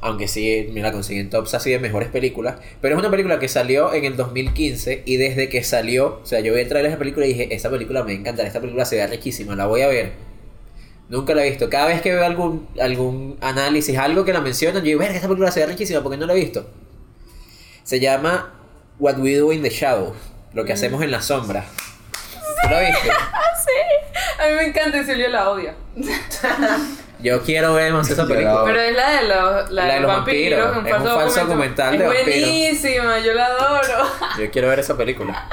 Speaker 4: aunque sí me la conseguí en tops así de mejores películas, pero es una película que salió en el 2015 y desde que salió, o sea, yo vi el trailer de esa película y dije, esta película me encanta, esta película se ve riquísima, la voy a ver. Nunca la he visto. Cada vez que veo algún, algún análisis, algo que la mencionan, yo digo, verga, esta película se ve riquísima, porque no la he visto? Se llama What We Do in the Shadow, lo que hacemos en la sombra. ¿Tú la viste?
Speaker 1: A mí me encanta y Silvia la odia.
Speaker 4: Yo quiero ver más esa
Speaker 2: Yo la
Speaker 4: película.
Speaker 2: odio.
Speaker 1: Pero es la de los, la
Speaker 4: Ah. La de
Speaker 1: de
Speaker 4: los
Speaker 1: los vampiros,
Speaker 4: vampiros.
Speaker 1: un
Speaker 4: Es un
Speaker 1: falso,
Speaker 4: falso documental de
Speaker 1: es
Speaker 4: vampiros.
Speaker 1: buenísima, yo la adoro.
Speaker 4: (laughs) Yo quiero ver esa película.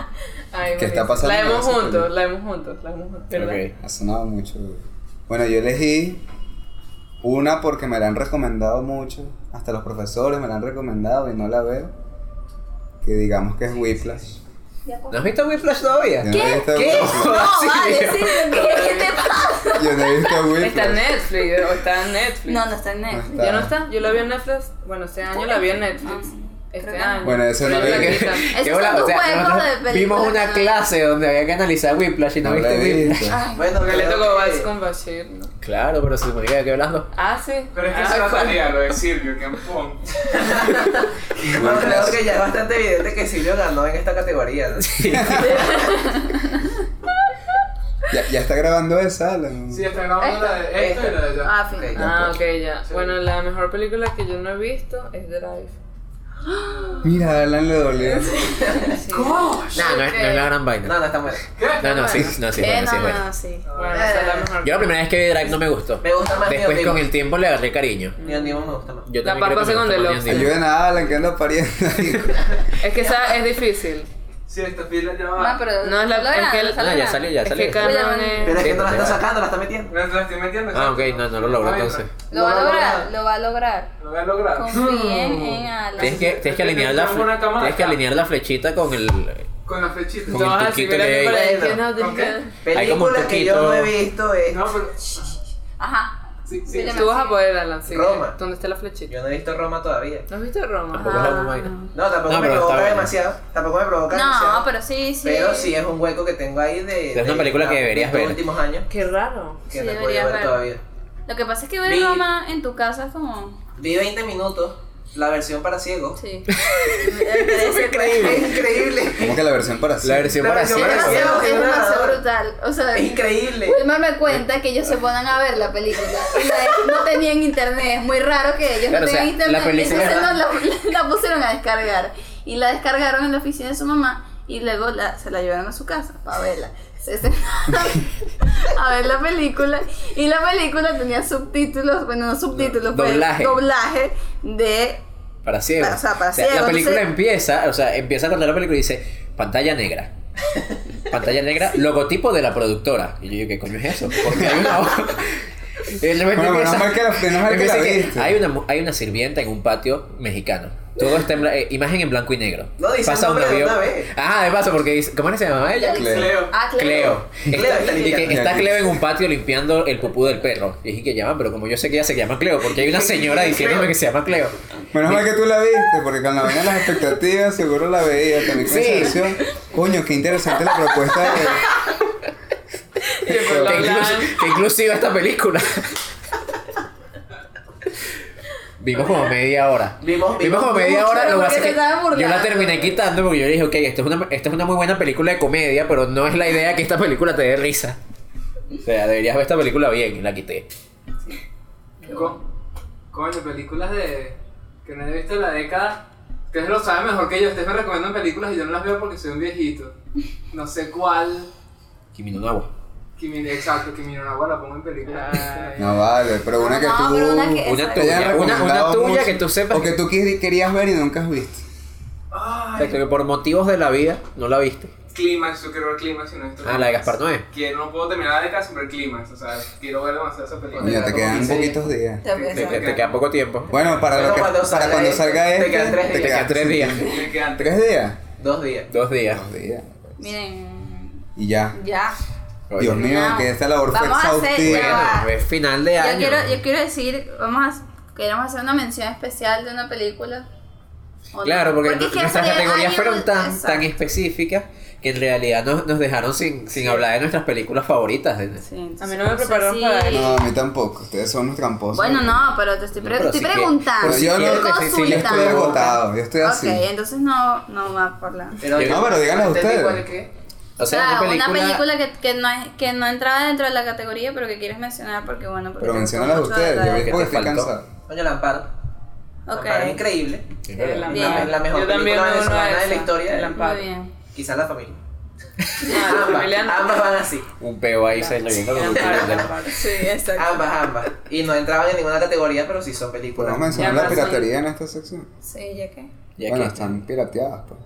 Speaker 1: Ay,
Speaker 2: ¿Qué está
Speaker 1: buenísima.
Speaker 2: pasando
Speaker 1: La
Speaker 2: en
Speaker 1: vemos
Speaker 2: esa
Speaker 1: juntos,
Speaker 2: película?
Speaker 1: la vemos juntos, la vemos juntos, ¿verdad?
Speaker 4: Ok.
Speaker 2: Ha sonado mucho. Bueno, yo elegí una porque me la han recomendado mucho. Hasta los profesores me la han recomendado y no la veo. Que digamos que es Whiplash.
Speaker 3: Ya,
Speaker 4: (laughs)
Speaker 3: pues.
Speaker 4: ¿No has visto Whiplash todavía?
Speaker 2: Yo no he visto
Speaker 4: (laughs)
Speaker 2: Whiplash.
Speaker 4: Ah,
Speaker 3: No, Ah, vale, sí, ¿qué te pasa?
Speaker 2: Yo no he visto
Speaker 1: Está en
Speaker 2: Whiplash.
Speaker 1: Netflix, o está en Netflix.
Speaker 3: No, no está en Netflix. Ah,
Speaker 2: No
Speaker 1: ¿Ya no está? Yo la vi en Netflix, bueno, este año la vi en Netflix. Este
Speaker 3: Creo que-
Speaker 1: año.
Speaker 2: Bueno, eso
Speaker 1: Pero yo
Speaker 2: no lo
Speaker 1: la
Speaker 2: vi.
Speaker 1: quité.
Speaker 2: (laughs)
Speaker 3: Esos
Speaker 4: Qué
Speaker 3: son
Speaker 4: bola,
Speaker 3: tus
Speaker 4: o sea,
Speaker 3: juegos
Speaker 4: nosotros
Speaker 3: de películas,
Speaker 4: vimos una
Speaker 3: ¿no?
Speaker 4: clase donde había que analizar Whiplash y no,
Speaker 2: No la
Speaker 4: viste
Speaker 2: he
Speaker 4: Whiplash.
Speaker 2: visto.
Speaker 3: Ay,
Speaker 5: Bueno,
Speaker 1: Que le
Speaker 5: creo
Speaker 1: tocó
Speaker 5: que-
Speaker 1: Vals con Bashir, ¿no?
Speaker 4: Claro, pero se me olvida de qué hablando.
Speaker 1: Ah, sí.
Speaker 6: Pero es que
Speaker 1: Ah,
Speaker 6: esa es la
Speaker 1: fue-
Speaker 6: tarea, lo de Silvio, que ampón.
Speaker 5: Bueno, creo que ya es bastante evidente que Silvio ganó en esta categoría. ¿no?
Speaker 2: Ya, ya está grabando esa, Alan.
Speaker 6: Sí, está grabando la de esto y la de allá.
Speaker 3: Ah,
Speaker 5: Ok.
Speaker 3: fin.
Speaker 1: Ah, ok, ya. Bueno, la mejor película que yo no he visto es Drive.
Speaker 2: Mira, a Alan le dolió.
Speaker 4: No, no es, no es la gran
Speaker 5: No,
Speaker 4: vaina.
Speaker 5: no, está bueno.
Speaker 4: No, no, sí, no, sí, es
Speaker 3: Eh,
Speaker 4: buena, sí, es
Speaker 3: no,
Speaker 4: buena.
Speaker 3: no, sí.
Speaker 1: Bueno, esa es la mejor.
Speaker 4: Yo la primera vez que vi Drive no me gustó.
Speaker 5: Me gusta más
Speaker 4: Después
Speaker 5: Neon
Speaker 4: con
Speaker 5: Demon.
Speaker 4: el tiempo le agarré cariño.
Speaker 5: Neon Demon me gusta más.
Speaker 4: Yo
Speaker 1: La
Speaker 4: también creo
Speaker 1: Pampa
Speaker 4: que me
Speaker 1: Segunda
Speaker 4: gustó
Speaker 1: Love.
Speaker 4: más Neon Demon.
Speaker 2: Ayuden a Alan que anda pariendo ahí.
Speaker 1: Es que esa es difícil.
Speaker 6: Sí, esta fila ya
Speaker 3: No,
Speaker 6: va.
Speaker 3: Ah, pero
Speaker 1: No, es la-
Speaker 3: lo
Speaker 1: es que
Speaker 3: verán,
Speaker 1: el-
Speaker 3: lo
Speaker 1: no,
Speaker 4: Ah,
Speaker 3: verán.
Speaker 4: ya salió, ya
Speaker 1: es
Speaker 4: salió.
Speaker 1: que Cameron es...
Speaker 5: Pero es que
Speaker 4: Sí,
Speaker 5: no la
Speaker 4: te
Speaker 5: está
Speaker 4: va.
Speaker 5: sacando, la está metiendo.
Speaker 6: No te la estoy metiendo.
Speaker 4: Ah,
Speaker 6: exacto.
Speaker 4: ok, no, no lo logró
Speaker 6: Ahí está.
Speaker 4: entonces.
Speaker 3: Lo va a lograr, lo va a lograr.
Speaker 6: Lo voy a lograr.
Speaker 3: Confíen en Alan.
Speaker 4: Tienes que, tienes que alinear la
Speaker 6: Tengo una
Speaker 4: fle-
Speaker 6: cámara
Speaker 4: tienes que
Speaker 6: acá.
Speaker 4: alinear la flechita con el
Speaker 6: Con la flechita.
Speaker 4: Con el
Speaker 1: Todas así,
Speaker 4: tuquito
Speaker 1: mira,
Speaker 4: que hay.
Speaker 1: para decir,
Speaker 5: Bueno,
Speaker 1: no, te-
Speaker 6: ok.
Speaker 4: Hay como un
Speaker 5: Película que yo
Speaker 4: poquito-
Speaker 5: no he visto es...
Speaker 6: No, pero.
Speaker 3: Ajá.
Speaker 6: Sí, sí.
Speaker 3: Mira.
Speaker 6: sí.
Speaker 1: Tú vas a poder, Alan, sí.
Speaker 5: Roma.
Speaker 1: ¿Dónde está la flechita?
Speaker 5: Yo no he visto Roma todavía.
Speaker 1: ¿No has visto Roma?
Speaker 4: Tampoco es la
Speaker 3: Ah.
Speaker 4: gran vaina.
Speaker 5: No, tampoco
Speaker 4: No, pero
Speaker 5: me
Speaker 4: está
Speaker 5: provoca
Speaker 4: buena.
Speaker 5: demasiado. Tampoco me provoca demasiado.
Speaker 3: No, pero sí, sí.
Speaker 5: Pero sí es un hueco que tengo ahí de...
Speaker 4: Es una
Speaker 5: de-
Speaker 4: película que
Speaker 5: de
Speaker 4: deberías
Speaker 5: estos
Speaker 4: ver.
Speaker 5: últimos años
Speaker 1: Qué raro.
Speaker 5: que
Speaker 3: Sí,
Speaker 5: no he podido
Speaker 3: deberías
Speaker 5: ver
Speaker 3: ver.
Speaker 5: todavía.
Speaker 3: Lo que pasa es que ver
Speaker 5: Vi-
Speaker 3: Roma en tu casa es como.
Speaker 5: Vi 20 minutos, la versión para (laughs) ciegos.
Speaker 3: Sí. es (laughs)
Speaker 5: Increíble, increíble.
Speaker 2: ¿Cómo que la versión para sí?
Speaker 4: la versión
Speaker 5: La
Speaker 4: para
Speaker 5: versión
Speaker 4: siempre.
Speaker 5: para siempre.
Speaker 3: demasiado, es
Speaker 5: Demasiado.
Speaker 3: demasiado brutal. O sea,
Speaker 5: Es increíble.
Speaker 3: Wilmar me cuenta que ellos se ponen a ver la película. Y la- no tenían internet. Es muy raro que ellos
Speaker 4: Claro, o
Speaker 3: no
Speaker 4: sea,
Speaker 3: tengan internet.
Speaker 4: la película-
Speaker 3: Entonces no, la, la pusieron a descargar. Y la descargaron en la oficina de su mamá. Y luego la- se la llevaron a su casa para verla. Se sentaron a ver la película. Y la película tenía subtítulos. Bueno, no subtítulos, pero
Speaker 4: Doblaje.
Speaker 3: doblaje de
Speaker 4: Para ciegos.
Speaker 3: O sea, para
Speaker 4: La
Speaker 3: ciegos,
Speaker 4: película
Speaker 3: entonces-
Speaker 4: empieza, o sea, empieza cuando la película y dice pantalla negra. Pantalla negra, logotipo de la productora. Y yo digo, ¿qué coño es eso? Porque hay una, El momento
Speaker 2: Bueno,
Speaker 4: empieza-
Speaker 2: menos mal que la- menos mal que
Speaker 4: empieza
Speaker 2: la
Speaker 4: que
Speaker 2: viste.
Speaker 4: hay, una, mu- hay una sirvienta en un patio mexicano. Todo está en bla- eh, imagen en blanco y negro.
Speaker 5: No, dice el nombre de una vez.
Speaker 4: Ah, de paso, porque dice. ¿Cómo era que se llamaba ella?
Speaker 2: Cleo.
Speaker 3: Ah,
Speaker 4: Cleo.
Speaker 5: Cleo,
Speaker 4: Está,
Speaker 5: está
Speaker 4: y que
Speaker 5: limpiando.
Speaker 4: está Cleo en un patio limpiando el pupú del perro. Y dije que llaman, pero como yo sé que ella se llama Cleo, porque hay una señora diciéndome que se llama Cleo.
Speaker 2: Menos mal que tú la viste, porque con la vaina de las expectativas seguro la veías también con
Speaker 4: Sí.
Speaker 2: esa versión. Coño, qué interesante la propuesta de...
Speaker 1: Y después lo
Speaker 4: Que, incluso,
Speaker 1: hablan.
Speaker 4: que inclusive esta película. Vimos como media hora.
Speaker 5: Vimos-
Speaker 4: Vimos como
Speaker 5: vimos
Speaker 4: media
Speaker 3: mucho,
Speaker 4: hora. Lo que
Speaker 3: porque
Speaker 4: pasa es
Speaker 3: te
Speaker 4: que
Speaker 3: estabas burlando.
Speaker 4: yo la terminé quitando porque yo dije, ok, esta es, una, esta es una muy buena película de comedia, pero no es la idea que esta película te dé risa. O sea, deberías ver esta película bien y la quité.
Speaker 6: Co- Coño, películas de que no he visto en la década. Ustedes lo saben mejor que yo. Ustedes me recomiendan películas y yo no las veo porque soy un viejito. No sé cuál.
Speaker 4: Kimi no Nawa.
Speaker 6: Kimi, exacto, Kimi no Nawa la pongo en película.
Speaker 2: No vale, pero una que
Speaker 3: No,
Speaker 2: tú...
Speaker 3: pero una que-
Speaker 4: Una
Speaker 3: Exacto.
Speaker 2: te hayan
Speaker 4: tuya, una, una
Speaker 2: recomendado
Speaker 4: tuya
Speaker 2: mucho,
Speaker 4: que tú sepas.
Speaker 2: O que tú quis- querías ver y nunca has visto.
Speaker 6: Ay,
Speaker 4: Exacto, que por motivos de la vida no la viste.
Speaker 6: Clímax, yo quiero ver Clímax y no esto.
Speaker 4: Ah, la de Gaspar Noé.
Speaker 6: Que no puedo terminar la década sin ver Clímax. O sea, quiero ver demasiado esa película.
Speaker 2: Coño, te
Speaker 6: Como
Speaker 2: quedan
Speaker 6: dice-
Speaker 2: poquitos días.
Speaker 3: Te
Speaker 4: Te,
Speaker 3: empezó.
Speaker 4: te- te queda poco tiempo.
Speaker 2: Bueno, para,
Speaker 5: Bueno,
Speaker 2: lo que,
Speaker 5: cuando
Speaker 2: para
Speaker 5: salga
Speaker 2: cuando
Speaker 5: este,
Speaker 2: salga
Speaker 5: te
Speaker 2: este,
Speaker 5: quedan tres
Speaker 4: Te
Speaker 5: días.
Speaker 4: quedan tres días.
Speaker 6: Me
Speaker 4: (laughs)
Speaker 6: quedan
Speaker 2: ¿Tres días?
Speaker 5: Dos días.
Speaker 4: Dos días.
Speaker 2: Dos días.
Speaker 3: Miren,
Speaker 2: Y ya.
Speaker 3: ya.
Speaker 2: Dios mío,
Speaker 3: No.
Speaker 2: que esta labor fue
Speaker 3: Vamos a hacer-
Speaker 2: exhaustiva.
Speaker 3: ya va.
Speaker 4: Bueno, es final de
Speaker 3: Yo
Speaker 4: año.
Speaker 3: quiero, yo quiero decir, vamos a, queremos hacer una mención especial de una película. ¿O no?
Speaker 4: Claro, porque,
Speaker 3: es que
Speaker 4: nuestras
Speaker 3: salió
Speaker 4: categorías
Speaker 3: año-
Speaker 4: fueron tan,
Speaker 3: Exacto.
Speaker 4: tan específicas que en realidad nos, nos dejaron sin, sin hablar de nuestras películas favoritas. ¿eh?
Speaker 3: Sí, entonces,
Speaker 1: A mí no me
Speaker 3: sé
Speaker 1: prepararon
Speaker 3: si-
Speaker 1: para eso.
Speaker 2: No, a mí tampoco. Ustedes son unos tramposos.
Speaker 3: Bueno, no, pero te estoy,
Speaker 4: No,
Speaker 3: pre-
Speaker 4: pero
Speaker 3: estoy
Speaker 4: sí que-
Speaker 3: preguntando.
Speaker 2: Pero
Speaker 4: pero
Speaker 2: yo,
Speaker 4: si
Speaker 2: no,
Speaker 4: quieres,
Speaker 3: Estoy
Speaker 4: sí, sí,
Speaker 2: yo estoy
Speaker 3: consultando.
Speaker 2: agotado. Yo estoy
Speaker 3: Ok,
Speaker 2: así.
Speaker 3: entonces no, no va por la...
Speaker 5: Pero,
Speaker 4: Yo-
Speaker 2: No, pero díganlo ustedes.
Speaker 5: ¿Cuál es qué?
Speaker 4: O sea,
Speaker 3: Claro,
Speaker 4: una película...
Speaker 3: que, que, no es, que no entraba dentro de la categoría, pero que quieres mencionar porque, bueno... Porque
Speaker 2: Pero
Speaker 3: te gustó
Speaker 2: menciónalas
Speaker 3: mucho
Speaker 2: ustedes.
Speaker 3: de
Speaker 2: Yo
Speaker 3: verdad.
Speaker 2: vi porque
Speaker 4: Que te
Speaker 2: estoy
Speaker 4: faltó.
Speaker 2: cansado.
Speaker 5: Coño, Lampard.
Speaker 3: Ok.
Speaker 5: Lampard es increíble.
Speaker 4: Es
Speaker 1: El
Speaker 4: verdad.
Speaker 1: Amparo.
Speaker 3: Bien.
Speaker 5: La, la mejor
Speaker 1: Yo también
Speaker 5: película
Speaker 1: veo una
Speaker 5: venezolana
Speaker 1: de
Speaker 5: de la
Speaker 1: esas,
Speaker 5: historia.
Speaker 1: El Amparo.
Speaker 3: Muy bien.
Speaker 5: Quizás la familia.
Speaker 1: Ah, la
Speaker 5: ambas,
Speaker 1: familia no.
Speaker 5: ambas van así.
Speaker 4: Un peo ahí se lo viendo
Speaker 1: El
Speaker 4: con
Speaker 1: Amparo, el Amparo.
Speaker 3: Sí, exacto.
Speaker 5: Ambas, ambas. Y no entraban en ninguna categoría, pero sí son películas.
Speaker 2: Podemos mencionar la
Speaker 1: razón.
Speaker 2: piratería en esta sección.
Speaker 3: Sí, ya que...
Speaker 4: Ya
Speaker 2: bueno,
Speaker 4: que-
Speaker 2: están pirateadas, pues.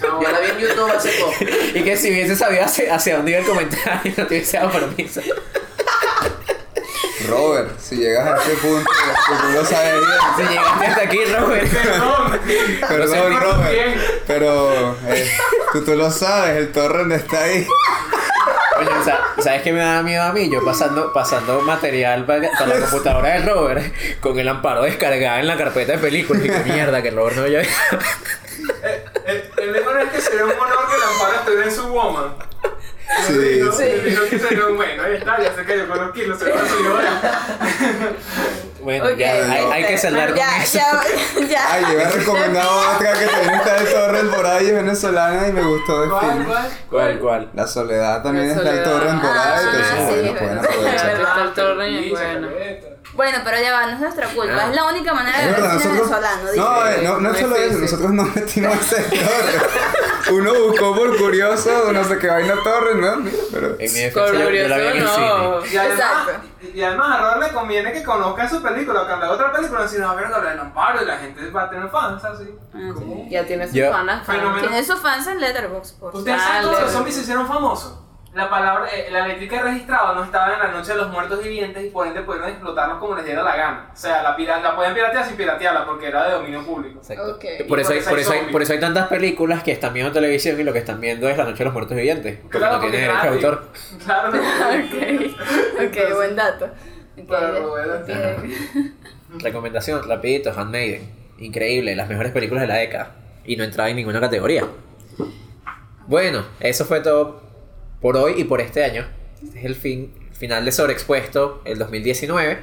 Speaker 6: Chao.
Speaker 5: Yo la vi en YouTube hace
Speaker 1: (laughs)
Speaker 5: poco.
Speaker 4: Y que si hubiese sabido hacia, hacia dónde iba el comentario, (laughs) no te hubiese dado permiso.
Speaker 2: Robert, si llegas a este punto, que tú lo sabes
Speaker 4: Si
Speaker 6: (laughs)
Speaker 2: bien.
Speaker 4: llegaste hasta aquí, Robert.
Speaker 6: Perdón.
Speaker 2: Perdón,
Speaker 4: sentí
Speaker 2: Robert.
Speaker 6: bien.
Speaker 2: Pero eh, tú, tú lo sabes, el torrent está ahí.
Speaker 4: Oye, o sea, ¿sabes qué me da miedo a mí? Yo pasando, pasando material para, para la computadora de Robert con el amparo descargada en la carpeta de películas. Y que mierda, que Robert no vaya
Speaker 6: Eh, eh, El mejor es que sería un honor que Lampard estuviera en su woman.
Speaker 2: Sí,
Speaker 6: No,
Speaker 2: sí.
Speaker 6: Yo que sería un bueno, ahí está, ya se cayó con los kilos, se va a subir ahora.
Speaker 4: Bueno,
Speaker 3: Ok,
Speaker 4: ya, hay, hay que
Speaker 3: Bueno,
Speaker 4: saldar con
Speaker 3: ya,
Speaker 4: eso.
Speaker 3: ya, (laughs) ya.
Speaker 2: Ay, yo había recomendado otra que también está el torrent por ahí, es venezolana y me gustó de
Speaker 6: ¿Cuál,
Speaker 2: film.
Speaker 6: cuál?
Speaker 4: ¿Cuál, cuál?
Speaker 2: La soledad también
Speaker 1: La
Speaker 2: está el
Speaker 1: soledad.
Speaker 2: torrent por
Speaker 3: Ah,
Speaker 2: ahí, entonces
Speaker 3: sí,
Speaker 2: bueno,
Speaker 3: es
Speaker 2: pueden
Speaker 3: verdad.
Speaker 2: aprovechar.
Speaker 1: Está el torrent,
Speaker 6: Sí,
Speaker 1: bueno.
Speaker 6: chacareta.
Speaker 3: Bueno, pero ya va, no es nuestra culpa,
Speaker 4: Ah.
Speaker 3: es la única manera de
Speaker 2: Es
Speaker 3: ver
Speaker 2: verdad,
Speaker 3: cine
Speaker 2: nosotros.
Speaker 3: venezolano.
Speaker 2: No,
Speaker 3: dice.
Speaker 2: eh, no, no
Speaker 1: Muy
Speaker 2: es solo eso,
Speaker 1: difícil.
Speaker 2: nosotros nos metimos a ese torre. Uno buscó por curioso, no sé qué vaina torre, ¿no? Mira, Pero.
Speaker 4: En mi defensa, yo, yo la vi en el
Speaker 1: Curioso,
Speaker 4: cine.
Speaker 1: no.
Speaker 6: Y además,
Speaker 3: Exacto.
Speaker 6: y- y además a Robert le conviene que conozca su película, que la otra película, si no, verga, la de Lamparo y la gente va a tener fans, así.
Speaker 3: Ah, sí.
Speaker 6: ¿Cómo?
Speaker 1: Ya tiene sus
Speaker 4: Yo-
Speaker 1: fanas.
Speaker 6: Fenómeno.
Speaker 3: Tiene sus fans en Letterboxd, por
Speaker 6: Ustedes saben cómo
Speaker 1: Dale.
Speaker 6: los zombies se hicieron famosos. La palabra, eh, la eléctrica registrada no estaba en la noche de los muertos vivientes y por ende pudieron explotarlos como les diera la gana. O sea, la, pira- la pueden piratear sin piratearla porque era de dominio público.
Speaker 4: Exacto.
Speaker 3: Ok.
Speaker 4: Por, eso hay, por, eso hay,
Speaker 6: zombies.
Speaker 4: por eso hay tantas películas que están viendo televisión y lo que están viendo es La Noche de los Muertos Vivientes. Porque
Speaker 6: Claro,
Speaker 4: no tiene
Speaker 6: porque
Speaker 4: derecho de
Speaker 6: gratis.
Speaker 4: autor.
Speaker 6: (laughs)
Speaker 3: (laughs)
Speaker 6: Claro,
Speaker 3: Ok, ok, buen dato. Ok,
Speaker 6: Pero, bueno.
Speaker 3: bien.
Speaker 4: Recomendación, rapidito, Handmaiden. Increíble, las mejores películas de la década. Y no entraba en ninguna categoría. Bueno, eso fue todo por hoy y por este año. Este es el fin, final de Sobreexpuesto, el 2019.
Speaker 2: Cli-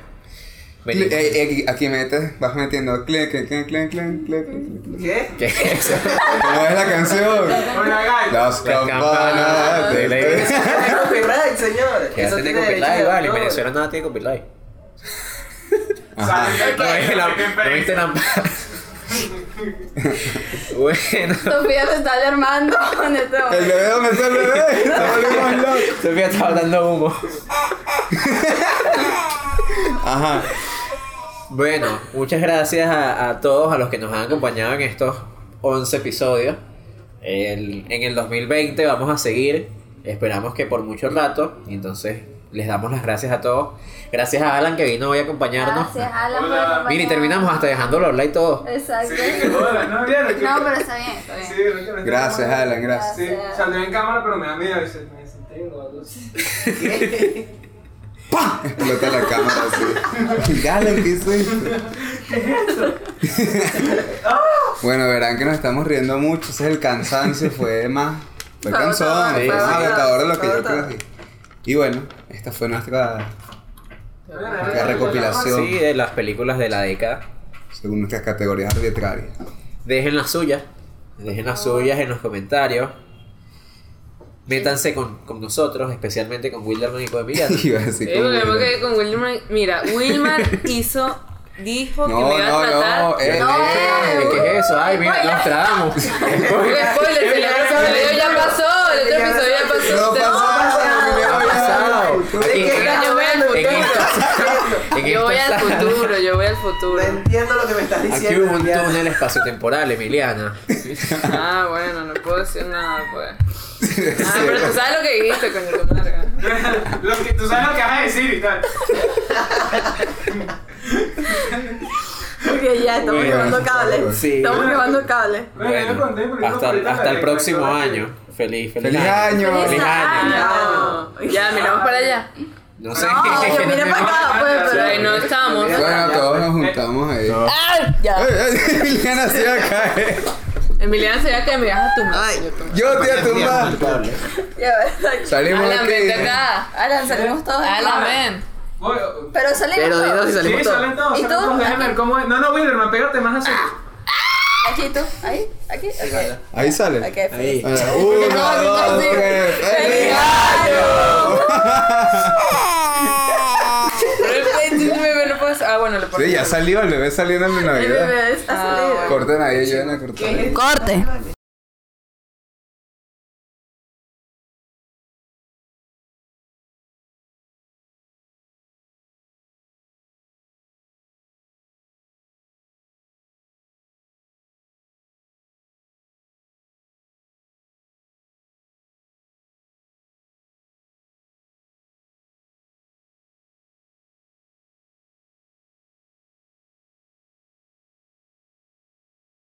Speaker 4: Venimos- (laughs)
Speaker 2: eh, eh, aquí metes, vas metiendo clic, clic, clic, clic, clic, clic, clic. clic.
Speaker 5: ¿Qué?
Speaker 4: ¿Qué es eso?
Speaker 2: ¿Cómo es la canción?
Speaker 6: Una gaita.
Speaker 2: Las campanas
Speaker 4: campanas
Speaker 2: de
Speaker 4: de la iglesia.
Speaker 5: Tiene
Speaker 4: (laughs)
Speaker 5: copyright, señor.
Speaker 4: Que ya tiene copyright,
Speaker 5: derecho de
Speaker 4: vale. En
Speaker 5: autor. (laughs)
Speaker 4: Venezuela nada tiene copyright.
Speaker 2: Ajá.
Speaker 6: Sale-
Speaker 4: No es la. No viste
Speaker 6: Qué experiencia.
Speaker 4: la. (laughs) bueno.
Speaker 3: Sofía se está alarmando (laughs) en este
Speaker 2: El
Speaker 3: momento.
Speaker 2: bebé, ¿dónde está el bebé? Está volviendo más loco.
Speaker 4: Sofía estaba dando humo.
Speaker 2: Ajá.
Speaker 4: Bueno, muchas gracias a, a todos, a los que nos han acompañado en estos 11 episodios. El- en el 2020 vamos a seguir, esperamos que por mucho rato, y entonces les damos las gracias a todos. Gracias a Alan que vino hoy a acompañarnos.
Speaker 3: Gracias, Alan. por
Speaker 6: Hola.
Speaker 3: acompañarnos.
Speaker 4: Mira, y terminamos hasta dejándolo hablar y todo.
Speaker 3: Exacto.
Speaker 6: Sí, que joda, ¿no? ¿Vieron? Que-
Speaker 3: No, pero está bien, está bien.
Speaker 6: Sí, ¿vieron que no está
Speaker 2: Gracias,
Speaker 6: mal?
Speaker 2: Alan, gracias.
Speaker 6: Sí, salió en cámara, pero me da miedo. y se- Me desentero, algo así.
Speaker 2: ¡Pam! Explota la cámara así. Galen, ¿qué es esto? (laughs) bueno, verán que nos estamos riendo mucho. Ese es el cansancio, fue más. Fue
Speaker 1: Fue
Speaker 2: cansón,
Speaker 1: agotador,
Speaker 2: fue
Speaker 4: fue
Speaker 2: más
Speaker 1: agotador,
Speaker 2: agotador de lo
Speaker 1: fue
Speaker 2: que yo
Speaker 1: agotador.
Speaker 2: creo. Y bueno, esta fue nuestra Qué recopilación.
Speaker 4: Sí, de las películas de la década.
Speaker 2: según nuestras categorías arbitrarias. (laughs)
Speaker 4: Dejen las suyas. Dejen las suyas en los comentarios. Métanse con, con nosotros, especialmente con Wilderman y
Speaker 2: (laughs)
Speaker 4: con Emiliano.
Speaker 2: Iba a decir
Speaker 1: Sí,
Speaker 2: como-
Speaker 1: porque ah, me (laughs) quedé con Wilmar. Mira, Wilmar hizo, dijo que
Speaker 2: No,
Speaker 1: me iba
Speaker 2: no,
Speaker 1: a tratar.
Speaker 2: no, eh,
Speaker 3: No,
Speaker 4: Eh, (laughs) ¿Qué es eso? Ay, mira, nos tragamos.
Speaker 1: Porque spoiler, si el otro episodio ya pasó, el otro episodio ya pasó.
Speaker 2: No
Speaker 1: Te-
Speaker 2: pasó nada, que le voy a dar.
Speaker 4: pasado.
Speaker 5: ¿De qué
Speaker 1: Mira,
Speaker 5: estás
Speaker 1: yo voy al futuro. Yo voy
Speaker 4: En esta
Speaker 5: hablando?
Speaker 1: al
Speaker 4: sala-
Speaker 1: futuro, yo voy al
Speaker 5: No
Speaker 1: futuro.
Speaker 5: entiendo lo que me estás
Speaker 4: Aquí
Speaker 5: diciendo.
Speaker 4: hubo un
Speaker 5: Emiliano.
Speaker 4: túnel espaciotemporal, Emiliana.
Speaker 1: Ah, bueno, no puedo decir nada, pues. Ah,
Speaker 2: Sí,
Speaker 1: pero tú sabes lo que dijiste, coño, tu ¿eh? marca.
Speaker 6: (laughs) Lo que- Tú sabes lo que vas a decir y tal.
Speaker 8: Porque ya estamos
Speaker 4: Bueno,
Speaker 8: quemando cables.
Speaker 4: Sí.
Speaker 8: Estamos quemando cables.
Speaker 6: Bueno, yo conté, pero yo
Speaker 4: hasta,
Speaker 6: ahorita
Speaker 4: hasta el
Speaker 6: me-
Speaker 4: próximo
Speaker 6: me-
Speaker 4: año. Feliz, feliz,
Speaker 2: ¡Feliz año!
Speaker 4: Feliz año.
Speaker 1: No, ya, miramos para allá.
Speaker 4: No sé. (laughs)
Speaker 8: No, yo miré para acá, pues,
Speaker 1: Pero ahí no
Speaker 8: pero.
Speaker 1: estamos.
Speaker 2: Bueno, todos nos juntamos ahí.
Speaker 8: Ya.
Speaker 2: Ay, ay, (laughs) Liliana se iba a caer.
Speaker 1: Emiliana se que me vas a tu madre.
Speaker 2: Yo te tumba.
Speaker 3: (laughs)
Speaker 2: Salimos
Speaker 1: Alan,
Speaker 2: de
Speaker 1: vente
Speaker 2: aquí.
Speaker 1: acá.
Speaker 8: Alan, salimos todos.
Speaker 1: Alan, Ah, ven.
Speaker 6: Voy-
Speaker 8: Pero salimos
Speaker 4: Pero dinos si
Speaker 8: todos.
Speaker 4: salimos
Speaker 6: Sí,
Speaker 4: todos.
Speaker 6: salen todos,
Speaker 8: ¿Y
Speaker 6: salen
Speaker 8: tú?
Speaker 6: todos. Déjenme ver cómo es. No, no, Wilderman, pégate más así.
Speaker 8: Aquí tú. Ahí. Aquí. Ok.
Speaker 2: Ahí sale.
Speaker 8: Ok,
Speaker 4: Ahí.
Speaker 2: Ah, Uno, dos, tres. ¡Feliz (laughs)
Speaker 1: Pero el- el bebé no puede Ah, bueno, le puedo Ah,
Speaker 2: Sí, ya salió, el bebé salió en la
Speaker 8: El
Speaker 2: Navidad.
Speaker 8: bebé ha salido.
Speaker 2: Corten ahí, ayuden a cortar.
Speaker 8: Corte.